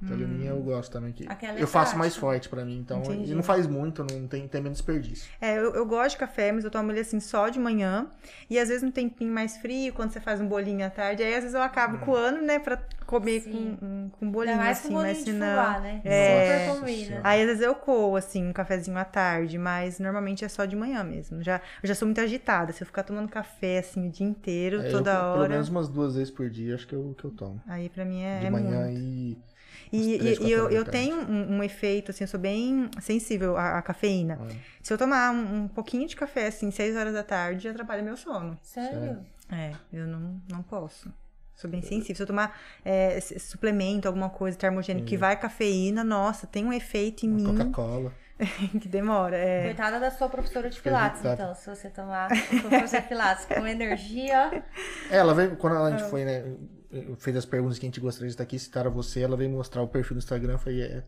Hum.
Italianinha eu gosto também. Que
Aquela é
eu faço
prática.
mais forte pra mim, então.
Entendi.
E não faz muito, não tem, tem menos desperdício.
É, eu, eu gosto de café, mas eu tomo ele assim só de manhã. E às vezes um tempinho mais frio, quando você faz um bolinho à tarde. Aí às vezes eu
Hum.
acabo coando, né, pra comer
Sim.
com, um- com
Ainda
bolinho,
mais
assim,
com bolinho
mas
de
se não.
fubá, né?
É.
Super
Nossa
combina.
Senhora.
Aí às vezes eu coo, assim, um cafezinho à tarde, mas normalmente é só de manhã mesmo. Já, eu já sou muito agitada. Se eu ficar tomando café, assim, o dia inteiro,
É, eu,
toda
Pelo
hora.
menos umas duas vezes por dia, acho que eu, que eu tomo.
Aí pra mim é,
de
é
manhã
muito.
e.
E,
umas três,
e- e eu,
quatro horas da
eu
tarde.
tenho um, um efeito, assim, eu sou bem sensível à, à
é,
cafeína. Se eu tomar um, um pouquinho de café, assim, 6 horas da tarde, atrapalha meu sono.
Sério?
É, eu não, não posso. Sou bem sensível. Se eu tomar é, s- suplemento, alguma coisa termogênica que vai cafeína, nossa, tem um efeito em
Uhum. uma
mim
Coca-Cola.
que demora. É. um
Coitada da sua professora de
Fiquei
pilates,
irritado.
então. Se você tomar professora de pilates com energia...
É, Ela veio, quando a gente
Ah.
foi, né? eu- Fez as perguntas que a gente gostaria de estar aqui, citaram você, ela veio mostrar o perfil do Instagram, eu falei, é.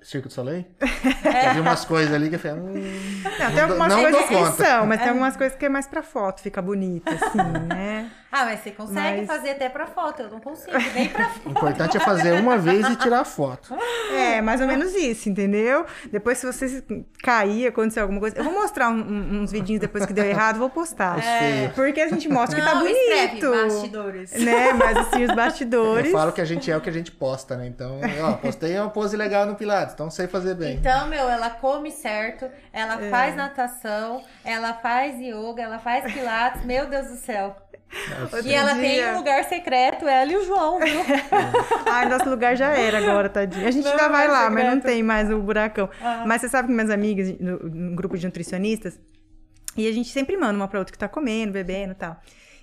Circo do Soleil? Eu vi umas coisas ali que eu falei, hum,
Não, tem algumas
não
coisas
dou
que
conta.
são, mas tem algumas coisas que é mais pra foto, fica bonita, assim, né?
Ah, mas você consegue
Mas-
fazer até pra foto. Eu não consigo, nem pra
o
foto.
importante é fazer uma vez e tirar a foto.
É, mais ou menos isso, entendeu? Depois, se você se cair, acontecer alguma coisa. Eu vou mostrar um- um- uns vidinhos depois que deu errado, vou postar.
É.
Porque a gente mostra que tá
não, escreve
bonito.
bastidores.
Né? Mas assim, os
Eu
bastidores.
falo que a gente é o que a gente posta, né? Então, ó, postei uma pose legal no Pilates, então sei fazer bem.
Então, meu, ela come certo, ela
É.
faz natação, ela faz yoga, ela faz pilates, meu Deus do céu.
Outro
e ela tem
dia-
um lugar secreto, ela e o João, viu? é
Ai, nosso lugar já era agora, tadinha. A gente
Não
ainda
é
vai
mais
lá, mas não
secreto.
tem mais o buracão.
Ah.
Mas você sabe que minhas amigas, no, num grupo de nutricionistas, e a gente sempre manda uma pra outra que tá comendo, bebendo e tal.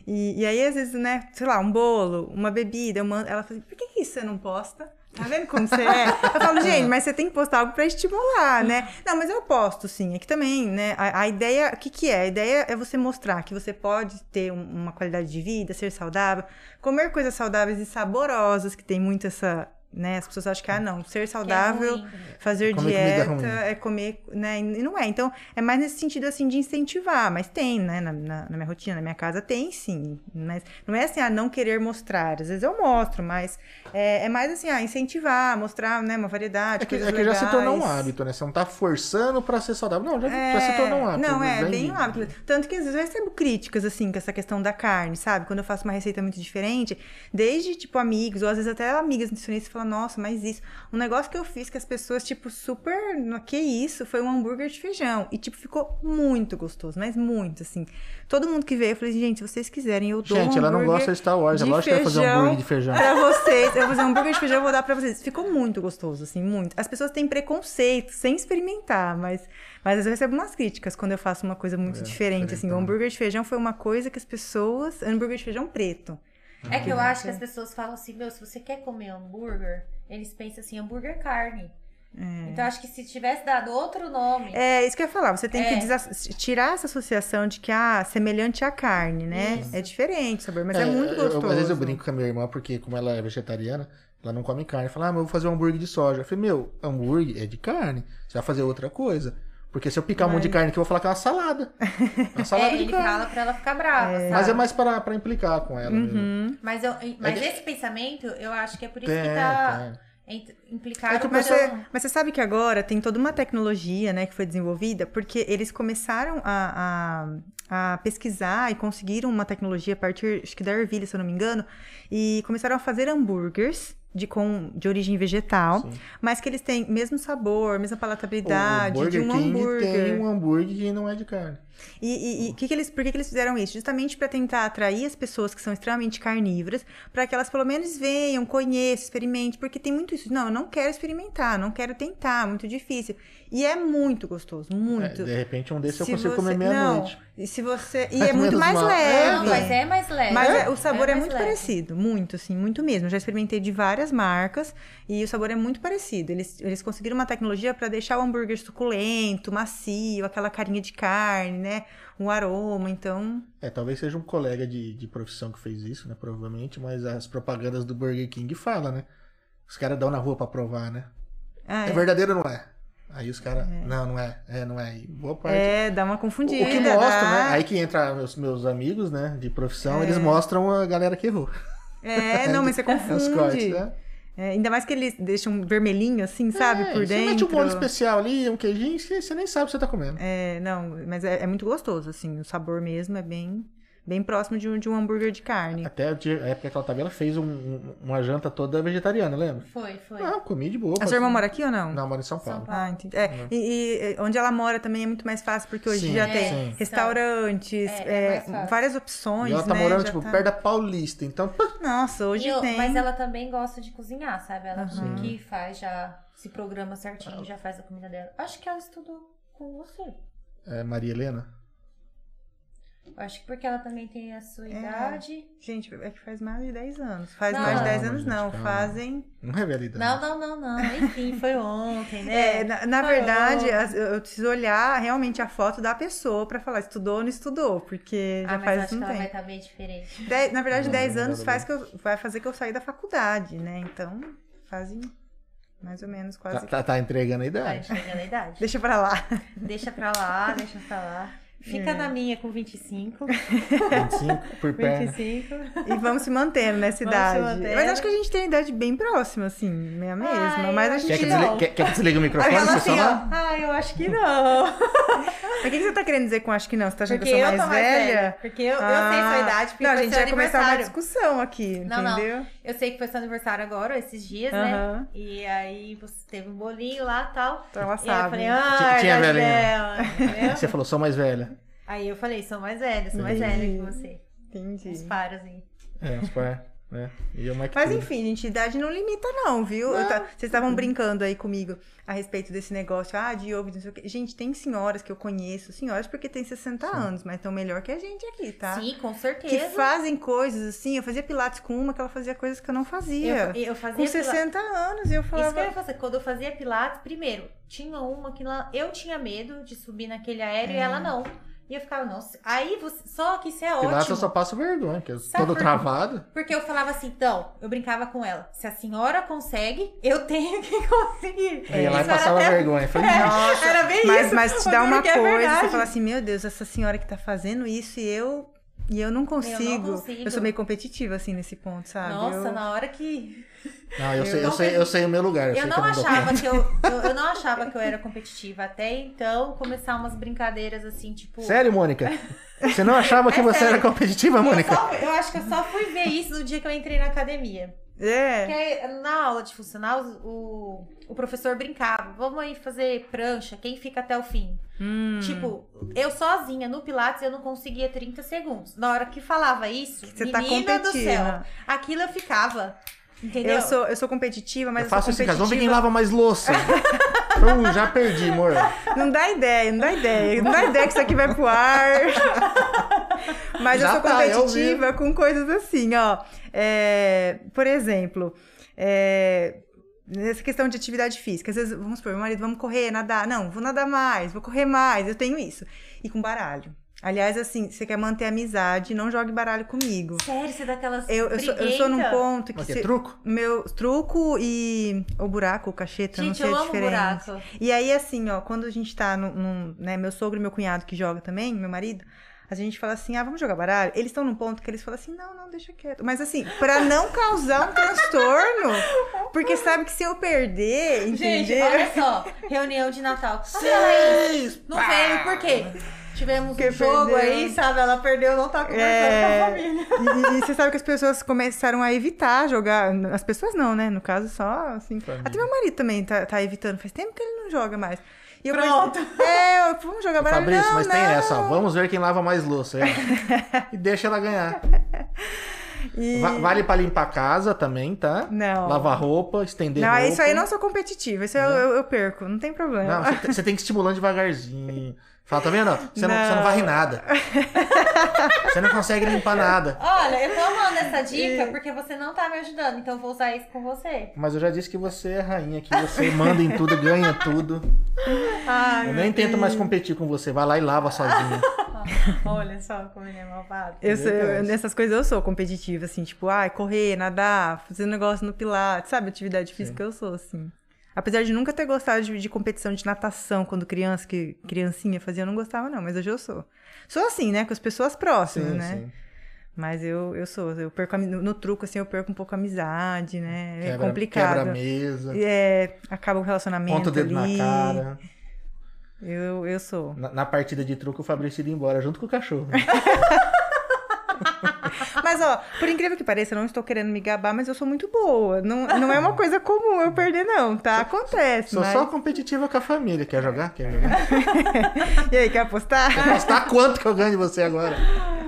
E, e aí, às vezes, né, sei lá, um bolo, uma bebida, eu mando, ela fala assim, por que, que isso você não posta? Tá vendo como você é? Eu falo, gente, mas você tem que postar algo pra estimular, né? Não, mas eu posto, sim. É que também, né? A, a ideia, o que que é? A ideia é você mostrar que você pode ter um- uma qualidade de vida, ser saudável, comer coisas saudáveis e saborosas, que tem muito essa, né? As pessoas acham que, ah, não, ser saudável
ruim.
fazer
Comer
dieta,
comida ruim.
é comer, né? E não é. Então, é mais nesse sentido, assim, de incentivar. Mas tem, né? Na, na- na minha rotina, na minha casa, tem sim. Mas não é assim, ah, não querer mostrar. Às vezes eu mostro, mas é, é mais assim, ah, incentivar, mostrar, né? Uma variedade,
É que,
coisas
é que já se tornou um
legais.
hábito, né? Você não tá forçando pra ser saudável. Não, já,
É,
já se tornou um hábito.
Não, é
vem
bem
de-
um hábito. Tanto que às vezes eu recebo críticas, assim, com essa questão da carne, sabe? Quando eu faço uma receita muito diferente, desde, tipo, amigos, ou às vezes até amigas nutricionistas falam, nossa, mas isso. Um negócio que eu fiz que as pessoas, tipo, super. Que isso? Foi um hambúrguer de feijão. E, tipo, ficou muito gostoso, mas muito, assim. Todo mundo que veio, eu falei, gente, se vocês quiserem, eu dou um
Gente, ela não
hambúrguer
gosta de Star Wars. É
de
lógico que vai fazer um
feijão.
hambúrguer de feijão.
Pra vocês, eu vou fazer um hambúrguer de feijão, eu vou dar pra vocês. Ficou muito gostoso, assim, muito. As pessoas têm preconceito sem experimentar, mas, mas às vezes eu recebo umas críticas quando eu faço uma coisa muito
É,
diferente, assim. O
diferentão.
hambúrguer de feijão foi uma coisa que as pessoas. Hambúrguer de feijão preto.
É
Uhum.
que eu acho que as pessoas falam assim, meu, se você quer comer hambúrguer, eles pensam assim, hambúrguer carne. Então acho que se tivesse dado outro nome.
É isso que eu ia falar. Você tem
É.
que desasso- tirar essa associação de que, ah, semelhante à carne, né? É diferente o sabor, mas é, muito
eu- eu-
gostoso.
às vezes eu brinco com a minha irmã, porque como ela é vegetariana, ela não come carne. Fala, ah, mas eu vou fazer um hambúrguer de soja. Eu falei, meu, hambúrguer é de carne. Você vai fazer outra coisa. Porque se eu picar um monte de carne aqui, eu vou falar que é uma salada. É uma
É,
salada de
ele
carne.
fala pra ela ficar brava, sabe?
Mas é mais pra, pra implicar com ela. mesmo.
assim, ah. Uhum.
Mas, eu, mas
É-
esse pensamento, eu acho que é por isso
Tem,
que tá
tem.
ent-
É
implicado
que
com
você-
a-
mas você sabe que agora tem toda uma tecnologia, né, que foi desenvolvida, porque eles começaram a, a- a pesquisar e conseguiram uma tecnologia a partir, acho que da ervilha, se eu não me engano, e começaram a fazer hambúrgueres de, com, de origem vegetal,
Sim.
mas que eles têm mesmo sabor, mesma palatabilidade
o
de
Burger
um
King
hambúrguer.
tem um hambúrguer que não é de carne.
E, e- e que que eles, por que, que eles fizeram isso? Justamente para tentar atrair as pessoas que são extremamente carnívoras, para que elas pelo menos venham, conheçam, experimentem, porque tem muito isso. Não, eu não quero experimentar, não quero tentar, muito difícil. E é muito gostoso,
É,
muito.
de repente, um desses eu
Se
consigo
você-
comer meia-noite.
Não, e se você. E
Mas
é muito
menos
mais
mal.
leve.
Não, mas é mais leve.
Mas é- o sabor é,
mais
muito
leve.
parecido, muito, assim, muito mesmo. Eu já experimentei de várias marcas e o sabor é muito parecido. Eles, eles conseguiram uma tecnologia para deixar o hambúrguer suculento, macio, aquela carinha de carne, né? Um aroma, então.
É, talvez seja um colega de, de profissão que fez isso, né? Provavelmente, mas as propagandas do Burger King falam, né? Os caras dão na rua pra provar, né?
Ah,
É, verdadeiro ou não é? Aí os caras, não, não é, é, não é. E boa parte.
é, Ah. dá uma
O- o
confundida.
que mostra,
dá-
né? Aí que entra meus, meus amigos, né? De profissão, eles mostram a galera que errou.
É, não, mas você
Os cortes,
confunde.
né?
É, ainda mais que eles deixam vermelhinho assim, sabe?
É,
por
você
dentro.
mete um molho especial ali, um queijinho, você, você nem sabe o que você tá comendo.
É, não, mas é, é muito gostoso, assim. O sabor mesmo é bem, bem próximo de um, de um hambúrguer de carne.
Até o dia- a época que ela tava, ela fez um- um- uma janta toda vegetariana, lembra?
Foi, foi.
Ah, comi de boa.
A sua irmã mora aqui ou não?
Não, mora em São Paulo.
São
Ah, entendi. É, e, e onde ela mora também é muito mais fácil, porque hoje
Sim,
já
é,
tem
sim.
restaurantes,
É,
é,
é mais fácil.
várias opções.
E ela tá
né?
morando,
já
tipo,
tá-
perto da Paulista, então. pá,
Nossa, hoje
E eu-
tem.
Mas ela também gosta de cozinhar, sabe? Ela
Uhum.
que faz já, se programa certinho, já faz a comida dela. Acho que ela estudou com você.
É, Maria Helena?
Acho que porque ela também tem a
É.
sua idade.
Gente, é que faz mais de 10 anos. Faz
Não.
mais de 10
Calma,
anos,
gente,
não.
calma.
Fazem.
Não revela a idade.
Não, não, não, não. Enfim, foi ontem, né?
É, na, na
Foi
verdade,
ontem.
as- eu eu preciso olhar realmente a foto da pessoa pra falar estudou ou não estudou, porque já
ah, mas
faz
acho
um
que ela vai
tempo.
estar bem diferente.
Dez- na verdade,
Não,
10
não
anos
dá
faz que eu, vai fazer que eu saí da faculdade, né? Então, fazem mais ou menos
Tá,
quase.
tá- tá entregando
Tá
a idade.
enxergando a idade.
Deixa pra lá.
Deixa pra lá, deixa pra lá. Fica
É.
na minha com 25.
25 por perna.
25.
E vamos se mantendo nessa idade.
mantendo.
Mas acho que a gente tem a idade bem próxima, assim, é a mesma.
Ai,
mas
eu
a
acho
Quer
gente.
que,
Não.
desligue, quer, quer que desligue o microfone?
Aí ela
seu
assim,
celular?
Ah, eu acho que não.
Mas O que que você tá querendo dizer com acho que não? Você tá achando
Porque
que eu
eu
sou
tô
mais,
mais velha.
velha?
Porque eu, eu sei
Ah,
sua idade, porque
não, a
foi
gente
seu
vai começar uma
aniversário.
discussão aqui,
Não, não.
entendeu?
Eu sei que foi seu aniversário agora, esses dias, né?
Aham.
E aí você teve um bolinho lá e tal.
Então ela
E aí eu
sabe.
falei, ah,
Ti- tinha
tinha
velhinha.
dela, entendeu?
Você falou, sou mais velha.
Aí eu falei, sou mais velha, sou mais
Entendi.
velha que você. Os
Entendi.
paros assim. aí.
É, os pais. né? E eu mais que
Mas
tudo.
enfim, gente, idade não limita, não, viu? Eu tá- Vocês estavam brincando aí comigo a respeito desse negócio, ah, de ovo, não sei o quê. Gente, tem senhoras que eu conheço, senhoras porque tem 60 anos, mas estão melhor que a gente aqui, tá?
Sim, com
que
certeza.
fazem coisas assim. Eu fazia pilates com uma que ela fazia coisas que eu não fazia.
Eu, eu fazia
com
pila-
60
Isso
anos eu
que eu
falava.
"Ah,
ia fazer. Quando eu fazia pilates, primeiro, tinha uma que lá, eu tinha medo de subir naquele aéreo e ela não. E eu ficava, nossa. Aí você. Só que isso é
É. Pilates eu
ótimo.
só passo vergonha, porque eu
Sabe
todo
por quê?
travado.
Porque eu falava assim, então, eu brincava com ela. Se a senhora consegue, eu tenho que conseguir.
Aí ela
É. Isso era
passava
até-
vergonha. Eu Falei,
Nossa,
Era bem
mas,
isso.
mas te
O
dá
duro
uma
que é
coisa, você
verdade.
fala assim, meu Deus, essa senhora que tá fazendo isso e eu e eu não consigo.
consigo.
Eu sou meio competitiva assim nesse ponto,
"Ah,
sabe?
Nossa,
eu...
na hora que.
não, eu, sei, eu,
não
sei,
sei.
eu sei o meu lugar. Eu,
Eu
sei
não
que eu não dou
achava que eu, eu. eu não achava que eu era competitiva. Até então, começar umas brincadeiras assim, tipo.
conta. Sério, Mônica? Você não achava que
É
você era
sério.
competitiva,
Eu,
Mônica?
só- eu acho que eu só fui ver isso no dia que eu entrei na academia.
É.
Porque na aula de funcional, o, o professor brincava. Vamos aí fazer prancha, quem fica até o fim.
Hum.
Tipo, eu sozinha no Pilates, eu não conseguia 30 segundos. Na hora que falava isso,
Você tá
menina do céu,
competindo.
aquilo eu ficava. Entendeu?
Eu sou, eu sou competitiva, mas
eu
eu,
faço assim,
sou
esse caso. Vamos ver quem
competitiva.
lava mais louça. Então, já perdi, amor.
Não dá ideia, não dá ideia. Não dá ideia que isso aqui vai pro ar. Mas
Já
eu sou
tá, eu
competitiva com coisas assim, ó. É, por exemplo, é, Nessa questão de atividade física. Às vezes, vamos supor, meu marido, vamos correr, nadar. Não, vou nadar mais, vou correr mais. Eu tenho isso. E com baralho. Aliás, assim, você quer manter a amizade, não jogue baralho comigo.
Sério, você dá aquelas.
Eu, eu, sou, eu sou num
briguenta?
ponto que.
Mas que
se-
é truco?
meu truco e o buraco, o cacheta, não
Gente,
sei
eu
a
amo
diferença.
buraco.
E aí, assim, ó, quando a gente tá num, num, né, meu sogro e meu cunhado que joga também, meu marido, a gente fala assim, ah, vamos jogar baralho? Eles estão num ponto que eles falam assim, não, não, deixa quieto. Mas assim, pra não causar um transtorno, porque sabe que se eu perder,
Gente,
entendeu?
olha só. Reunião de Natal. Cadê ela aí?
Seis!
Não veio, por quê? Tivemos
Porque
um jogo
perdeu.
aí, sabe? Ela perdeu, não tá conversando
É.
com a família.
E, e você sabe que as pessoas começaram a evitar jogar. As pessoas não, né? No caso, só assim.
Família.
Até meu marido também tá, tá evitando. Faz tempo que ele não joga mais. E eu
Pronto.
comecei- é, eu, vamos jogar baralho.
Fabrício,
não,
mas
não.
tem essa, ó. Vamos ver quem lava mais louça. é. e deixa ela ganhar.
E-
Va- vale pra limpar a casa também, tá?
Não.
Lavar roupa, estender
Não,
roupa.
isso aí eu não sou competitiva. Isso eu, eu, eu perco. Não tem
Não,
problema.
você tem- você tem que estimular devagarzinho. Fala, tá vendo? ó? Você não, você não
Não.
varre nada. você não consegue limpar nada.
Olha, eu tô amando essa dica porque você não tá me ajudando, então eu vou usar isso com você.
Mas eu já disse que você é rainha, que você manda em tudo, ganha tudo.
Ai,
Ah,
Eu
meu
nem tento
Deus.
mais competir com você. Vai lá e lava sozinha.
Olha só como ele é malvado.
Eu sou- eu-
Deus.
nessas coisas eu sou competitiva, assim, tipo, ai, correr, nadar, fazer um negócio no pilates, sabe? Atividade física eu sou, assim. Apesar de nunca ter gostado de, de competição de natação quando criança, que criancinha fazia, eu não gostava, não, mas hoje eu sou. Sou assim, né? Com as pessoas próximas,
Sim,
né?
sim.
Mas eu, eu sou, eu perco a mi- no, no truco, assim, eu perco um pouco a amizade, né? é
Quebra,
complicado.
quebra a mesa,
É, acaba o relacionamento.
ponta o dedo
ali.
na cara.
Eu, eu sou.
Na, na partida de truco, o Fabrício iria embora junto com o cachorro.
Mas, ó, por incrível que pareça, eu não estou querendo me gabar, mas eu sou muito boa. Não, não é uma coisa comum eu perder, não, tá? Acontece.
Sou
mas-
só competitiva com a família. Quer jogar? Quer jogar?
E aí, quer apostar?
Quer apostar quanto que eu ganho de você agora?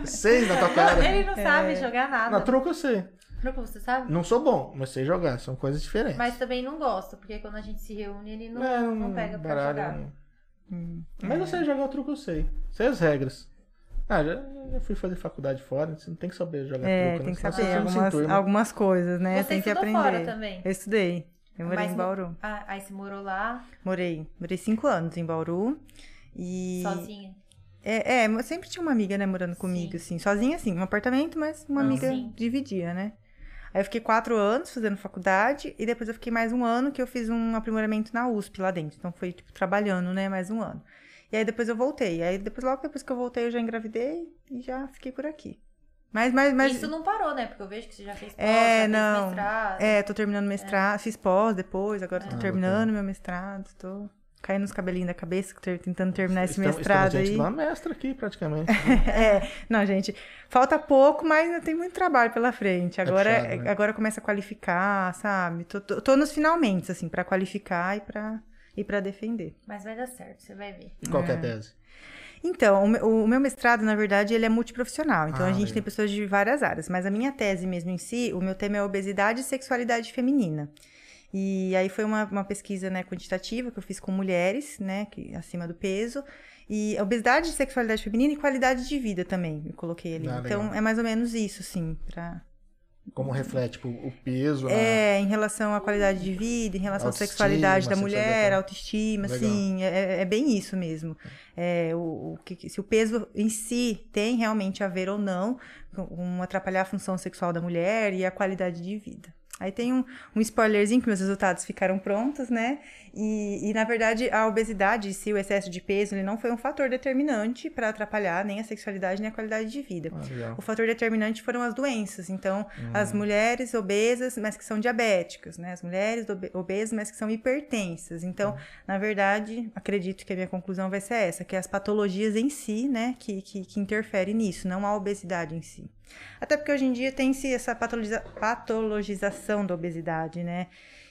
Seis na tua cara.
Ele
é.
não sabe jogar
Na
nada.
truco eu sei.
Truco, você sabe?
Não sou bom, mas sei jogar. São coisas diferentes. É,
Mas também não gosto, porque quando a gente se reúne, ele não,
É,
não, pega pra
baralho,
jogar.
não. Mas eu sei jogar o truco, eu sei. Sei as regras. Ah, já, já fui fazer faculdade fora. Você não tem que saber jogar
É,
truco.
tem
né?
que
Senão
saber
você não se
algumas,
enturma.
algumas coisas, né?
Você
tem que
estudou
aprender.
fora também?
Eu estudei. Eu morei
Mas
em
mo-
Bauru.
Ah, aí você morou lá,
Morei. Morei cinco anos em Bauru. E.
sozinha.
É, é, eu sempre tinha uma amiga, né, morando comigo, assim. Sozinha, assim, um apartamento, mas uma
Ah,
amiga
sim.
dividia, né? Aí eu fiquei quatro anos fazendo faculdade e depois eu fiquei mais um ano que eu fiz um aprimoramento na USP lá dentro. Então foi, tipo, trabalhando, né, mais um ano. E aí depois eu voltei. Aí depois, logo depois que eu voltei, eu já engravidei e já fiquei por aqui. Mas, mas, mas.
Isso não parou, né? Porque eu vejo que você já fez pós,
É,
já
não.
fez mestrado.
É, tô terminando mestrado, fiz pós depois, agora tô
Ah,
terminando meu mestrado, tô caindo os cabelinhos da cabeça, ter- tentando terminar esse
Estamos-
mestrado
estamos diante
aí.
de uma mestra aqui, praticamente.
É, não, gente, falta pouco, mas ainda tem muito trabalho pela frente. Agora,
puxado, né?
agora começa a qualificar, sabe? Tô, tô, tô nos finalmente, assim, pra qualificar e pra e para defender.
Mas vai dar certo, você vai ver.
E Qual que é a tese?
Então, o me- o, meu mestrado, na verdade, ele é multiprofissional. Então,
Ah,
a gente
legal.
tem pessoas de várias áreas. Mas a minha tese mesmo em si, o meu tema é obesidade e sexualidade feminina. E aí foi uma, uma pesquisa né, quantitativa que eu fiz com mulheres, né, que, acima do peso. E a obesidade, sexualidade feminina e qualidade de vida também, eu coloquei ali.
Ah,
então,
legal.
é mais ou menos isso, sim, pra...
Como reflete tipo, o peso, né? a-
É, em relação à qualidade de vida, em relação à
Autoestima,
sexualidade da
sexualidade,
mulher,
tá.
autoestima,
Legal.
sim, é, é bem isso mesmo. É, o, o que- que- se o peso em si tem realmente a ver ou não com- com atrapalhar a função sexual da mulher e a qualidade de vida. Aí tem um, um spoilerzinho que meus resultados ficaram prontos, né? E, e, na verdade a obesidade, se o excesso de peso, ele não foi um fator determinante para atrapalhar nem a sexualidade nem a qualidade de vida.
Ah, legal.
O fator determinante foram as doenças. Então, as mulheres obesas, mas que são diabéticas, né? As mulheres obe- obesas, mas que são hipertensas. Então, na verdade, acredito que a minha conclusão vai ser essa, que é as patologias em si, né, que, que, que interferem nisso, não a obesidade em si. Até porque hoje em dia tem-se essa patologiza- patologização da obesidade, né?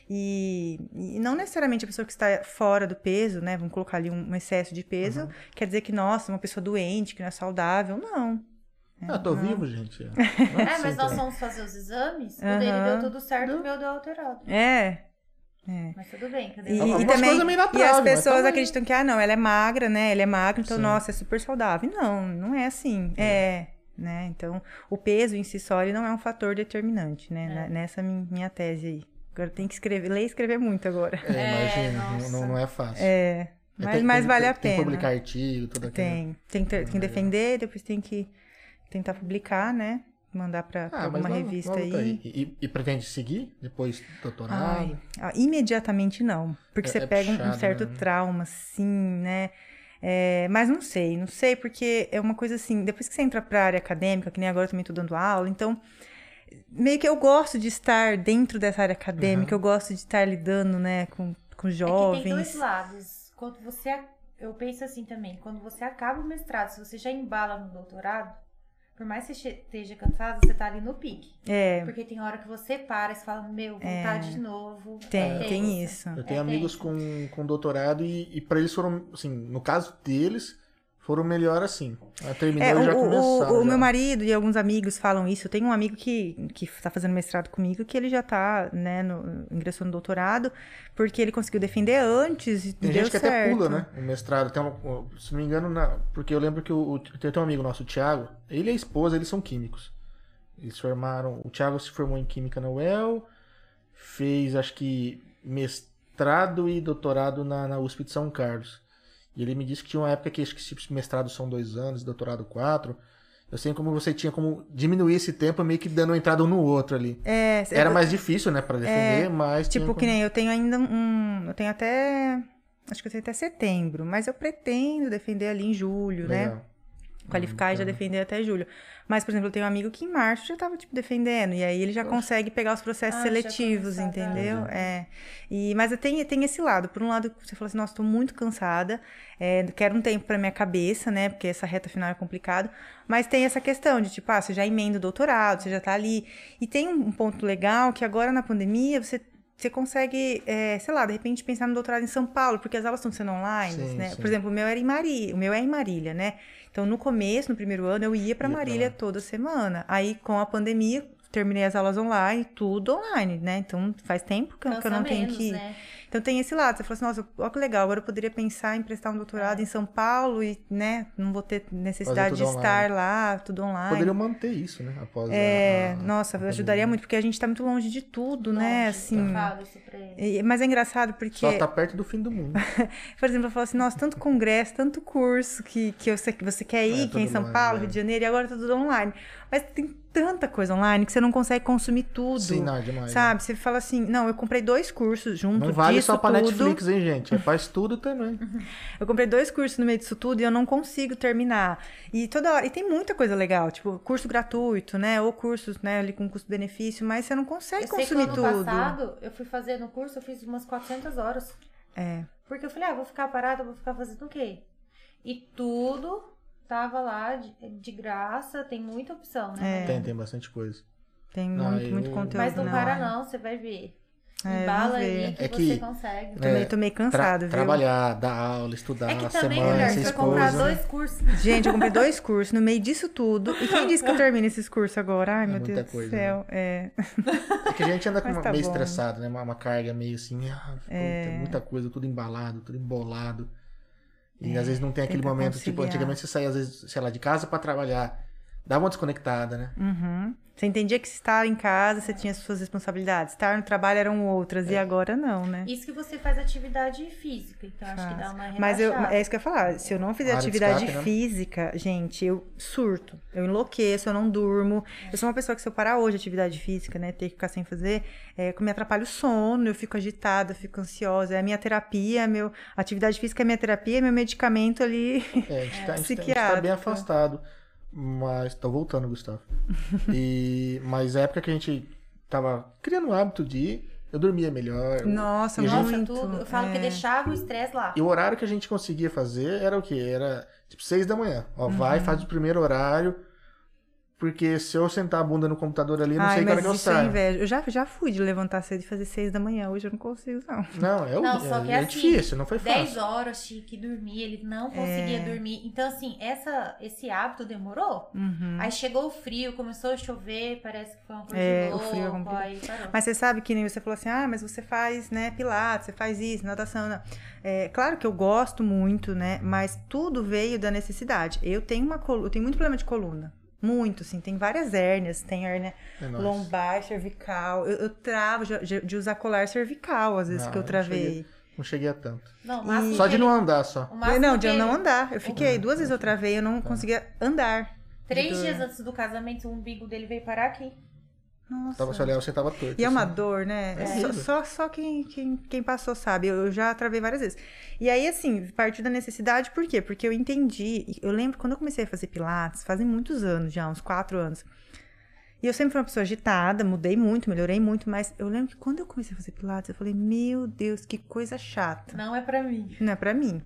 E, e não necessariamente a pessoa que está fora do peso, né? Vamos colocar ali um, um excesso de peso, quer dizer que, nossa, uma pessoa doente, que não é saudável. Não.
Ah, tô
É. não.
vivo, gente. Não
É, mas
sinto,
nós
né?
fomos fazer os exames, o dele
Aham.
deu tudo certo, o meu deu alterado.
É.
Mas tudo bem, cadê?
E,
o-
Algumas
e também,
coisas meio na
e
trave,
as
mas
pessoas
também-
acreditam que, ah, não, ela é magra, né? Ela é magra, então,
Sim.
nossa, é super saudável. Não, não é assim. É. né? Então, o peso em si só, ele não é um fator determinante, né?
É.
Na- Nessa min- minha tese aí. Agora tem que escrever, ler e escrever muito agora.
É, imagina,
nossa.
não, não é fácil.
É,
Aí
mas,
tem-
mas
tem-
vale a
Tem que
pena.
publicar artigo, tudo aquilo.
Tem, tem que, ter- tem que
Ah,
defender, depois tem que tentar publicar, né? Mandar pra, pra
Ah, mas
alguma
logo-
revista
logo tá
aí.
E, e- e pretende seguir depois do doutorado?
Ai, ah, imediatamente não. Porque
É-
você
é
pega um- um
puxado,
certo
né?
trauma, assim, né? É, mas não sei, não sei, porque é uma coisa assim, depois que você entra pra área acadêmica, que nem agora eu também tô dando aula, então meio que eu gosto de estar dentro dessa área acadêmica, eu gosto de estar lidando, né, com, com
É que tem dois
jovens.
lados. Quando você. a- Eu penso assim também. Quando você acaba o mestrado, se você já embala no doutorado, por mais que você che- esteja cansado, você tá ali no pique.
É,
Porque tem hora que você para e você fala, meu, vontade de novo.
tem,
É
tem
tenso.
isso.
Eu tenho
É,
amigos
tem.
com, com doutorado e, e para eles foram, assim, no caso deles, foram melhor assim. Ah, Terminou
É,
e
o,
já
o-
começaram.
o
já.
meu marido e alguns amigos falam isso. Eu tenho um amigo que, que tá fazendo mestrado comigo, que ele já tá, né, no, ingressou no doutorado, porque ele conseguiu defender antes e
Tem
deu
gente que
certo.
até pula, né? O mestrado. Tem um- se não me engano, na- porque eu lembro que o, o- tem até um amigo nosso, o Thiago, ele e a esposa, eles são químicos. Eles formaram. O Thiago se formou em Química na UEL, fez acho que mestrado e doutorado na, na USP de São Carlos. E ele me disse que tinha uma época que acho que se mestrado são dois anos, doutorado quatro. Eu sei como você tinha como diminuir esse tempo meio que dando uma entrada um no outro ali.
É, cê-
Era mais difícil, né, pra defender, mas. tinha
Tipo, que
como-
nem eu tenho ainda um. Eu tenho até. Acho que eu tenho até setembro, mas eu pretendo defender ali em julho, né?
Legal.
Qualificar e já
Então.
defender até julho. Mas, por exemplo, eu tenho um amigo que em março já tava, tipo, defendendo. E aí ele já consegue pegar os processos
Ah, já
seletivos,
começar a dar.
entendeu? É. E, mas tem, tem esse lado. Por um lado, você fala assim, nossa, tô muito cansada. é, quero um tempo pra minha cabeça, né? Porque essa reta final é complicado. Mas tem essa questão de, tipo, ah, você já emenda o doutorado, você já tá ali. E tem um ponto legal que agora na pandemia você... Você consegue, é, sei lá, de repente pensar no doutorado em São Paulo, porque as aulas estão sendo online,
Sim,
né?
sim.
Por exemplo, o meu era em Marília, o meu é em Marília, né? Então, no começo, no primeiro ano, eu ia pra
Ia pra
Marília
lá.
toda semana. Aí, com a pandemia, terminei as aulas online, tudo online, né? Então, faz tempo que eu, que eu
Cansa
não tenho
menos,
que ir.
né?
Então, tem esse lado. Você falou assim, nossa, olha que legal, agora eu poderia pensar em prestar um
É.
doutorado em São Paulo e, né, não vou ter necessidade de
tudo
estar lá, tudo online.
Poderiam manter isso, né? Após a-
É,
a-
nossa,
a pandemia.
ajudaria muito, porque a gente tá muito longe de tudo, né?
Longe,
Assim.
Eu falo isso pra ele.
e- Mas é engraçado porque.
Só tá perto do fim do mundo.
Por exemplo, eu falo assim, nossa, tanto congresso, tanto curso que, que eu sei que você quer ir,
É,
que é em
tudo
São
online,
Paulo,
é.
Rio de Janeiro, e agora tá tudo online. Mas tem tanta coisa online que você não consegue consumir tudo.
Sim, nada demais.
sabe? Você fala assim, não, eu comprei dois cursos
né?
junto
Não vale
disso
só pra
tudo. Uhum.
Netflix, hein, gente? É faz tudo também.
Eu comprei dois cursos no meio disso tudo e eu não consigo terminar. E toda hora, e tem muita coisa legal, tipo, curso gratuito, né? Ou cursos, né, ali com custo-benefício, mas você não consegue
eu sei que no
consumir
ano
tudo.
passado, eu fui fazer no curso, eu fiz umas 400 horas.
É.
Porque eu falei, ah, vou ficar parada, vou ficar fazendo o quê? E tudo tava lá de, de graça, tem muita opção,
É.
né?
Tem, tem bastante coisa.
Tem
Não,
muito, muito
eu-
conteúdo.
Mas não
né,
para
online.
não, você vai ver.
É,
Embala
vamos ver.
aí que
É
você
que-
consegue.
Tô meio,
É,
tô meio
Tra-
cansado, viu?
Trabalhar, dar aula, estudar,
É que também,
semana,
mulher,
essas
você vai
coisas.
comprar
né?
dois cursos.
Gente, eu comprei dois cursos no meio disso tudo. E quem disse que eu termino esses cursos agora? Ai, meu
muita
Deus do
coisa, né?
céu. É.
É que a gente anda com
Mas
uma,
tá
meio
bom. É.
estressado, né? Uma, uma carga meio assim, ah, puta, muita coisa, tudo embalado, tudo embolado. E às vezes não tem aquele
tenta
momento, tipo,
É, conciliar.
antigamente você saía, às vezes, sei lá, de casa pra trabalhar. Dava uma desconectada, né?
Uhum. Você entendia que estar em casa, você tinha suas responsabilidades. Estar no trabalho eram outras.
É.
E agora não, né?
Isso que você faz atividade física, então acho que dá uma relaxada.
Mas eu, é isso que eu ia falar. Se eu não fizer
Área de
atividade
escape, né?
física, gente, eu surto. Eu enlouqueço, eu não durmo. Eu sou uma pessoa que se eu parar hoje atividade física, né? Ter que ficar sem fazer, é, me atrapalha o sono, eu fico agitada, eu fico ansiosa. É a minha terapia, é meu... atividade física é minha terapia, é meu medicamento ali.
É, a gente, tá, a gente tá- a gente tá bem
Psiquiátrico.
afastado. Mas. Tô voltando, Gustavo. E, mas a época que a gente tava criando o hábito de ir, eu dormia melhor. eu-
Nossa,
E a
Nossa,
muito.
tudo. Eu falo que
é.
deixava o estresse lá.
E o horário que a gente conseguia fazer era o quê? Era tipo seis da manhã. Ó,
Uhum.
vai, faz o primeiro horário. Porque se eu sentar a bunda no computador ali, eu não
Ai,
sei que hora
mas
que eu
isso é
saio.
inveja. Eu já, já fui de levantar cedo e fazer seis da manhã. Hoje eu não consigo, não.
Não, é, o-
Não, só
é-
que
é
assim,
difícil, não foi
10
fácil.
horas tinha que dormir, ele
É.
não conseguia dormir. Então, assim, essa, esse hábito demorou.
Uhum.
Aí chegou o frio, começou a chover, parece que foi uma coisa
É,
de
o
louco,
frio é complicado.
aí parou.
Mas você sabe que nem você falou assim, ah, mas você faz, né, pilates, você faz isso, natação. Não. É, claro que eu gosto muito, né, mas tudo veio da necessidade. Eu tenho uma coluna, eu tenho muito problema de coluna. Muito, sim. Tem várias hérnias. Tem hérnia
É nóis.
lombar, cervical. Eu, eu travo de, de- de usar colar cervical, às vezes,
Não,
que eu
eu não cheguei.
travei.
Não cheguei a tanto.
Não, o máximo
Só
que
de não andar só.
ele- o máximo
não,
que
de eu não
ele-
andar. Eu
Uhum.
fiquei, duas vezes eu travei, eu não
Tá.
conseguia andar.
Três
de dor.
dias antes do casamento, o umbigo dele veio parar aqui.
Nossa.
Tava se olhar, você tava torto.
E é uma
assim.
dor, né?
É
Só,
horrível.
só, só quem, quem, quem passou sabe. Eu, eu já travei várias vezes. E aí, assim, partiu da necessidade, por quê? Porque eu entendi. Eu lembro quando eu comecei a fazer Pilates, fazem muitos anos já, uns quatro anos. E eu sempre fui uma pessoa agitada, mudei muito, melhorei muito, mas eu lembro que quando eu comecei a fazer Pilates, eu falei, meu Deus, que coisa chata.
Não é pra mim.
Não é pra mim.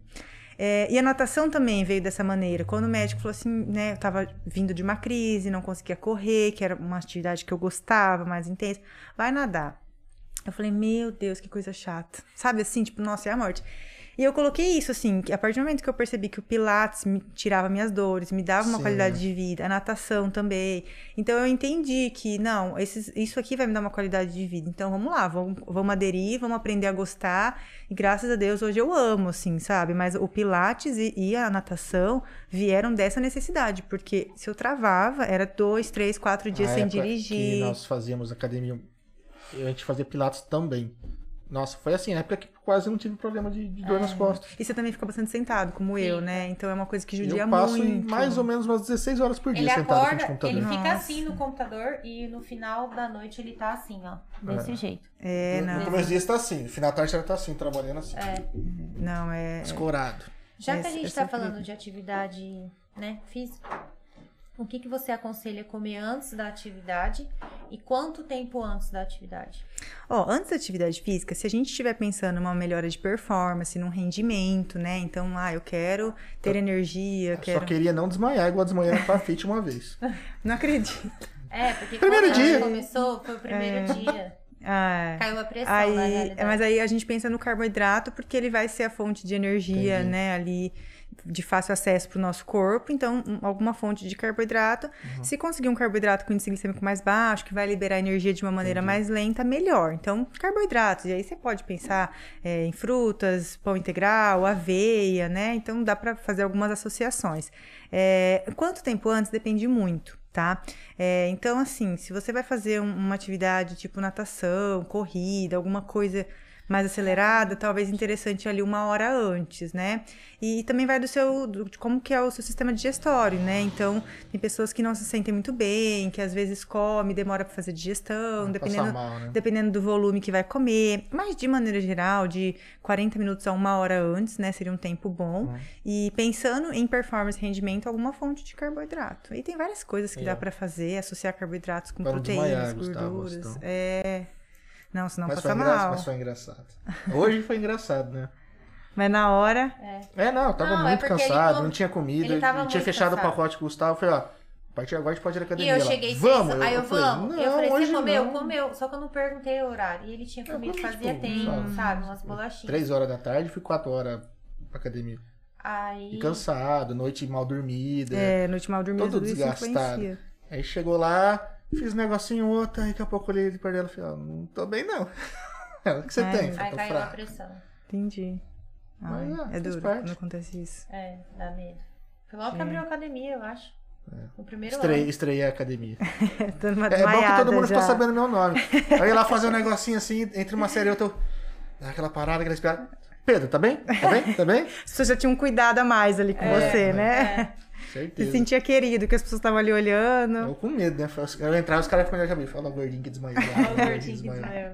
É, e a natação também veio dessa maneira. Quando o médico falou assim, né, eu tava vindo de uma crise, não conseguia correr, que era uma atividade que eu gostava, mais intensa, vai nadar. Eu falei, meu Deus, que coisa chata. Sabe assim, tipo, nossa, é a morte. E eu coloquei isso, assim, que a partir do momento que eu percebi que o Pilates me tirava minhas dores, me dava uma
Sim.
qualidade de vida, a natação também. Então eu entendi que, não, esses- isso aqui vai me dar uma qualidade de vida. Então vamos lá, vamos, vamos aderir, vamos aprender a gostar. E graças a Deus hoje eu amo, assim, sabe? Mas o Pilates e, e a natação vieram dessa necessidade, porque se eu travava, era dois, três, quatro dias
A
sem
época Que
dirigir.
nós fazíamos academia. A gente fazia pilates também. Nossa, foi assim, na época que quase não tive problema de, de dor nas costas.
E você também fica bastante sentado, como eu,
Sim.
né? Então é uma coisa que judia
Eu passo em
muito.
mais um. ou menos umas 16 horas por dia
Ele
sentado frente ao
acorda,
computador.
ele
Nossa.
fica assim no computador e no final da noite ele tá assim, ó. Desse jeito.
É,
No
não.
começo do dia você tá assim, no final da tarde você tá assim, trabalhando assim.
Não, é.
Escorado.
Já
É,
que a gente
é
tá
sempre-
falando de atividade né, física, o que, que você aconselha comer antes da atividade e quanto tempo antes da atividade?
Ó, antes da atividade física, se a gente estiver pensando numa melhora de performance, num rendimento, né? Então, ah, eu quero ter energia,
Eu Então,
quero.
Tá. Só queria não desmaiar igual desmanhar pra fit uma vez.
Não acredito.
É, porque
Primeiro
quando a gente
dia. É.
começou, foi o primeiro dia.
Ah,
Caiu a pressão, né, na
Aí,
realidade.
é, mas aí a gente pensa no carboidrato porque ele vai ser a fonte de energia,
Entendi.
né, ali de fácil acesso para o nosso corpo. Então, um- alguma fonte de carboidrato. Se conseguir um carboidrato com índice glicêmico mais baixo, que vai liberar energia de uma maneira mais lenta, melhor. Então, carboidratos. E aí você pode pensar é, em frutas, pão integral, aveia, né? Então, dá para fazer algumas associações. É, quanto tempo antes depende muito. Tá? É, então, assim, se você vai fazer um- uma atividade tipo natação, corrida, alguma coisa mais acelerada, talvez interessante ali uma hora antes, né? E também vai do seu, do- de como que é o seu sistema digestório, né? Então, tem pessoas que não se sentem muito bem, que às vezes come, demora pra fazer digestão,
Passar
dependendo,
mal, né?
dependendo do volume que vai comer. Mas, de maneira geral, de 40 minutos a uma hora antes, né? Seria um tempo bom.
Uhum.
E pensando em performance e rendimento, alguma fonte de carboidrato. E tem várias coisas que
É.
dá pra fazer, associar carboidratos com
Pra não
proteínas,
desmaiar, Gustavo,
gorduras.
então.
É... Não, senão
mas, foi
passa
engra-
mal.
mas foi engraçado. Hoje foi engraçado, né?
Mas na hora...
É, não, eu tava
Não, é
muito
porque ele
cansado,
com-
não tinha comida,
ele tava
não tinha
muito
fechado
cansado.
o pacote com o Gustavo. Eu falei, ó, a partir de agora a gente pode ir na
E
academia.
eu
Ela,
cheguei seis,
vamos.
aí eu,
falei,
vamos. eu
não,
falei,
hoje
você comeu?
não.
Comeu. Só que eu não perguntei o horário. E ele tinha
Eu
comido
comi,
fazia
tipo,
tempo,
sabe?
sabe? Umas bolachinhas.
Três horas da tarde, fui quatro horas pra academia.
Aí.
E cansado, noite mal dormida.
É, no último dormir
Todo
tudo isso
desgastado.
influencia.
Aí chegou lá, fiz um negocinho outro, aí daqui a pouco eu olhei pra ela e falei, ó, não tô bem não. Ela, o que você
Ai,
tem?
meu
Eu
Aí
tô
caiu a
fraco.
pressão.
Entendi. Ai,
Mas, ah,
é
faz
duro
parte.
quando acontece isso.
É, dá medo. Foi logo que abriu a academia, eu acho.
É.
O primeiro
Estreiei,
ano.
estreiei a academia.
Tá
Dando uma
É bom que
desmaiada
todo mundo ficou
já.
sabendo meu nome. Aí eu ia lá fazer um negocinho assim, entre uma série e outra, eu dá aquela parada, aquela espiada. Pedro, tá bem? Tá bem? Tá bem?
As pessoas já tinham um cuidado a mais ali com
É.
você, né? Se
Certeza.
sentia querido, que as pessoas estavam ali olhando.
Eu com medo, né? Eu entrava, os caras ficam olhando pra mim, fala "Ó, o gordinho que desmaiou.
Olha
ó,
o gordinho que desmaiou.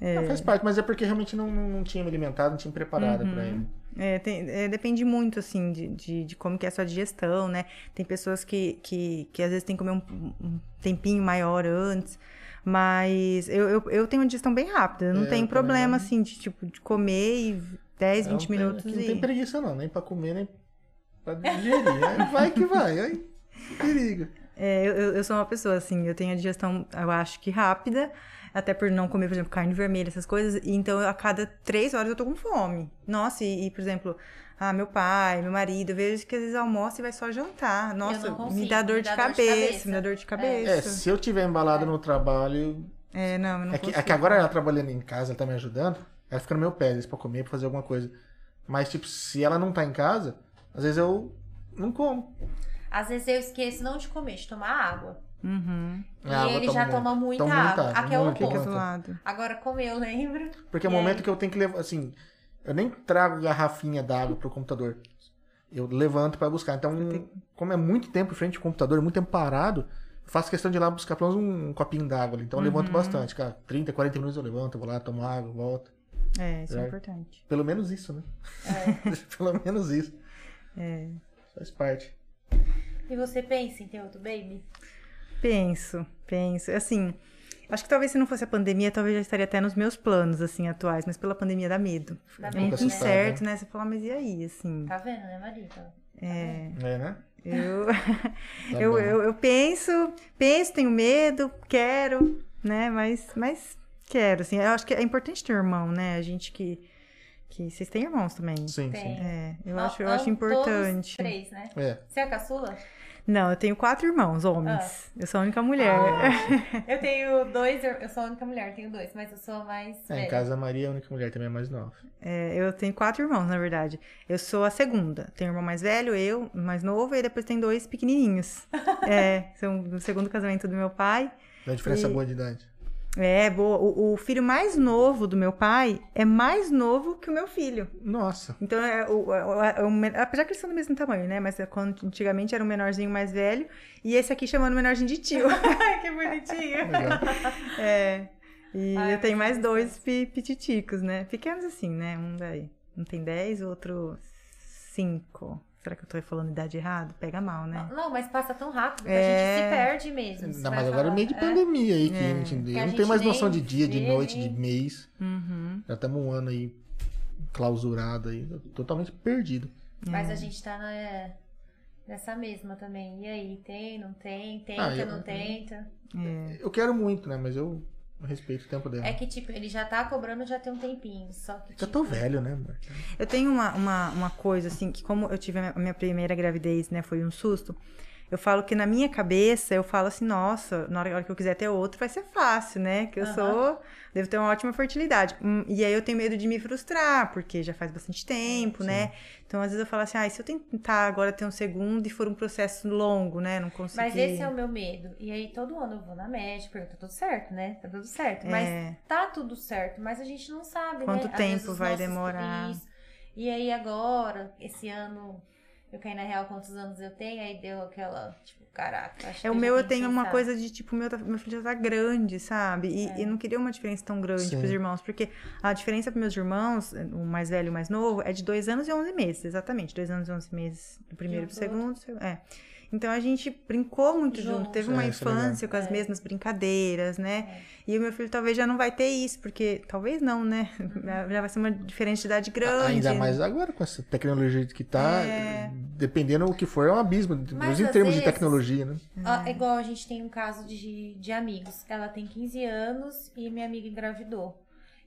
Não, faz parte, mas é porque realmente não, não, não tinha me alimentado, não tinha me preparado
Uhum.
pra ele.
É, tem- é, depende muito, assim, de, de, de como que é a sua digestão, né? Tem pessoas que, que, que às vezes tem que comer um, um tempinho maior antes. Mas eu, eu, eu tenho uma digestão bem rápida. Eu não
É, eu
tenho
também
problema,
não.
assim, de tipo, de comer e 10, 20
Não tem-
minutos
É um- aqui
e...
Não tem preguiça, não, nem pra comer, nem pra digerir. Aí vai que vai, aí perigo.
É, eu- eu, eu sou uma pessoa, assim, eu tenho a digestão, eu acho que rápida, até por não comer, por exemplo, carne vermelha, essas coisas, e então eu- a cada três horas eu tô com fome. Nossa, e, e, por exemplo, ah, meu pai, meu marido, eu vejo que às vezes almoça e vai só jantar. Nossa,
não
me
consigo,
dá dor, de, cabeça, me
cabeça.
dá dor de
É,
cabeça.
se eu tiver embalado no trabalho.
É, não, eu não
É que, é
consigo.
que agora ela trabalhando em casa, ela tá me ajudando, ela fica no meu pé, às vezes, pra comer, pra fazer alguma coisa. Mas, tipo, se ela não tá em casa, às vezes eu não como.
Às vezes eu esqueço não de comer, de tomar água.
Uhum.
A água
e ele
toma
já
Ah, muito.
toma muita
Toma muita
água.
água,
Aqui é o
muito.
ponto.
Fica do
Conta.
lado.
Agora comer eu lembro.
Porque é o
E aí?
momento que eu tenho que levar, assim, eu nem trago garrafinha d'água pro computador. Eu levanto pra buscar. Então, como é muito tempo em frente ao computador, muito tempo parado, eu faço questão de ir lá buscar pelo menos um copinho d'água. ali. Então,
Uhum.
eu levanto bastante, cara. 30, 40 minutos eu levanto, eu vou lá, tomo água, volto.
É, isso é
Certo.
importante.
Pelo menos isso, né? pelo menos isso.
É.
Faz parte.
E você pensa em ter outro baby?
Penso, penso. Assim, acho que talvez se não fosse a pandemia, talvez já estaria até nos meus planos, assim, atuais, mas pela pandemia dá medo.
Dá
É
É
medo,
um pouco
muito
né?
assustado,
incerto, né? Você fala, mas e aí, assim?
Tá vendo, né, Marita?
É,
É, né?
eu,
Tá
eu,
bom.
eu, eu penso, penso, tenho medo, quero, né? Mas, mas quero, assim. Eu acho que é importante ter irmão, né? A gente que. que vocês têm irmãos também.
Sim,
Tem.
sim.
É, eu
Nós
acho, eu acho
somos Todos
importante.
três, né?
É.
Você é a caçula?
Não, eu tenho quatro irmãos, homens.
Ah.
Eu sou a única mulher.
Eu tenho dois, eu eu sou a única mulher, tenho dois, mas eu sou a mais
É,
velha.
em casa a Maria é a única mulher, também é mais nova.
É, eu tenho quatro irmãos, na verdade. Eu sou a segunda. Tenho um irmão mais velho, eu, mais novo, e depois tem dois pequenininhos. é, são do segundo casamento do meu pai.
Dá uma é diferença
E-
boa de idade.
É, boa. O, o filho mais novo do meu pai é mais novo que o meu filho.
Nossa.
Então, é, o, é, o- é o men- apesar que eles são do mesmo tamanho, né? Mas é quando, antigamente era o menorzinho mais velho, e esse aqui chamando o menorzinho de tio.
Ai, que bonitinho.
Legal.
É. E
Ai,
eu tenho
mas
mais
é
dois pi- pititicos, né? Pequenos assim, né? Um daí. Um tem 10, o outro 5. Será que eu tô falando idade errado? Pega mal, né?
Não, mas passa tão rápido que a
É.
gente se perde mesmo. Você
Ainda
vai
mais agora
falar,
no meio de
"É,
pandemia aí, que
Que
a gente
a
eu não
gente
tem mais
nem
noção de dia, de
vê,
noite, de
nem-
mês.
Uhum.
Já estamos um ano aí clausurado aí, totalmente perdido.
É.
Mas a gente tá na- nessa mesma também. E aí, tem, não tem, tenta,
Ah, eu-
não tenta.
Eu quero muito, né? Mas eu respeito o tempo dela.
É que, tipo, ele já tá cobrando já tem um tempinho. Só que.
Eu
Tipo,
tô velho, né, amor?
Eu tenho uma, uma, uma coisa, assim, que como eu tive a minha- a minha primeira gravidez, né? Foi um susto. Eu falo que na minha cabeça, eu falo assim, nossa, na hora na hora que eu quiser ter outro, vai ser fácil, né? Que eu
Aham.
sou. Devo ter uma ótima fertilidade. Hum, E aí eu tenho medo de me frustrar, porque já faz bastante tempo, né? Então, às vezes eu falo assim, ah, e se eu tentar agora ter um segundo e for um processo longo, né? Não conseguir.
Mas esse é o meu medo. E aí, todo ano eu vou na médica, pergunto, tá tudo certo, né? Tá tudo certo. Mas
É,
tá tudo certo, mas a gente não sabe,
Quanto
né? Às vezes
tempo
os
vai
nossos-
demorar.
Isso. E aí agora, esse ano, eu caí na real quantos anos eu tenho, aí deu aquela, tipo, caraca. Acho que
É, o
já
meu eu
que
tenho uma
pensar. É.
coisa de tipo, meu, tá- meu filho já tá grande, sabe? E, e não queria uma diferença tão grande
Sim.
pros irmãos, porque a diferença pros meus irmãos, o mais velho e o mais novo, é de dois anos e 11 meses, exatamente. dois anos e 11 meses do primeiro
um
pro
pro
segundo. seg- É. Então a gente brincou muito junto,
Junto.
teve uma
É, isso é legal.
infância com as
É.
mesmas brincadeiras, né? E o meu filho talvez já não vai ter isso, porque talvez não, né?
Uhum.
Já vai ser uma diferença de idade grande.
Ainda mais agora com essa tecnologia que tá, dependendo do que for, é um abismo,
É. Mas,
inclusive em
às
termos de
vezes-
tecnologia, né?
Ó, é igual a gente tem um caso de, de amigos. Ela tem 15 anos e minha amiga engravidou.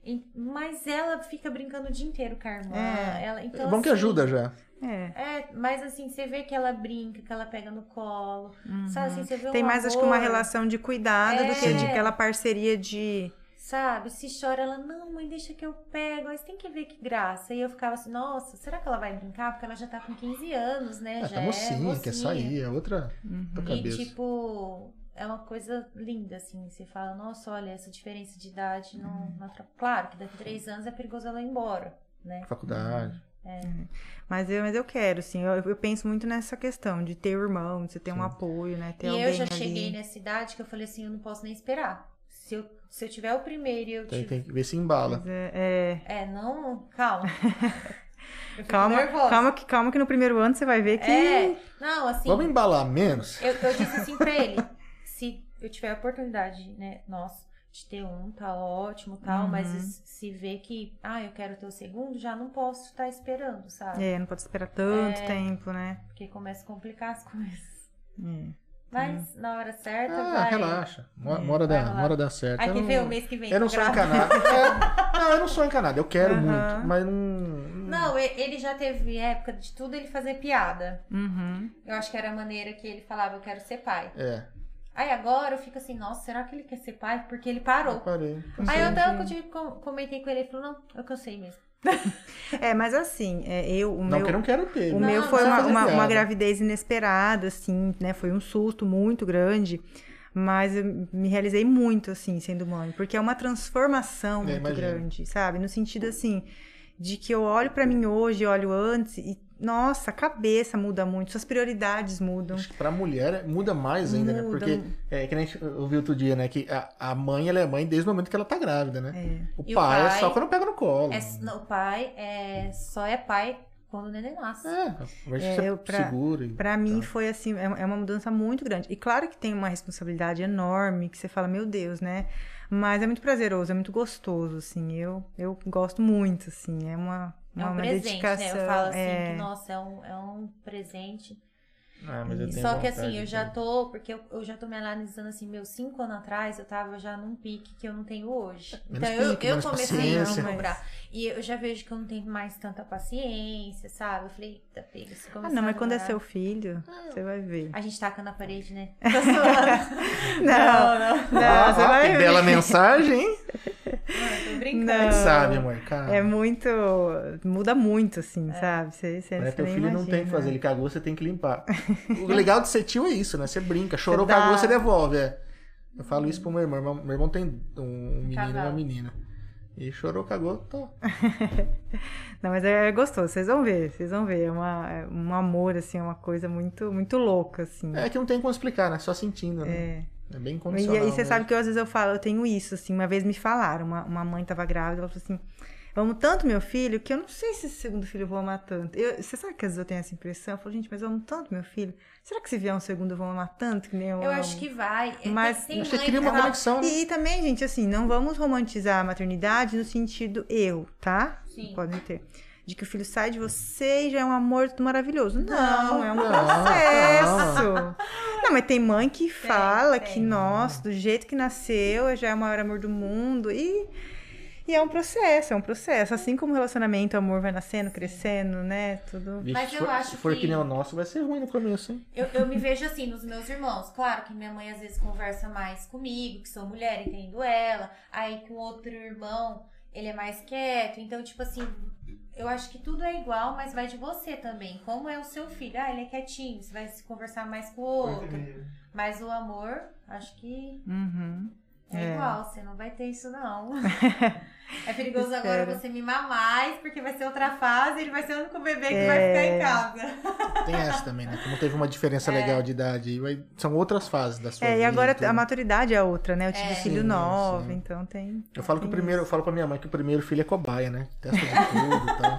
E- mas ela fica brincando o dia inteiro com a irmã.
É.
Ela, então,
é bom que
assim,
ajuda já.
É.
É, mas assim, você vê que ela brinca, que ela pega no colo. Sabe assim, você vê
Tem
um
mais, acho que uma
amor.
relação de cuidado do que
É.
de aquela parceria de.
Sabe? Se chora, ela, não, mãe, deixa que eu pego. Mas tem que ver que graça. E eu ficava assim, nossa, será que ela vai brincar? Porque ela já tá com 15 anos, né?
Ah,
já
tá mocinha,
é Uhum.
quer sair, é outra, outra
E,
cabeça.
tipo, é uma coisa linda, assim. Você fala, nossa, olha, essa diferença de idade não...
Uhum.
não atra- Claro que daqui três anos é perigoso ela ir embora, né?
Faculdade.
Mas eu, mas eu quero, sim. Eu, eu penso muito nessa questão de ter o irmão, de você ter um
Sim.
apoio, né? Ter
e
alguém
eu já
ali.
cheguei nessa idade que eu falei assim, eu não posso nem esperar. Se eu, se eu tiver o primeiro e eu
Tem,
tiver...
tem que ver se embala.
Mas é- é,
É, não... Calma. Eu fico
calma,
nervosa.
calma, que, calma que no primeiro ano você vai ver que.
É, não, assim...
Vamos embalar menos?
Eu, eu disse assim pra ele: se eu tiver a oportunidade, né, nossa, de ter um, tá ótimo, tal,
Uhum.
mas se- se vê que, ah, eu quero ter o segundo, já não posso estar esperando, sabe?
É, não pode esperar tanto tempo,
É.
né?
Porque começa a complicar as coisas.
É.
Mas na hora certa
Ah,
vai.
relaxa. Mo- Mora,
Vai
dá,
rolar.
mora dá certo.
Aí
Eu
que
não-
vem o mês que vem.
Eu não
tá
sou um
grávida.
encanado. É, não, eu não sou encanado. Eu quero
Aham.
muito, mas não.
Não, e- ele já teve época de tudo ele fazer piada.
Uhum.
Eu acho que era a maneira que ele falava, eu quero ser pai.
É,
Aí agora eu fico assim, nossa, será que ele quer ser pai? Porque ele
eu
parou.
parei.
Aí eu
Assim,
até eu comentei com ele, ele falou, não, eu cansei mesmo.
É, mas assim, é, eu, o
não
meu,
que eu não quero ter.
o
né?
meu
Não,
foi
não assim.
uma,
fazer
uma,
piada.
uma gravidez inesperada, assim, né? Foi um susto muito grande. Mas eu me realizei muito, assim, sendo mãe. Porque é uma transformação
Eu
muito
imagino.
grande, sabe? No sentido, assim, de que eu olho pra mim hoje, olho antes e... Nossa, a cabeça muda muito, suas prioridades mudam.
Acho que pra mulher muda mais ainda, né?
Muda.
Porque é que nem a gente ouviu outro dia, né? Que a, a mãe, ela é mãe desde o momento que ela tá grávida, né?
É.
O,
E
pai,
o pai-
é só quando pega no colo.
É, não, o pai é, só é pai quando o neném nasce.
É, vai
É,
ser
eu pra-
seguro. e-
Pra mim
Tá.
foi assim, é é uma mudança muito grande. E claro que tem uma responsabilidade enorme que você fala, meu Deus, né? Mas é muito prazeroso, é muito gostoso, assim. Eu, eu gosto muito, assim. É uma,
É
uma,
um
uma
presente, né?
dedicação.
Eu falo assim,
é.
que, nossa, é um, é um presente.
Ah, mas eu tenho
Só que
vontade,
assim, eu já
então.
tô, porque eu, eu já tô me analisando assim, meus cinco anos atrás, eu tava já num pique que eu não tenho hoje.
Menos
então
pique,
eu, eu
menos
comecei a
paciência.
comprar. E eu já vejo que eu não tenho mais tanta paciência, sabe? Eu falei, eita, pega, se
Ah,
começar
não, mas
a
quando é
namorar-
seu filho, você vai ver.
A gente taca na parede, né? Tô zoando.
Não,
não.
não,
Ah,
você
ah,
vai
que
ver.
bela mensagem, hein?
Mano, tô brincando.
Não.
Quem sabe, amor? Cara,
É muito. Muda muito, assim,
É.
sabe? Você, você,
né?
você
Teu
nem
filho não tem o que
imagina.
fazer, ele cagou, você tem que limpar. o legal de ser tio é isso, né? Você brinca, chorou,
Você dá.
cagou, você devolve. é. Eu falo isso pro meu irmão. Meu meu irmão tem um- um menino e uma
Casal.
menina. E chorou, cagou, tô.
Não, mas é gostoso, vocês vão ver, vocês vão ver. É, uma, é um amor, assim, é uma coisa muito, muito louca, assim.
É que não tem como explicar, né? Só sentindo, né?
é.
É bem
E,
condicional.
e você
né?
sabe que eu, às vezes eu falo, eu tenho isso, assim, uma vez me falaram, uma, uma mãe tava grávida, ela falou assim, eu amo tanto meu filho que eu não sei se esse segundo filho eu vou amar tanto. Eu- você sabe que às vezes eu tenho essa impressão? Eu falo, gente, mas eu amo tanto meu filho, será que se vier um segundo eu vou amar tanto que nem eu
Eu
amo?"
acho que é um vai. É,
Mas
tem, tem
Você
mãe
cria
que
uma
fala,
conexão, né?
E, e também, gente, assim, não vamos romantizar a maternidade no sentido eu, tá?
Sim.
Podem ter. De que o filho sai de você e já é um amor maravilhoso. Não,
Não,
é um
não,
processo. Não. mas tem mãe que fala
tem.
que, nossa, do jeito que nasceu, já é o maior amor do mundo. E, e é um processo, é um processo. Assim como o relacionamento, o amor vai nascendo, crescendo, né? Tudo.
Vixe,
Mas
se
eu
for,
acho
se for que...
que
nem o nosso, vai ser ruim no começo, hein?
Eu, eu me vejo assim nos meus irmãos. Claro que minha mãe às vezes conversa mais comigo, que sou mulher, entendo ela. Aí com outro irmão, ele é mais quieto. Então, tipo assim, eu acho que tudo é igual, mas vai de você também. Como é o seu filho? Ah, ele é quietinho, você vai se conversar mais com o outro. Mas o amor, acho que
Uhum.
é,
É.
igual, você não vai ter isso não. É perigoso agora
Espero.
você mimar mais, porque vai ser outra fase, ele vai ser o único bebê
É.
que vai ficar em casa.
Tem essa também, né? Como teve uma diferença
É.
legal de idade, aí vai- são outras fases da sua
É,
vida. então,
e agora
tudo.
a maturidade é outra, né? Eu tive
É.
filho
Sim,
nova,
sim.
então tem.
Eu falo que o
tem
primeiro, eu falo pra minha mãe que o primeiro filho é cobaia, né? Testa de tudo e tal.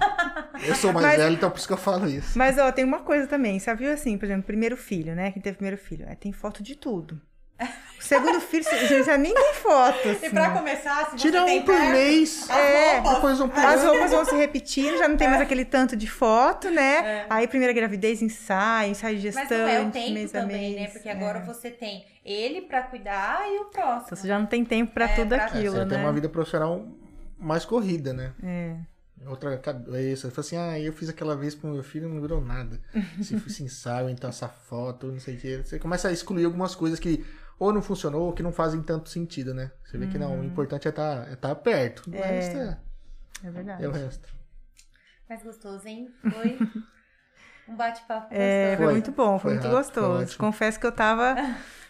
Eu sou mais
Mas-
velho, então por isso que eu falo isso.
Mas, ó, tem uma coisa também. Você viu assim, por exemplo, primeiro filho, né? Quem teve primeiro filho. Aí tem foto de tudo. O segundo filho, você você já nem tem foto. Assim.
E pra começar, se você
Tira um
tem
por
perna,
mês,
É,
depois um por
as
né?
ano.
roupas vão se repetindo, já não
É.
tem mais aquele tanto de foto, né? Aí primeira gravidez, ensaio, ensaio de
Mas
gestante,
não é o tempo
mês a
também,
mês.
né? Porque agora
é.
você tem ele pra cuidar e o próximo.
Então você já não tem tempo pra
É,
tudo
pra-
É,
aquilo,
você tem
né?
uma vida profissional mais corrida, né?
É.
Outra cabeça. Eu falo assim, ah, eu fiz aquela vez pro meu filho e não virou nada. Se fosse ensaio, então essa foto, não sei o quê. Você começa a excluir algumas coisas que ou não funcionou ou que não fazem tanto sentido, né? Você vê que
Hum.
não, o importante é tá, é tá perto. O resto é,
É verdade.
é o resto.
Mais gostoso, hein? Foi um bate-papo gostoso.
É, foi,
Foi.
muito bom, foi,
Foi
muito
rápido, foi
gostoso.
ótimo.
Confesso que eu tava.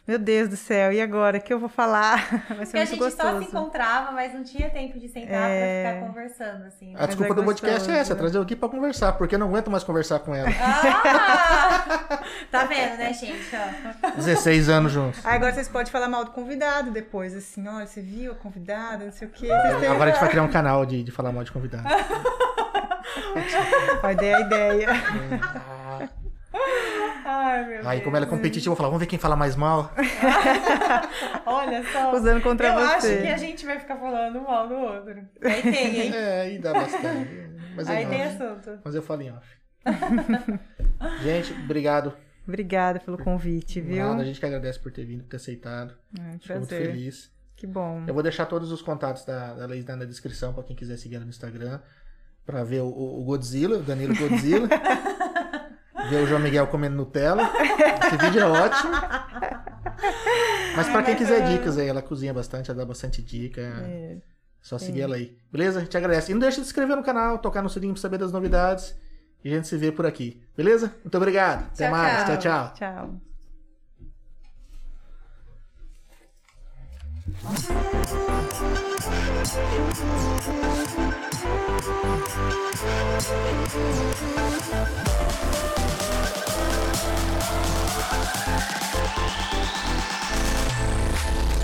Meu Deus do céu, e agora? O que eu vou falar? Vai ser
Porque a
muito
gente
gostoso.
só se encontrava, mas não tinha tempo de sentar pra ficar conversando, assim.
A desculpa
é
do podcast é
gostoso,
essa,
né?
trazer aqui pra conversar, porque eu não aguento mais conversar com ela.
Ah! Tá vendo, né, gente? Ó.
16 anos juntos.
Aí agora vocês podem falar mal do convidado depois, assim, olha, você viu a convidada, não sei o quê. Vocês têm-
É, Agora a gente vai criar um canal de, de falar mal de convidado.
Ó, ideia, ideia.
Ai, meu
Aí,
Deus.
como ela é competitiva, eu vou falar, vamos ver quem fala mais mal.
Olha só.
Usando contra
Eu acho
você.
que a gente vai ficar falando um mal do outro. Aí tem, hein?
É, aí dá bastante. Mas,
é
Aí
eu
tem
não,
assunto.
mas eu falo em off. gente, obrigado.
Obrigada pelo convite, viu?
Nada, a gente que agradece por ter vindo, por ter aceitado.
É,
Fico muito
prazer.
feliz.
Que bom.
Eu vou deixar todos os contatos da, da Leis na descrição pra quem quiser seguir ela no Instagram. Pra ver o, o Godzilla, o Danilo Godzilla. ver o João Miguel comendo Nutella. Esse vídeo é ótimo. Mas pra quem quiser dicas aí, ela cozinha bastante, ela dá bastante dica.
É.
Só seguir ela aí. Beleza? A gente agradece. E não deixa de se inscrever no canal, tocar no sininho pra saber das novidades. E a gente se vê por aqui. Beleza? Muito obrigado. Até
Tchau,
mais. tchau.
tchau.
tchau.
Tchau.